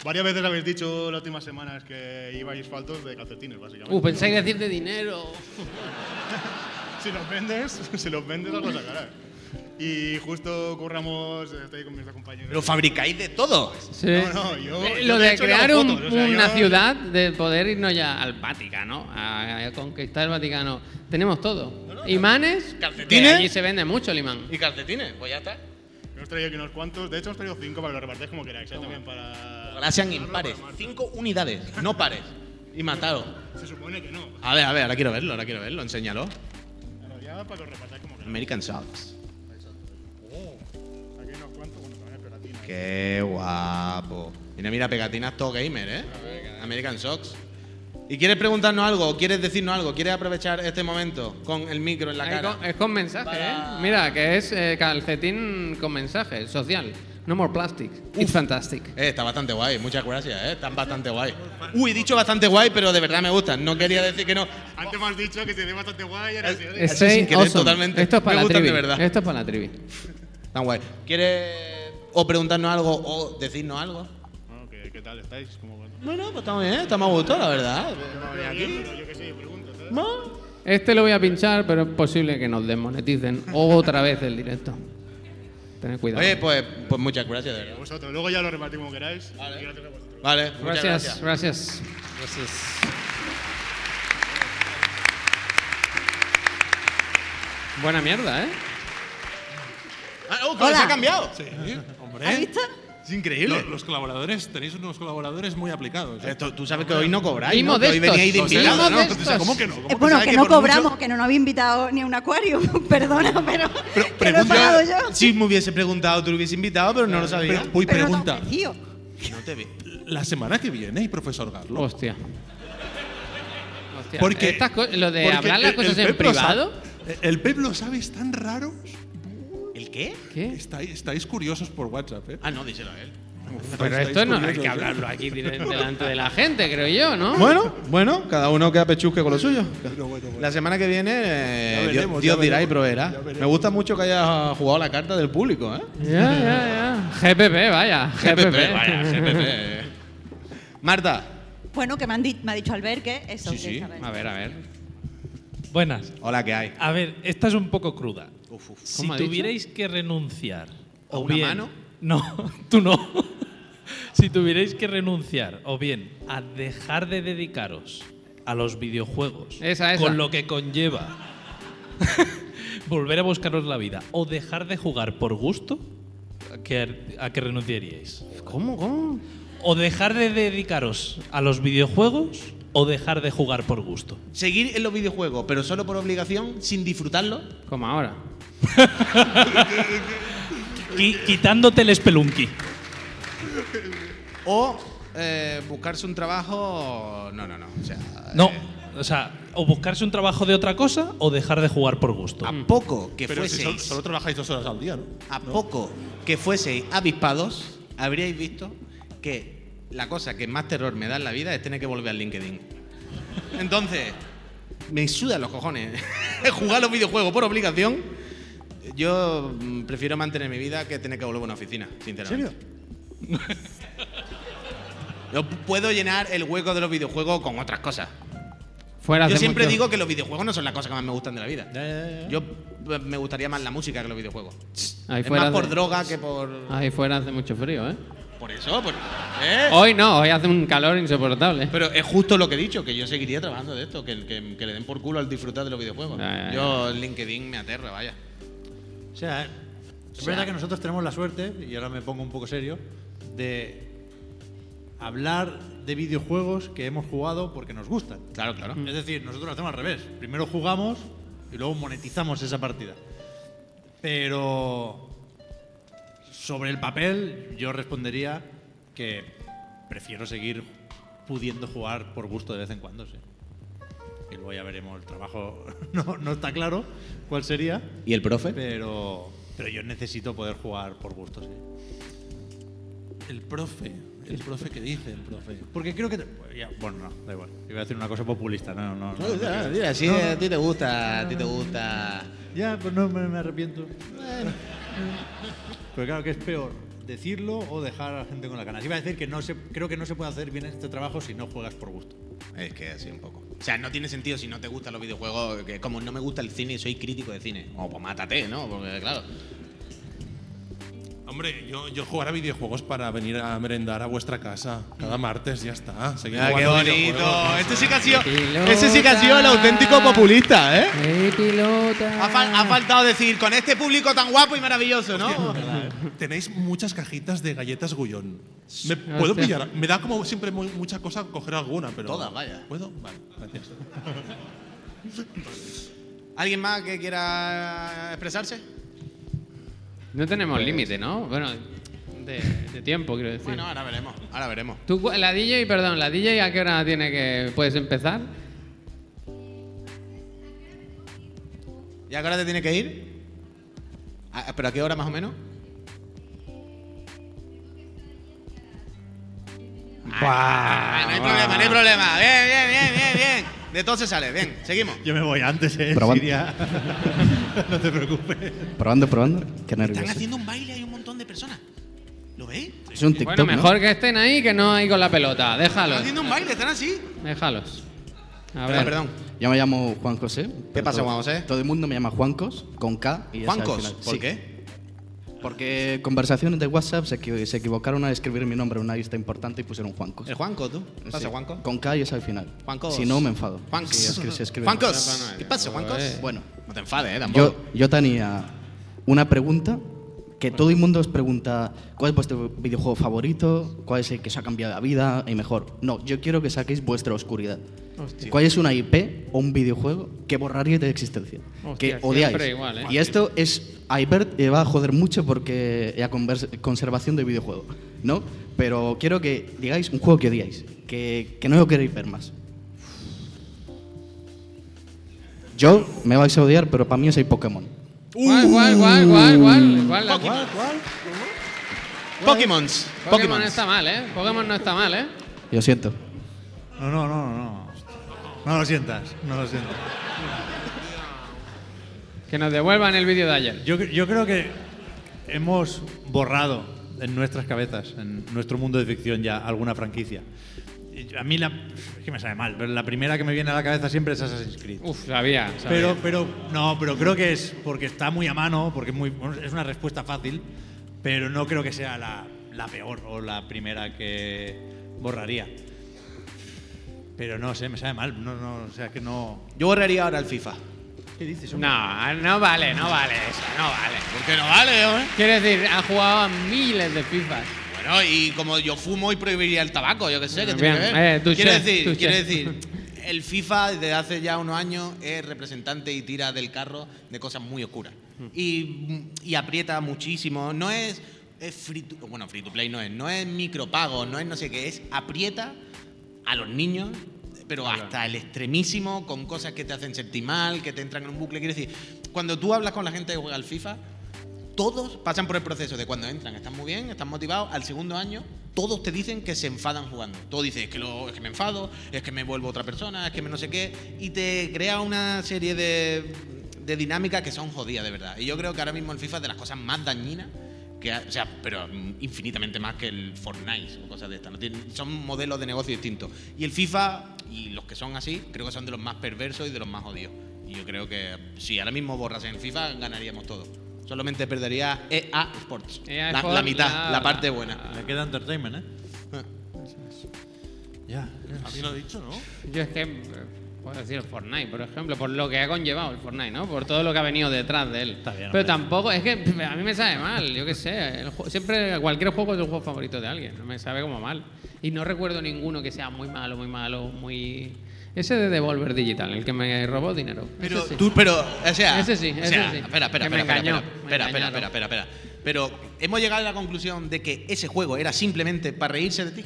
Varias veces habéis dicho las últimas semanas que ibais faltos de calcetines, básicamente.
Uh, pensáis decir de dinero.
Si los vendes, si los vendes, algo sacarás. Y justo curramos, estoy con mis dos compañeros.
Lo fabricáis de todo.
Sí.
No, no, yo-
Eh,
yo
lo
de
de
hecho le hago
crear un-
fotos, o sea,
una
yo-
ciudad, de poder irnos ya al Vaticano, a, a conquistar el Vaticano. Tenemos todo. Imanes, y
calcetines.
allí se vende mucho el imán.
¿Y calcetines? Pues ya está.
Os traigo aquí unos cuantos. De hecho, os traigo cinco para que lo repartáis como queráis. ¿eh? También para.
Ojalá sean impares. Cinco unidades, no pares. Y matado.
Se supone que no.
A ver, a ver, ahora quiero verlo, ahora quiero verlo, enséñalo.
Pero ya para que lo repartáis como queráis.
American Socks.
Aquí hay unos cuantos, bueno, también es pegatina.
Qué guapo. Mira, mira, pegatinas todo gamer, ¿eh? American Socks. ¿Y quieres preguntarnos algo? o ¿Quieres decirnos algo? ¿Quieres aprovechar este momento con el micro en la
Ahí
cara?
con- es con mensaje, ¿eh? Mira, que es eh, calcetín con mensaje, social. No more plastic. It's fantastic.
Eh, está bastante guay, muchas gracias, eh, están bastante guay. Uy, he dicho bastante guay, pero de verdad me gustan. No quería decir que no.
Antes me has dicho que se ve bastante guay. Era así, ¿eh?
Es- sin
Stay
querer, totalmente.
Esto es para
Me
la
gustan
trivi.
de verdad.
Esto es para la trivi.
Tan guay. ¿Quieres o preguntarnos algo o decirnos algo?
Bueno, ¿qué, ¿Qué tal estáis? ¿Cómo va?
Bueno, pues estamos bien, estamos a gusto, la verdad.
Bien, pero Yo qué sé, pregunto, ¿sabes?
Este lo voy a pinchar, pero es posible que nos desmoneticen otra vez el directo. Tened cuidado.
Oye, pues, pues muchas gracias, de verdad.
Vosotros, luego ya lo repartimos como queráis. Y gracias a vosotros.
Vale, muchas
gracias,
gracias.
gracias. Buena mierda, ¿eh?
Ah, oh, que se ha cambiado.
Sí,
¿Has
hombre.
visto?
Es increíble.
Los, los colaboradores, tenéis unos colaboradores muy aplicados. ¿eh?
Esto- tú sabes que hoy no cobráis,
Y
¿no? Que hoy
modestos,
veníais de
o sea,
invitados,
y
Pues ¿no?
modestos.
O sea, ¿Cómo que no? ¿Cómo
Eh,
que
bueno,
sabes
que no
por mucho-
cobramos, que no nos había invitado ni un acuario, perdona, pero, que lo he
pregunta-
pagado yo.
Si me hubiese preguntado, te lo hubiese invitado, pero no lo sabía.
Pero, uy,
Pero no
pregunta.
te ofreció.
No te vi.
La semana que viene, y profesor Garlo.
Hostia. Hostia.
Porque,
estas co- lo de
porque
hablar las
el- el
cosas en
Pep lo
privado.
sabe- el Pep lo sabe, es tan raro.
¿El qué?
¿Qué?
Estáis, estáis curiosos por WhatsApp, ¿eh?
Ah, no, díselo a él.
Pero esto no hay que hablarlo aquí dire- delante de la gente, creo yo, ¿no?
Bueno, bueno, cada uno queda pechusque con lo suyo.
bueno, bueno.
La semana que viene, eh,
Ya veremos,
Dios,
ya
Dios dirá y
veremos,
proveerá.
ya veremos.
Me gusta mucho que haya jugado la carta del público, ¿eh?
Ya, ya, ya. GPP, vaya. GPP.
vaya, eh. GPP. Marta.
Bueno, que me, han di- me ha dicho Albert que eso.
Sí,
que
sí.
estaba en-
A ver, a ver.
Buenas.
Hola, ¿qué hay?
A ver, esta es un poco cruda. Si
¿Cómo ha dicho?
tuvierais que renunciar
¿A
o
una
bien-
mano?
No, tú no. si tuvierais que renunciar o bien a dejar de dedicaros a los videojuegos,
Esa, esa.
con lo que conlleva volver a buscaros la vida o dejar de jugar por gusto, ¿a qué, a qué renunciaríais?
¿Cómo, cómo?
o dejar de dedicaros a los videojuegos o dejar de jugar por gusto.
Seguir en los videojuegos, pero solo por obligación, sin disfrutarlo.
Como ahora.
Qui- quitándote el spelunky.
O eh, buscarse un trabajo. No, no, no. O sea,
No, o sea, o buscarse un trabajo de otra cosa o dejar de jugar por gusto.
A poco que
Pero si
fueseis.
solo- solo
trabajáis dos horas al día, ¿no? A poco que fueseis avispados, habríais visto que la cosa que más terror me da en la vida es tener que volver al LinkedIn. Entonces, me sudan los cojones. Jugar los videojuegos por obligación. Yo mm, prefiero mantener mi vida que tener que volver a una oficina, sinceramente. Yo p- puedo llenar el hueco de los videojuegos con otras cosas.
Fuera
Yo
hace
siempre
mucho-
digo que los videojuegos no son las cosas que más me gustan de la vida. Yo eh, me gustaría más la música que los videojuegos.
Ahí
es
fuera Ah.
más por
hace-
droga que por.
Ahí fuera hace mucho frío, ¿eh?
Por eso, por. ¿eh?
Hoy no, hoy hace un calor insoportable.
Pero es justo lo que he dicho, que yo seguiría trabajando de esto, que, que- que le den por culo al disfrutar de los videojuegos.
Ya, ya, ya.
Yo LinkedIn me aterra, vaya.
O sea, es verdad que nosotros tenemos la suerte, y ahora me pongo un poco serio, de hablar de videojuegos que hemos jugado porque nos gustan.
Claro, claro.
Es decir, nosotros lo hacemos al revés. Primero jugamos y luego monetizamos esa partida. Pero sobre el papel yo respondería que prefiero seguir pudiendo jugar por gusto de vez en cuando, sí. Y luego ya veremos el trabajo. No, no está claro cuál sería.
¿Y el profe?
Pero, pero yo necesito poder jugar por gusto, sí.
El profe. El profe que dice, el profe.
Porque creo que. te- ya, bueno, no, da igual. Iba a decir una cosa populista, no, no. no, no.
Pues Mira, sí,
No,
a ti te gusta, a ti te gusta.
Ya, pues no me, me arrepiento. Pero claro, que es peor decirlo o dejar a la gente con la ganas. Iba a decir que no se, creo que no se puede hacer bien este trabajo si no juegas por gusto.
Es que así un poco. O sea, no tiene sentido si no te gustan los videojuegos, que como no me gusta el cine y soy crítico de cine. O pues mátate, ¿no? Porque claro.
Hombre, yo, yo jugar a videojuegos para venir a merendar a vuestra casa cada martes, ya está. Seguir
Mira, qué
jugando
bonito.
videojuegos.
Este sí que ha sido- ese sí que ha sido el auténtico populista, ¿eh? Ha, fal- ha faltado decir, con este público tan guapo y maravilloso, ¿no?
Tenéis muchas cajitas de galletas gullón. ¿Me puedo
Hostia.
pillar? Me da como siempre muy- mucha cosa coger alguna, pero.
Todas, vaya.
¿Puedo? Vale, gracias.
¿Alguien más que quiera expresarse?
No tenemos límite, ¿no? Bueno, de, de tiempo, quiero decir.
Pues, Bueno, ahora veremos, ahora veremos.
Tú, cu- la DJ, perdón, la DJ, ¿a qué hora tiene que puedes empezar?
¿Y a qué hora te tiene que ir? Ah, ¿Pero a qué hora más o menos? Ah, no hay problema, no hay problema. Bien, bien, bien, bien, bien. De todo se sale, bien, seguimos.
Yo me voy antes, ¿eh?
Probando.
Siria. no te preocupes.
Probando, probando. Qué nervios.
haciendo un baile hay un montón de personas. ¿Lo veis?
Es un TikTok.
Bueno,
¿no?
mejor que estén ahí que no ahí con la pelota.
Están
Déjalos,
haciendo un baile, están así.
déjalos. A
Perdón,
ver,
perdón. Yo me llamo Juan José. pero
pasa,
todo-
Juan José?
Todo el mundo me llama Juancos, con K. Y ya sabes
Juancos,
al final.
¿por
Sí.
qué?
Porque conversaciones de WhatsApp se, equi- se equivocaron al escribir mi nombre en una lista importante y pusieron Juancos.
El Juanco, tú. ¿Qué pasa,
Sí,
Juanco?
Con K y es al final.
Juancos.
Si no, me enfado.
Juancos.
Sí, es que se escribe
Juancos. ¿Qué pasa, Juancos?
Bueno.
No te enfades, eh,
Yo,
tampoco.
yo tenía una pregunta que todo el mundo os pregunta cuál es vuestro videojuego favorito, cuál es el que os ha cambiado la vida y mejor. No, yo quiero que saquéis vuestra oscuridad.
Hostia.
¿Cuál es una IP o un videojuego que borraríais de existencia?
Hostia,
que odiáis.
siempre igual, ¿eh?
Y esto es. A Ibert eh, va a joder mucho porque la convers- conservación del videojuego, ¿no? Pero quiero que digáis un juego que odiáis, que, que no lo queréis ver más. Yo me vais a odiar, pero para mí es el Pokémon.
¿Cuál, cuál, cuál, cuál, cuál, cuál? La-
Pokémon. Pokémons.
Pokémon
Pokémon.
no está mal, ¿eh? Pokémon no está mal, ¿eh?
Lo siento.
No, no, no, no. No lo sientas, no lo sientas.
Que nos devuelvan el vídeo de ayer.
Yo, yo creo que hemos borrado en nuestras cabezas, en nuestro mundo de ficción ya, alguna franquicia. Y A mí la, es que me sabe mal, pero la primera que me viene a la cabeza siempre es Assassin's Creed.
Uf, sabía, sabía.
Pero, pero, no, pero creo que es porque está muy a mano, porque es, muy, es una respuesta fácil, pero no creo que sea la, la peor o la primera que borraría. Pero no sé, me sabe mal, no, no, o sea que no.
Yo borraría ahora el FIFA.
¿Qué dices?
No, no vale, no vale eso, no vale.
¿Por qué no vale, hombre?
Quiero decir, ha jugado a miles de FIFA.
Bueno, Bueno, y como yo fumo y prohibiría el tabaco, yo qué sé, que
Bien,
tiene que ver.
eh, touché,
quiero decir,
touché.
quiero decir, el FIFA desde hace ya unos años es representante y tira del carro de cosas muy oscuras.
Hmm.
Y, y aprieta muchísimo. No es, es free to, bueno, free to play no es, no es micropago, no es no sé qué, es aprieta a los niños, pero hasta el extremísimo, con cosas que te hacen sentir mal, que te entran en un bucle. Quiero decir, cuando tú hablas con la gente que juega al FIFA, todos pasan por el proceso de cuando entran, están muy bien, están motivados, al segundo año todos te dicen que se enfadan jugando. Todos dicen, es que, lo- es que me enfado, es que me vuelvo otra persona, es que me no sé qué, y te crea una serie de, de dinámicas que son jodidas de verdad. Y yo creo que ahora mismo el FIFA es de las cosas más dañinas que ha- o sea, pero mm, infinitamente más que el Fortnite o cosas de estas. ¿no? Tienen- Son modelos de negocio distintos. Y el FIFA, y los que son así, creo que son de los más perversos y de los más odios. Y yo creo que si ahora mismo borrasen el FIFA, ganaríamos todos. Solamente perdería EA Sports.
E
EA
la,
Sports,
la mitad, la,
la-
parte buena.
Le queda entertainment, ¿eh?
Ya. Así lo he dicho, ¿no?
Yo es que eh, puedo decir el Fortnite, por ejemplo, por lo que ha conllevado el Fortnite, ¿no? Por todo lo que ha venido detrás de él. Pero tampoco, es que pff, a mí me sabe mal, yo qué sé. el ju- siempre cualquier juego es el juego favorito de alguien, me sabe como mal. Y no recuerdo ninguno que sea muy malo, muy malo, muy... Ese de Devolver Digital, el que me robó dinero.
Pero
Ese sí.
tú, pero, o sea,
Ese sí,
o
ese
sea,
sí.
Espera, espera,
Que me
espera,
engañó,
espera, espera,
me
espera, espera,
engañaron.
espera, espera. Pero hemos llegado a la conclusión de que ese juego era simplemente para reírse de ti.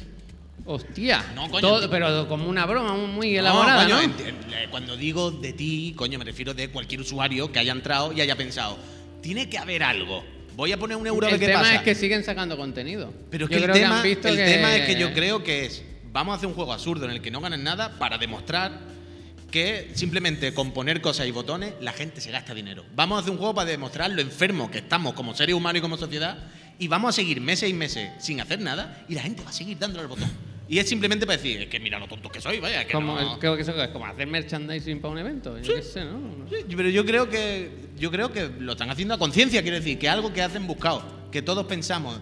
Hostia,
No, coño,
todo-
tío.
pero como una broma muy elaborada,
coño,
¿no?
ent- eh, Cuando digo de ti, coño, me refiero de cualquier usuario que haya entrado y haya pensado, tiene que haber algo. Voy a poner un euro a
el
ver qué
tema
pasa.
es que siguen sacando contenido.
Pero es
Yo
que el,
creo
tema,
han visto
el tema es que yo creo que es, vamos a hacer un juego absurdo en el que no ganan nada para demostrar que simplemente con poner cosas y botones la gente se gasta dinero. Vamos a hacer un juego para demostrar lo enfermos que estamos como seres humanos y como sociedad y vamos a seguir meses y meses sin hacer nada y la gente va a seguir dándole al botón. Y es simplemente para decir, es que mira lo tonto que soy, vaya, que
Como,
no-
creo que eso es como hacer merchandising para un evento, yo qué sé, ¿no?
Sí, pero yo creo que yo creo que lo están haciendo a conciencia, quiero decir, que algo que hacen buscado, que todos pensamos,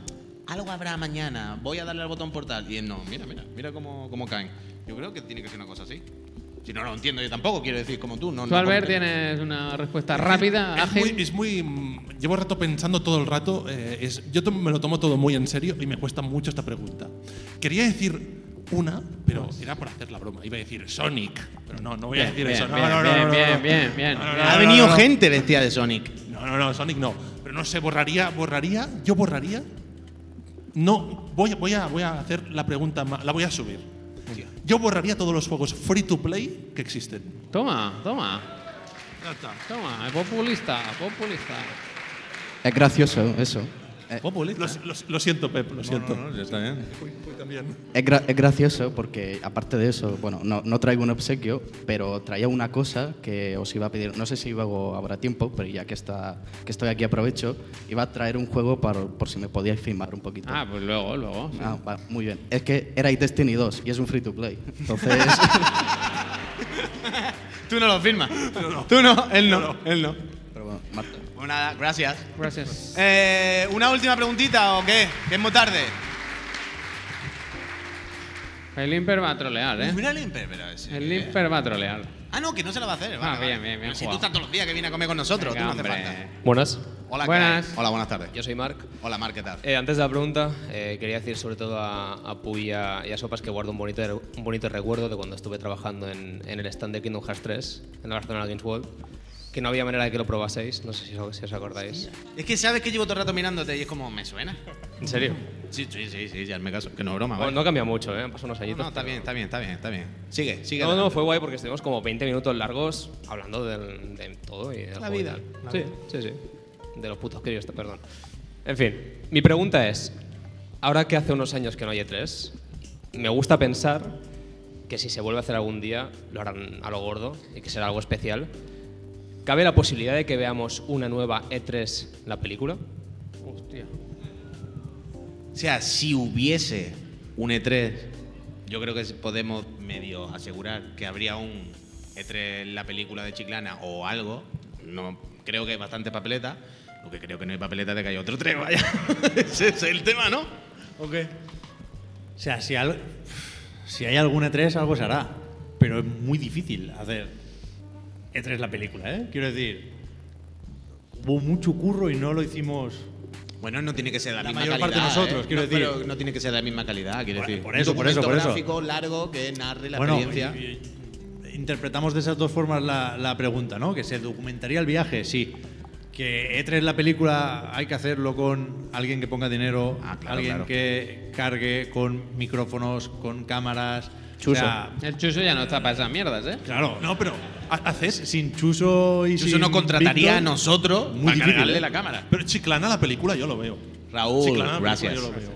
algo habrá mañana, voy a darle al botón portal y no, mira, mira, mira cómo, cómo caen. Yo creo que tiene que ser una cosa así. Si no, no lo entiendo yo tampoco, quiero decir, como tú, no.
Tú,
no
Albert,
comprendo.
tienes una respuesta rápida,
Es
ágil.
muy, es muy, mm, llevo rato pensando todo el rato. eh, es, yo to- me lo tomo todo muy en serio y me cuesta mucho esta pregunta. Quería decir una, pero era por hacer la broma. Iba a decir Sonic, pero no, no voy
Bien,
a decir
bien,
eso. No,
bien,
no, no,
bien,
no, no,
bien,
no.
bien, bien.
No, no, no,
Ha
no,
venido
no, no.
gente vestida de Sonic.
No, no, no, Sonic no. Pero no sé, borraría, borraría, yo borraría. No, voy, voy, a, voy a hacer la pregunta, ma- la voy a subir. Yo borraría todos los juegos free to play que existen.
Toma, toma. Toma, populista, populista.
Es gracioso eso.
Lo, lo- lo siento, Pep, lo siento.
Eh, no, ya está bien. Eh,
Uy, uy, también.
Es, gra- es gracioso porque, aparte de eso, bueno, no, no traigo un obsequio, pero traía una cosa que os iba a pedir. No sé si luego habrá tiempo, pero ya que, está, que estoy aquí aprovecho. Iba a traer un juego para, por si me podíais filmar un poquito.
Ah, pues luego, luego. sí.
Ah, va, muy bien. Es que era Destiny 2 y es un free to play. Entonces,
Tú no lo firmas. Tú no, él no, él no.
pero bueno, Marta.
Bueno, nada, gracias.
Gracias.
Eh, ¿Una última preguntita o qué? Que es muy tarde.
El Imper va a trolear, ¿eh?
Mira el Imper, pero ese-
El Imper va a trolear.
Ah, no, que no se la va a hacer. vale,
Ah, bien,
vale.
bien, bien
Pero Si tú
jugado.
estás todos los días que viene a comer con nosotros,
Venga,
tú no hace
hombre.
falta.
Buenas.
Hola, ¿qué
Buenas.
hay? Hola, buenas tardes.
Yo soy Marc.
Hola, Marc, ¿qué tal?
Eh, antes de la pregunta, eh, quería decir sobre todo a, a Puy y a, y a Sopas que guardo un bonito, un bonito recuerdo de cuando estuve trabajando en, en el stand de Kingdom Hearts 3, en la Barcelona Games World, que no había manera de que lo probaseis, no sé si, os- si os acordáis.
Es que sabes que llevo todo el rato mirándote y es como, me suena.
¿En serio?
Sí, sí, sí, sí, ya me caso, que no es broma.
Bueno,
¿vale?
no ha cambiado mucho, ¿eh? han pasado unos añitos.
No, está bien, está bien, está bien, está bien. Sigue, sigue.
No, no,
adelante.
fue guay porque estuvimos como 20 minutos largos hablando del- de todo y de
La vida, la
Sí,
vida.
sí, sí. De los putos críos, perdón. En fin, mi pregunta es, ahora que hace unos años que no hay E3, me gusta pensar que si se vuelve a hacer algún día, lo harán a lo gordo y que será algo especial. ¿Cabe la posibilidad de que veamos una nueva E3 en la película?
Hostia.
O sea, si hubiese un E3, yo creo que podemos medio asegurar que habría un E3 en la película de Chiclana o algo. No, creo que hay bastante papeleta. Lo que creo que no hay papeleta de que haya otro 3, vaya. Ese es el tema, ¿no? ¿O qué?
O sea, si, al- si hay
E
algún E3, algo se hará. Pero es muy difícil hacer
E
E3 la película, ¿eh? Quiero decir, hubo mucho curro y no lo hicimos
Bueno, no tiene que ser la,
La
misma
mayor
calidad.
parte de nosotros,
¿eh?
quiero
No,
decir.
Pero no tiene que ser la misma calidad, quiero decir.
por eso,
Un
por eso,
documento
por eso.
gráfico largo que narre la
Bueno,
experiencia.
Interpretamos de esas dos formas la, la pregunta, ¿no? Que se documentaría el viaje, sí. Que E3 la película hay que hacerlo con alguien que ponga dinero, alguien
Ah, claro.
que cargue con micrófonos, con cámaras.
Chuso.
O sea,
el chuso ya no está para esas mierdas, ¿eh?
claro. No, pero haces sin Chuso y
Chuso
sin
nos contrataría
Víctor,
a nosotros para cargarle
¿eh?
la cámara.
Pero Chiclana la película yo lo veo.
Raúl,
Chiclana, la película,
gracias.
yo lo veo.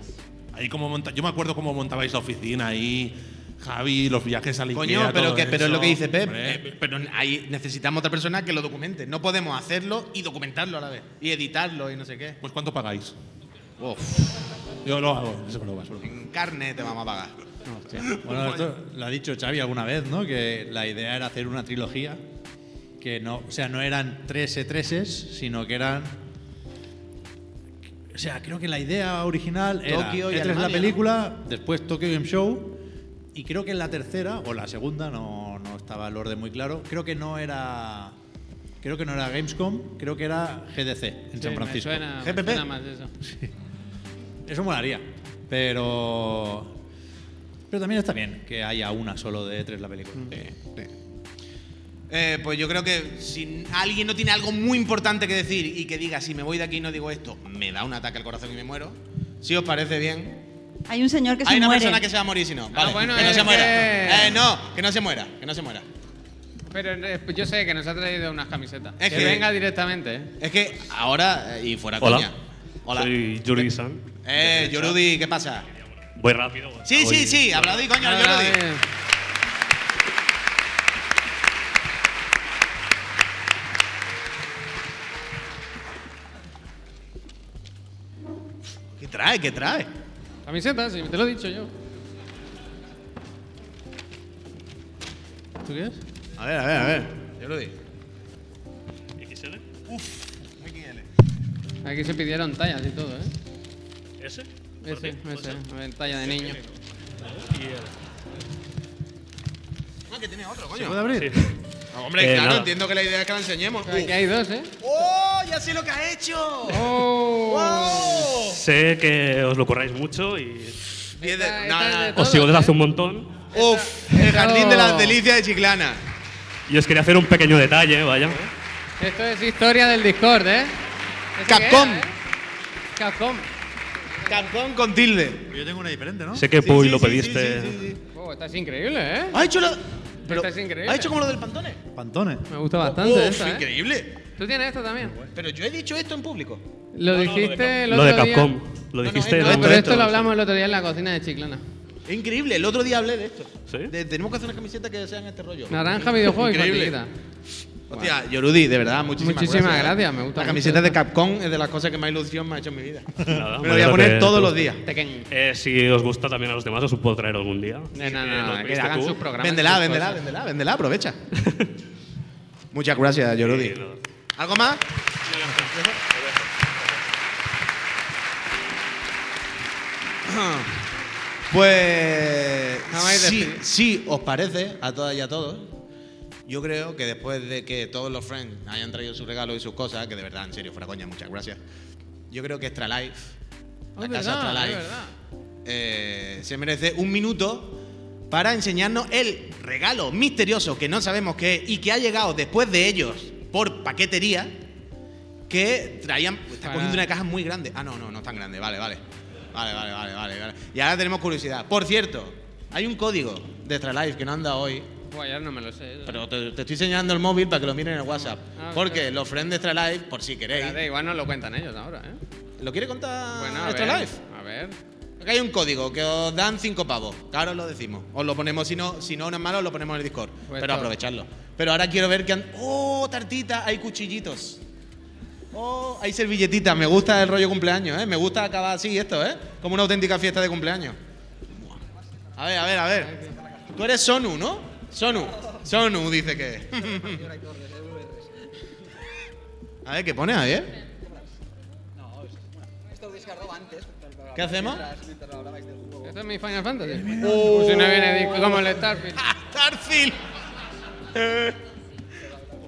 Ahí como monta yo me acuerdo cómo montabais la oficina ahí, Javi, los viajes al
Coño,
Ikea,
pero,
todo
que, pero es lo que
eso.
dice Pep.
Hombre.
eh, pero ahí necesitamos otra persona que lo documente. No podemos hacerlo y documentarlo a la vez. Y editarlo y no sé qué.
Pues ¿cuánto pagáis? Yo lo hago, es broma, es broma.
En carne te vamos a pagar.
Bueno, esto lo ha dicho Xavi alguna vez, ¿no? Que la idea era hacer una trilogía. Que no, o sea, no eran 13 13 sino que eran. O sea, creo que la idea original era
Tokio y
E3
Alemania,
la
¿no?
película, después Tokyo Game Show, y creo que en la tercera, o la segunda, no, no estaba el orden muy claro, creo que no era. Creo que no era Gamescom, creo que era GDC en
Sí,
San
me
Francisco.
suena- me
GPP.
suena más eso.
Eso molaría. Pero. Pero también está bien que haya una solo de tres la película.
Mm.
Eh, pues yo creo que si alguien no tiene algo muy importante que decir y que diga, si me voy de aquí y no digo esto, me da un ataque al corazón y me muero. Si os parece bien.
Hay un señor que
Hay
se
una
muere.
persona que se va a morir si no. Vale,
Ah, bueno,
que no
es
se muera.
que-
Eh, no, que no se muera, que no se muera.
Pero eh, yo sé que nos ha traído unas camisetas.
Es
que,
que-
venga directamente. ¿eh?
Es que ahora, eh, y fuera
Hola.
coña. Hola.
Soy Jordi San.
Eh, Yorudi, ¿qué pasa?
Voy rápido.
Sí,
voy-
sí, sí, aplaudí, coño,
Ah,
al Yorudi. ¿Qué trae? ¿Qué trae?
Camisetas, sí, te lo he dicho yo.
¿Tú qué es?
A ver, a ver, a ver. Yorudi.
¿XL?
Uf, muy bien.
Aquí se pidieron tallas y todo, ¿eh?
¿Ese?
Ese, ese, a ver, talla de niño.
No, que tiene otro, coño.
¿Se puede abrir?
No, hombre,
Eh,
claro,
nada.
entiendo que la idea es que la enseñemos.
Aquí hay dos, ¿eh? Oh.
¡Oh! ¡Ya sé lo que ha hecho! ¡Wow!
Sé que os lo curráis mucho y
Bien de- no, no, no.
os sigo desde hace un montón.
Uf, el jardín de las
no.
delicias de Chiclana.
Y os quería hacer un pequeño detalle, vaya.
Esto es historia del Discord, ¿eh? ¿Ese qué
Capcom.
era, eh? Capcom.
Capcom con tilde.
Yo tengo una diferente, ¿no?
Sé que
Sí,
Puy
sí,
lo
sí,
pediste.
sí,
Oh, esta es increíble, ¿eh?
Ha hecho la-
Pero esta es increíble.
Ha hecho como lo del pantone.
Pantone.
Me gusta bastante
Uf,
esta, ¿eh?
increíble.
Tú tienes esta también.
Pero yo he dicho esto en público.
Lo
No, no,
dijiste el
Lo de
otro día.
Capcom. Lo dijiste.
Pero
en
esto,
un-
lo hablamos el otro día en la cocina de Chiclana.
Es increíble, el otro día hablé de esto.
¿Sí?
De- tenemos que hacer una camiseta que sean este rollo.
Naranja, videojuego y
Increíble.
fatiguita.
Hostia, Yorudi, de verdad, muchísimas,
Muchísimas
gracias.
gracias, me gusta
La
mucho
camiseta de
esta.
Capcom es de las cosas que más ilusión me ha hecho en mi vida.
Nada,
Me lo voy a
bueno,
poner
que-
todos los días.
Eh, si os gusta también a los demás, os puedo traer algún día.
No, no,
Eh,
no,
lo
que
pediste
hagan
tú.
sus programas.
Véndela,
sus
véndela,
cosas.
véndela, véndela, aprovecha. Muchas gracias, Yorudi.
Sí, nada.
¿Algo más? Pues
Nada más
sí,
decir.
sí, os parece a todas y a todos. Yo creo que después de que todos los friends hayan traído sus regalos y sus cosas, que de verdad, en serio, fuera coña, muchas gracias. Yo creo que Extra Life,
Oh,
la
es
casa
verdad,
Extra
es
Life,
verdad.
eh, se merece un minuto para enseñarnos el regalo misterioso que no sabemos qué es y que ha llegado después de ellos por paquetería que traían. pues, Está
Para-
cogiendo una caja muy grande. Ah, no, no, no es tan grande. Vale, vale. Vale, vale, vale, vale, vale. Y ahora tenemos curiosidad. Por cierto, hay un código de Extra Life que no anda hoy.
Buah, ya no me lo sé.
Pero te, te estoy enseñando el móvil para que lo miren en el WhatsApp.
Ah,
Porque
claro.
los friends de Extra Life, por si queréis.
Espérate, igual no lo cuentan ellos ahora, ¿eh?
¿Lo quiere contar
Bueno, a
Extra
ver,
Life?
A ver.
Aquí hay un código que os dan cinco pavos. Que ahora os lo decimos. Os lo ponemos, si no, si no, no es malo, os lo ponemos en el Discord.
Pues
pero
todo.
aprovechadlo. Pero ahora quiero ver que han. ¡Oh, tartita! Hay cuchillitos. ¡Oh, hay servilletitas! Me gusta el rollo cumpleaños, ¿eh? Me gusta acabar así esto, ¿eh? Como una auténtica fiesta de cumpleaños. A ver, a ver, a ver. Tú eres Sonu, ¿no? Sonu. Sonu dice que. a ver, ¿qué pone eh? Javier? ¿Qué hacemos?
¿Esto es mi Final Fantasy? Pues Por si no viene disco como el Starfield.
Eh. ¡Starfield!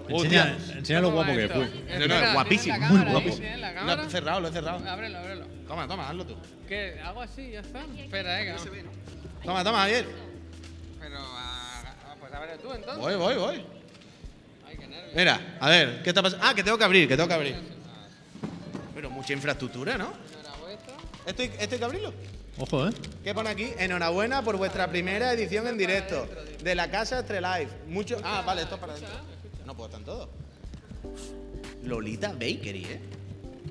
Enseña, enseña lo guapo que fue.
No, no, es guapísimo.
Muy guapo.
Lo he cerrado, lo he cerrado.
¿eh? Ábrelo, ábrelo.
Toma, toma, hazlo tú.
¿Qué? ¿Hago así? ¿Ya está? Espera, eh. que no-
Toma, toma, Javier.
Pero, ah, ah, pues ábrelo tú entonces.
Voy, voy, voy. Mira, a ver, ¿qué está pasando? Ah, que tengo que abrir, que tengo que abrir. Pero mucha infraestructura, ¿no? ¿Esto hay, esto hay que abrirlo?
Ojo, ¿eh?
¿Qué pone aquí? Enhorabuena por vuestra primera edición en directo de la casa Estrelife. Mucho. Ah, vale, esto es para dentro. No puedo estar en todo. Lolita Bakery, ¿eh?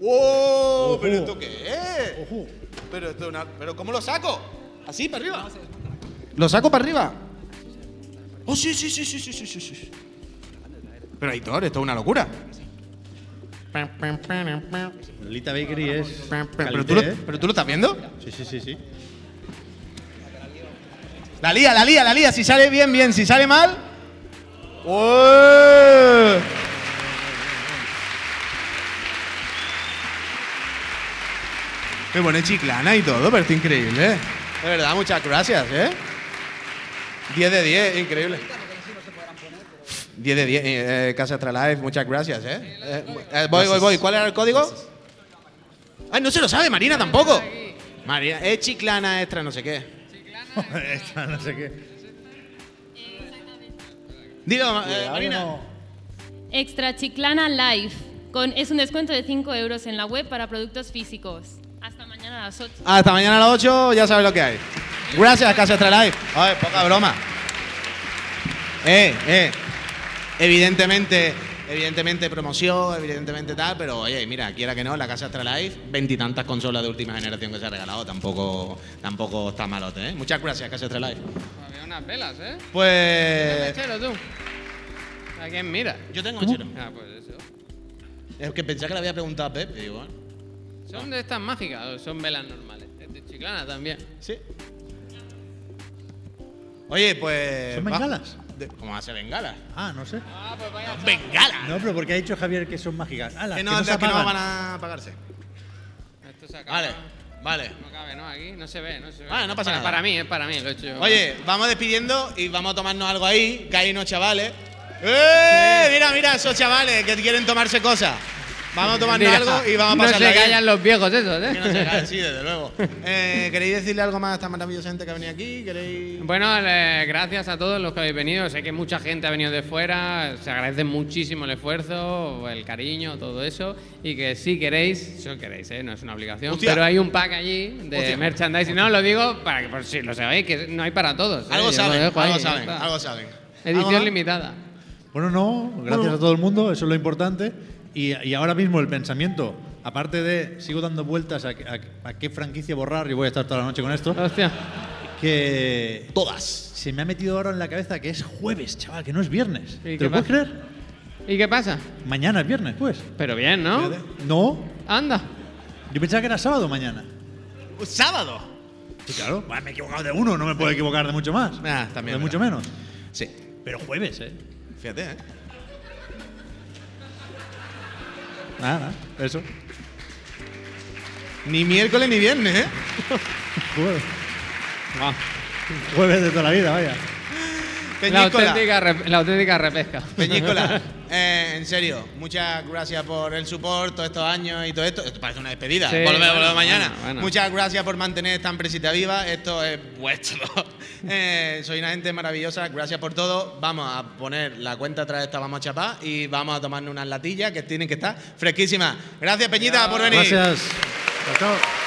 ¡Wow! ¿Pero esto qué es? Pero esto es una. ¿Pero cómo lo saco? ¿Así para arriba?
¿Lo saco para arriba?
Oh, sí, sí, sí, sí, sí, sí, sí, sí. Pero Aitor, esto es una locura.
Lolita Bakery es.
Pero tú, lo, pero tú lo estás viendo.
Sí, sí, sí, sí.
La lía, la lía, la lía. Si sale bien, bien. Si sale mal. ¡Ué! Me pone chiclana y todo, pero está increíble. ¿eh? De verdad, muchas gracias, ¿eh? 10 de 10, increíble. 10 de 10, eh, eh, Casa Astralife, muchas gracias, ¿eh? Eh, eh, voy, voy, voy. ¿Cuál era el código? Ay, no se lo sabe Marina tampoco. Marina, es chiclana extra, no sé qué.
Esta, Ah, no sé qué.
Dilo, ma- eh,
Cuidado,
Marina.
Extra Chiclana Live. Con, es un descuento de 5 euros en la web para productos físicos. Hasta mañana a las 8.
Hasta mañana a las 8, ya sabes lo que hay. Gracias, Casa Astralife. Ay, poca broma. Eh, eh. Evidentemente, evidentemente promoción, evidentemente tal, pero oye, mira, quiera que no, la Casa Astralife, veintitantas consolas de última generación que se ha regalado, tampoco, tampoco está malote, ¿eh? Muchas gracias, Casa Astralife.
Había unas velas, ¿eh?
Pues.
¿Tienes mechero tú? ¿A quién mira?
Yo tengo mechero.
Ah, pues eso.
Es que pensaba que le había preguntado a Pep, y digo, bueno.
¿Son de estas mágicas o son velas normales? Es de chiclana también.
Sí. Oye, pues.
¿Son
va-
bengalas?
de- ¿Cómo hace bengalas?
Ah, no sé.
Ah, pues vaya.
¡Bengalas!
No, pero porque ha dicho Javier que son mágicas. ¡Hala,
Que
que
no,
no se
que no
apagan!
van a apagarse.
Esto se acaba. Vale,
vale.
No cabe, ¿no? Aquí no se ve, no se ve.
Vale, no pasa
para,
nada.
Para mí, es para mí, lo he hecho yo.
Oye, vamos despidiendo y vamos a tomarnos algo ahí, que hay unos chavales. ¡Eh! Mira, mira, esos chavales que quieren tomarse cosas. Vamos a tomarnos
Mira,
algo y vamos a pasar
No se callan los viejos esos, ¿eh?
Que no se callan, sí, desde luego. Eh, ¿Queréis decirle algo más a esta maravillosa gente que ha venido aquí? ¿Queréis...?
Bueno, le- gracias a todos los que habéis venido. Sé que mucha gente ha venido de fuera. Se agradece muchísimo el esfuerzo, el cariño, todo eso. Y que si queréis, si os queréis, ¿eh? no es una obligación.
Hostia.
Pero hay un pack allí de
Hostia.
merchandising. No, lo digo para que por si lo sabéis, que no hay para todos. ¿eh? Yo
Algo
lo
saben,
dejo ahí,
algo
ya
saben,
está.
algo saben. ¿Algo más?
Edición limitada.
Bueno, no, gracias
Bueno.
a todo el mundo, eso es lo importante. Y, y ahora mismo el pensamiento, aparte de sigo dando vueltas a, a- a qué franquicia borrar, y voy a estar toda la noche con esto.
Hostia.
Que.
Todas.
Se me ha metido ahora en la cabeza que es jueves, chaval, que no es viernes. ¿Te
qué
lo puedes
pasa?
creer?
¿Y qué pasa?
Mañana es viernes, pues.
Pero bien, ¿no?
No.
Anda.
Yo pensaba que era sábado mañana.
¡Sábado!
Sí, claro. Bueno, me he equivocado de uno, no me puedo equivocar de mucho más.
Ah, también.
de
es
mucho
verdad.
menos.
Sí.
Pero jueves, ¿eh?
Fíjate, ¿eh?
Nada, eso.
Ni miércoles ni viernes, ¿eh?
Jueves. Jueves de toda la vida, vaya.
La
Peñícola.
auténtica, re- la auténtica repesca.
Peñícola, eh, en serio, muchas gracias por el support todos estos años y todo esto. Esto parece una despedida.
Sí,
volver, volver
bueno,
mañana.
bueno, bueno.
Muchas gracias por mantener esta empresita viva. Esto es vuestro. Eh, soy una gente maravillosa. Gracias por todo. Vamos a poner la cuenta atrás de esta, vamos a chapar y vamos a tomarnos unas latillas que tienen que estar fresquísimas. Gracias, Peñita, por venir.
Gracias. Chao, chao.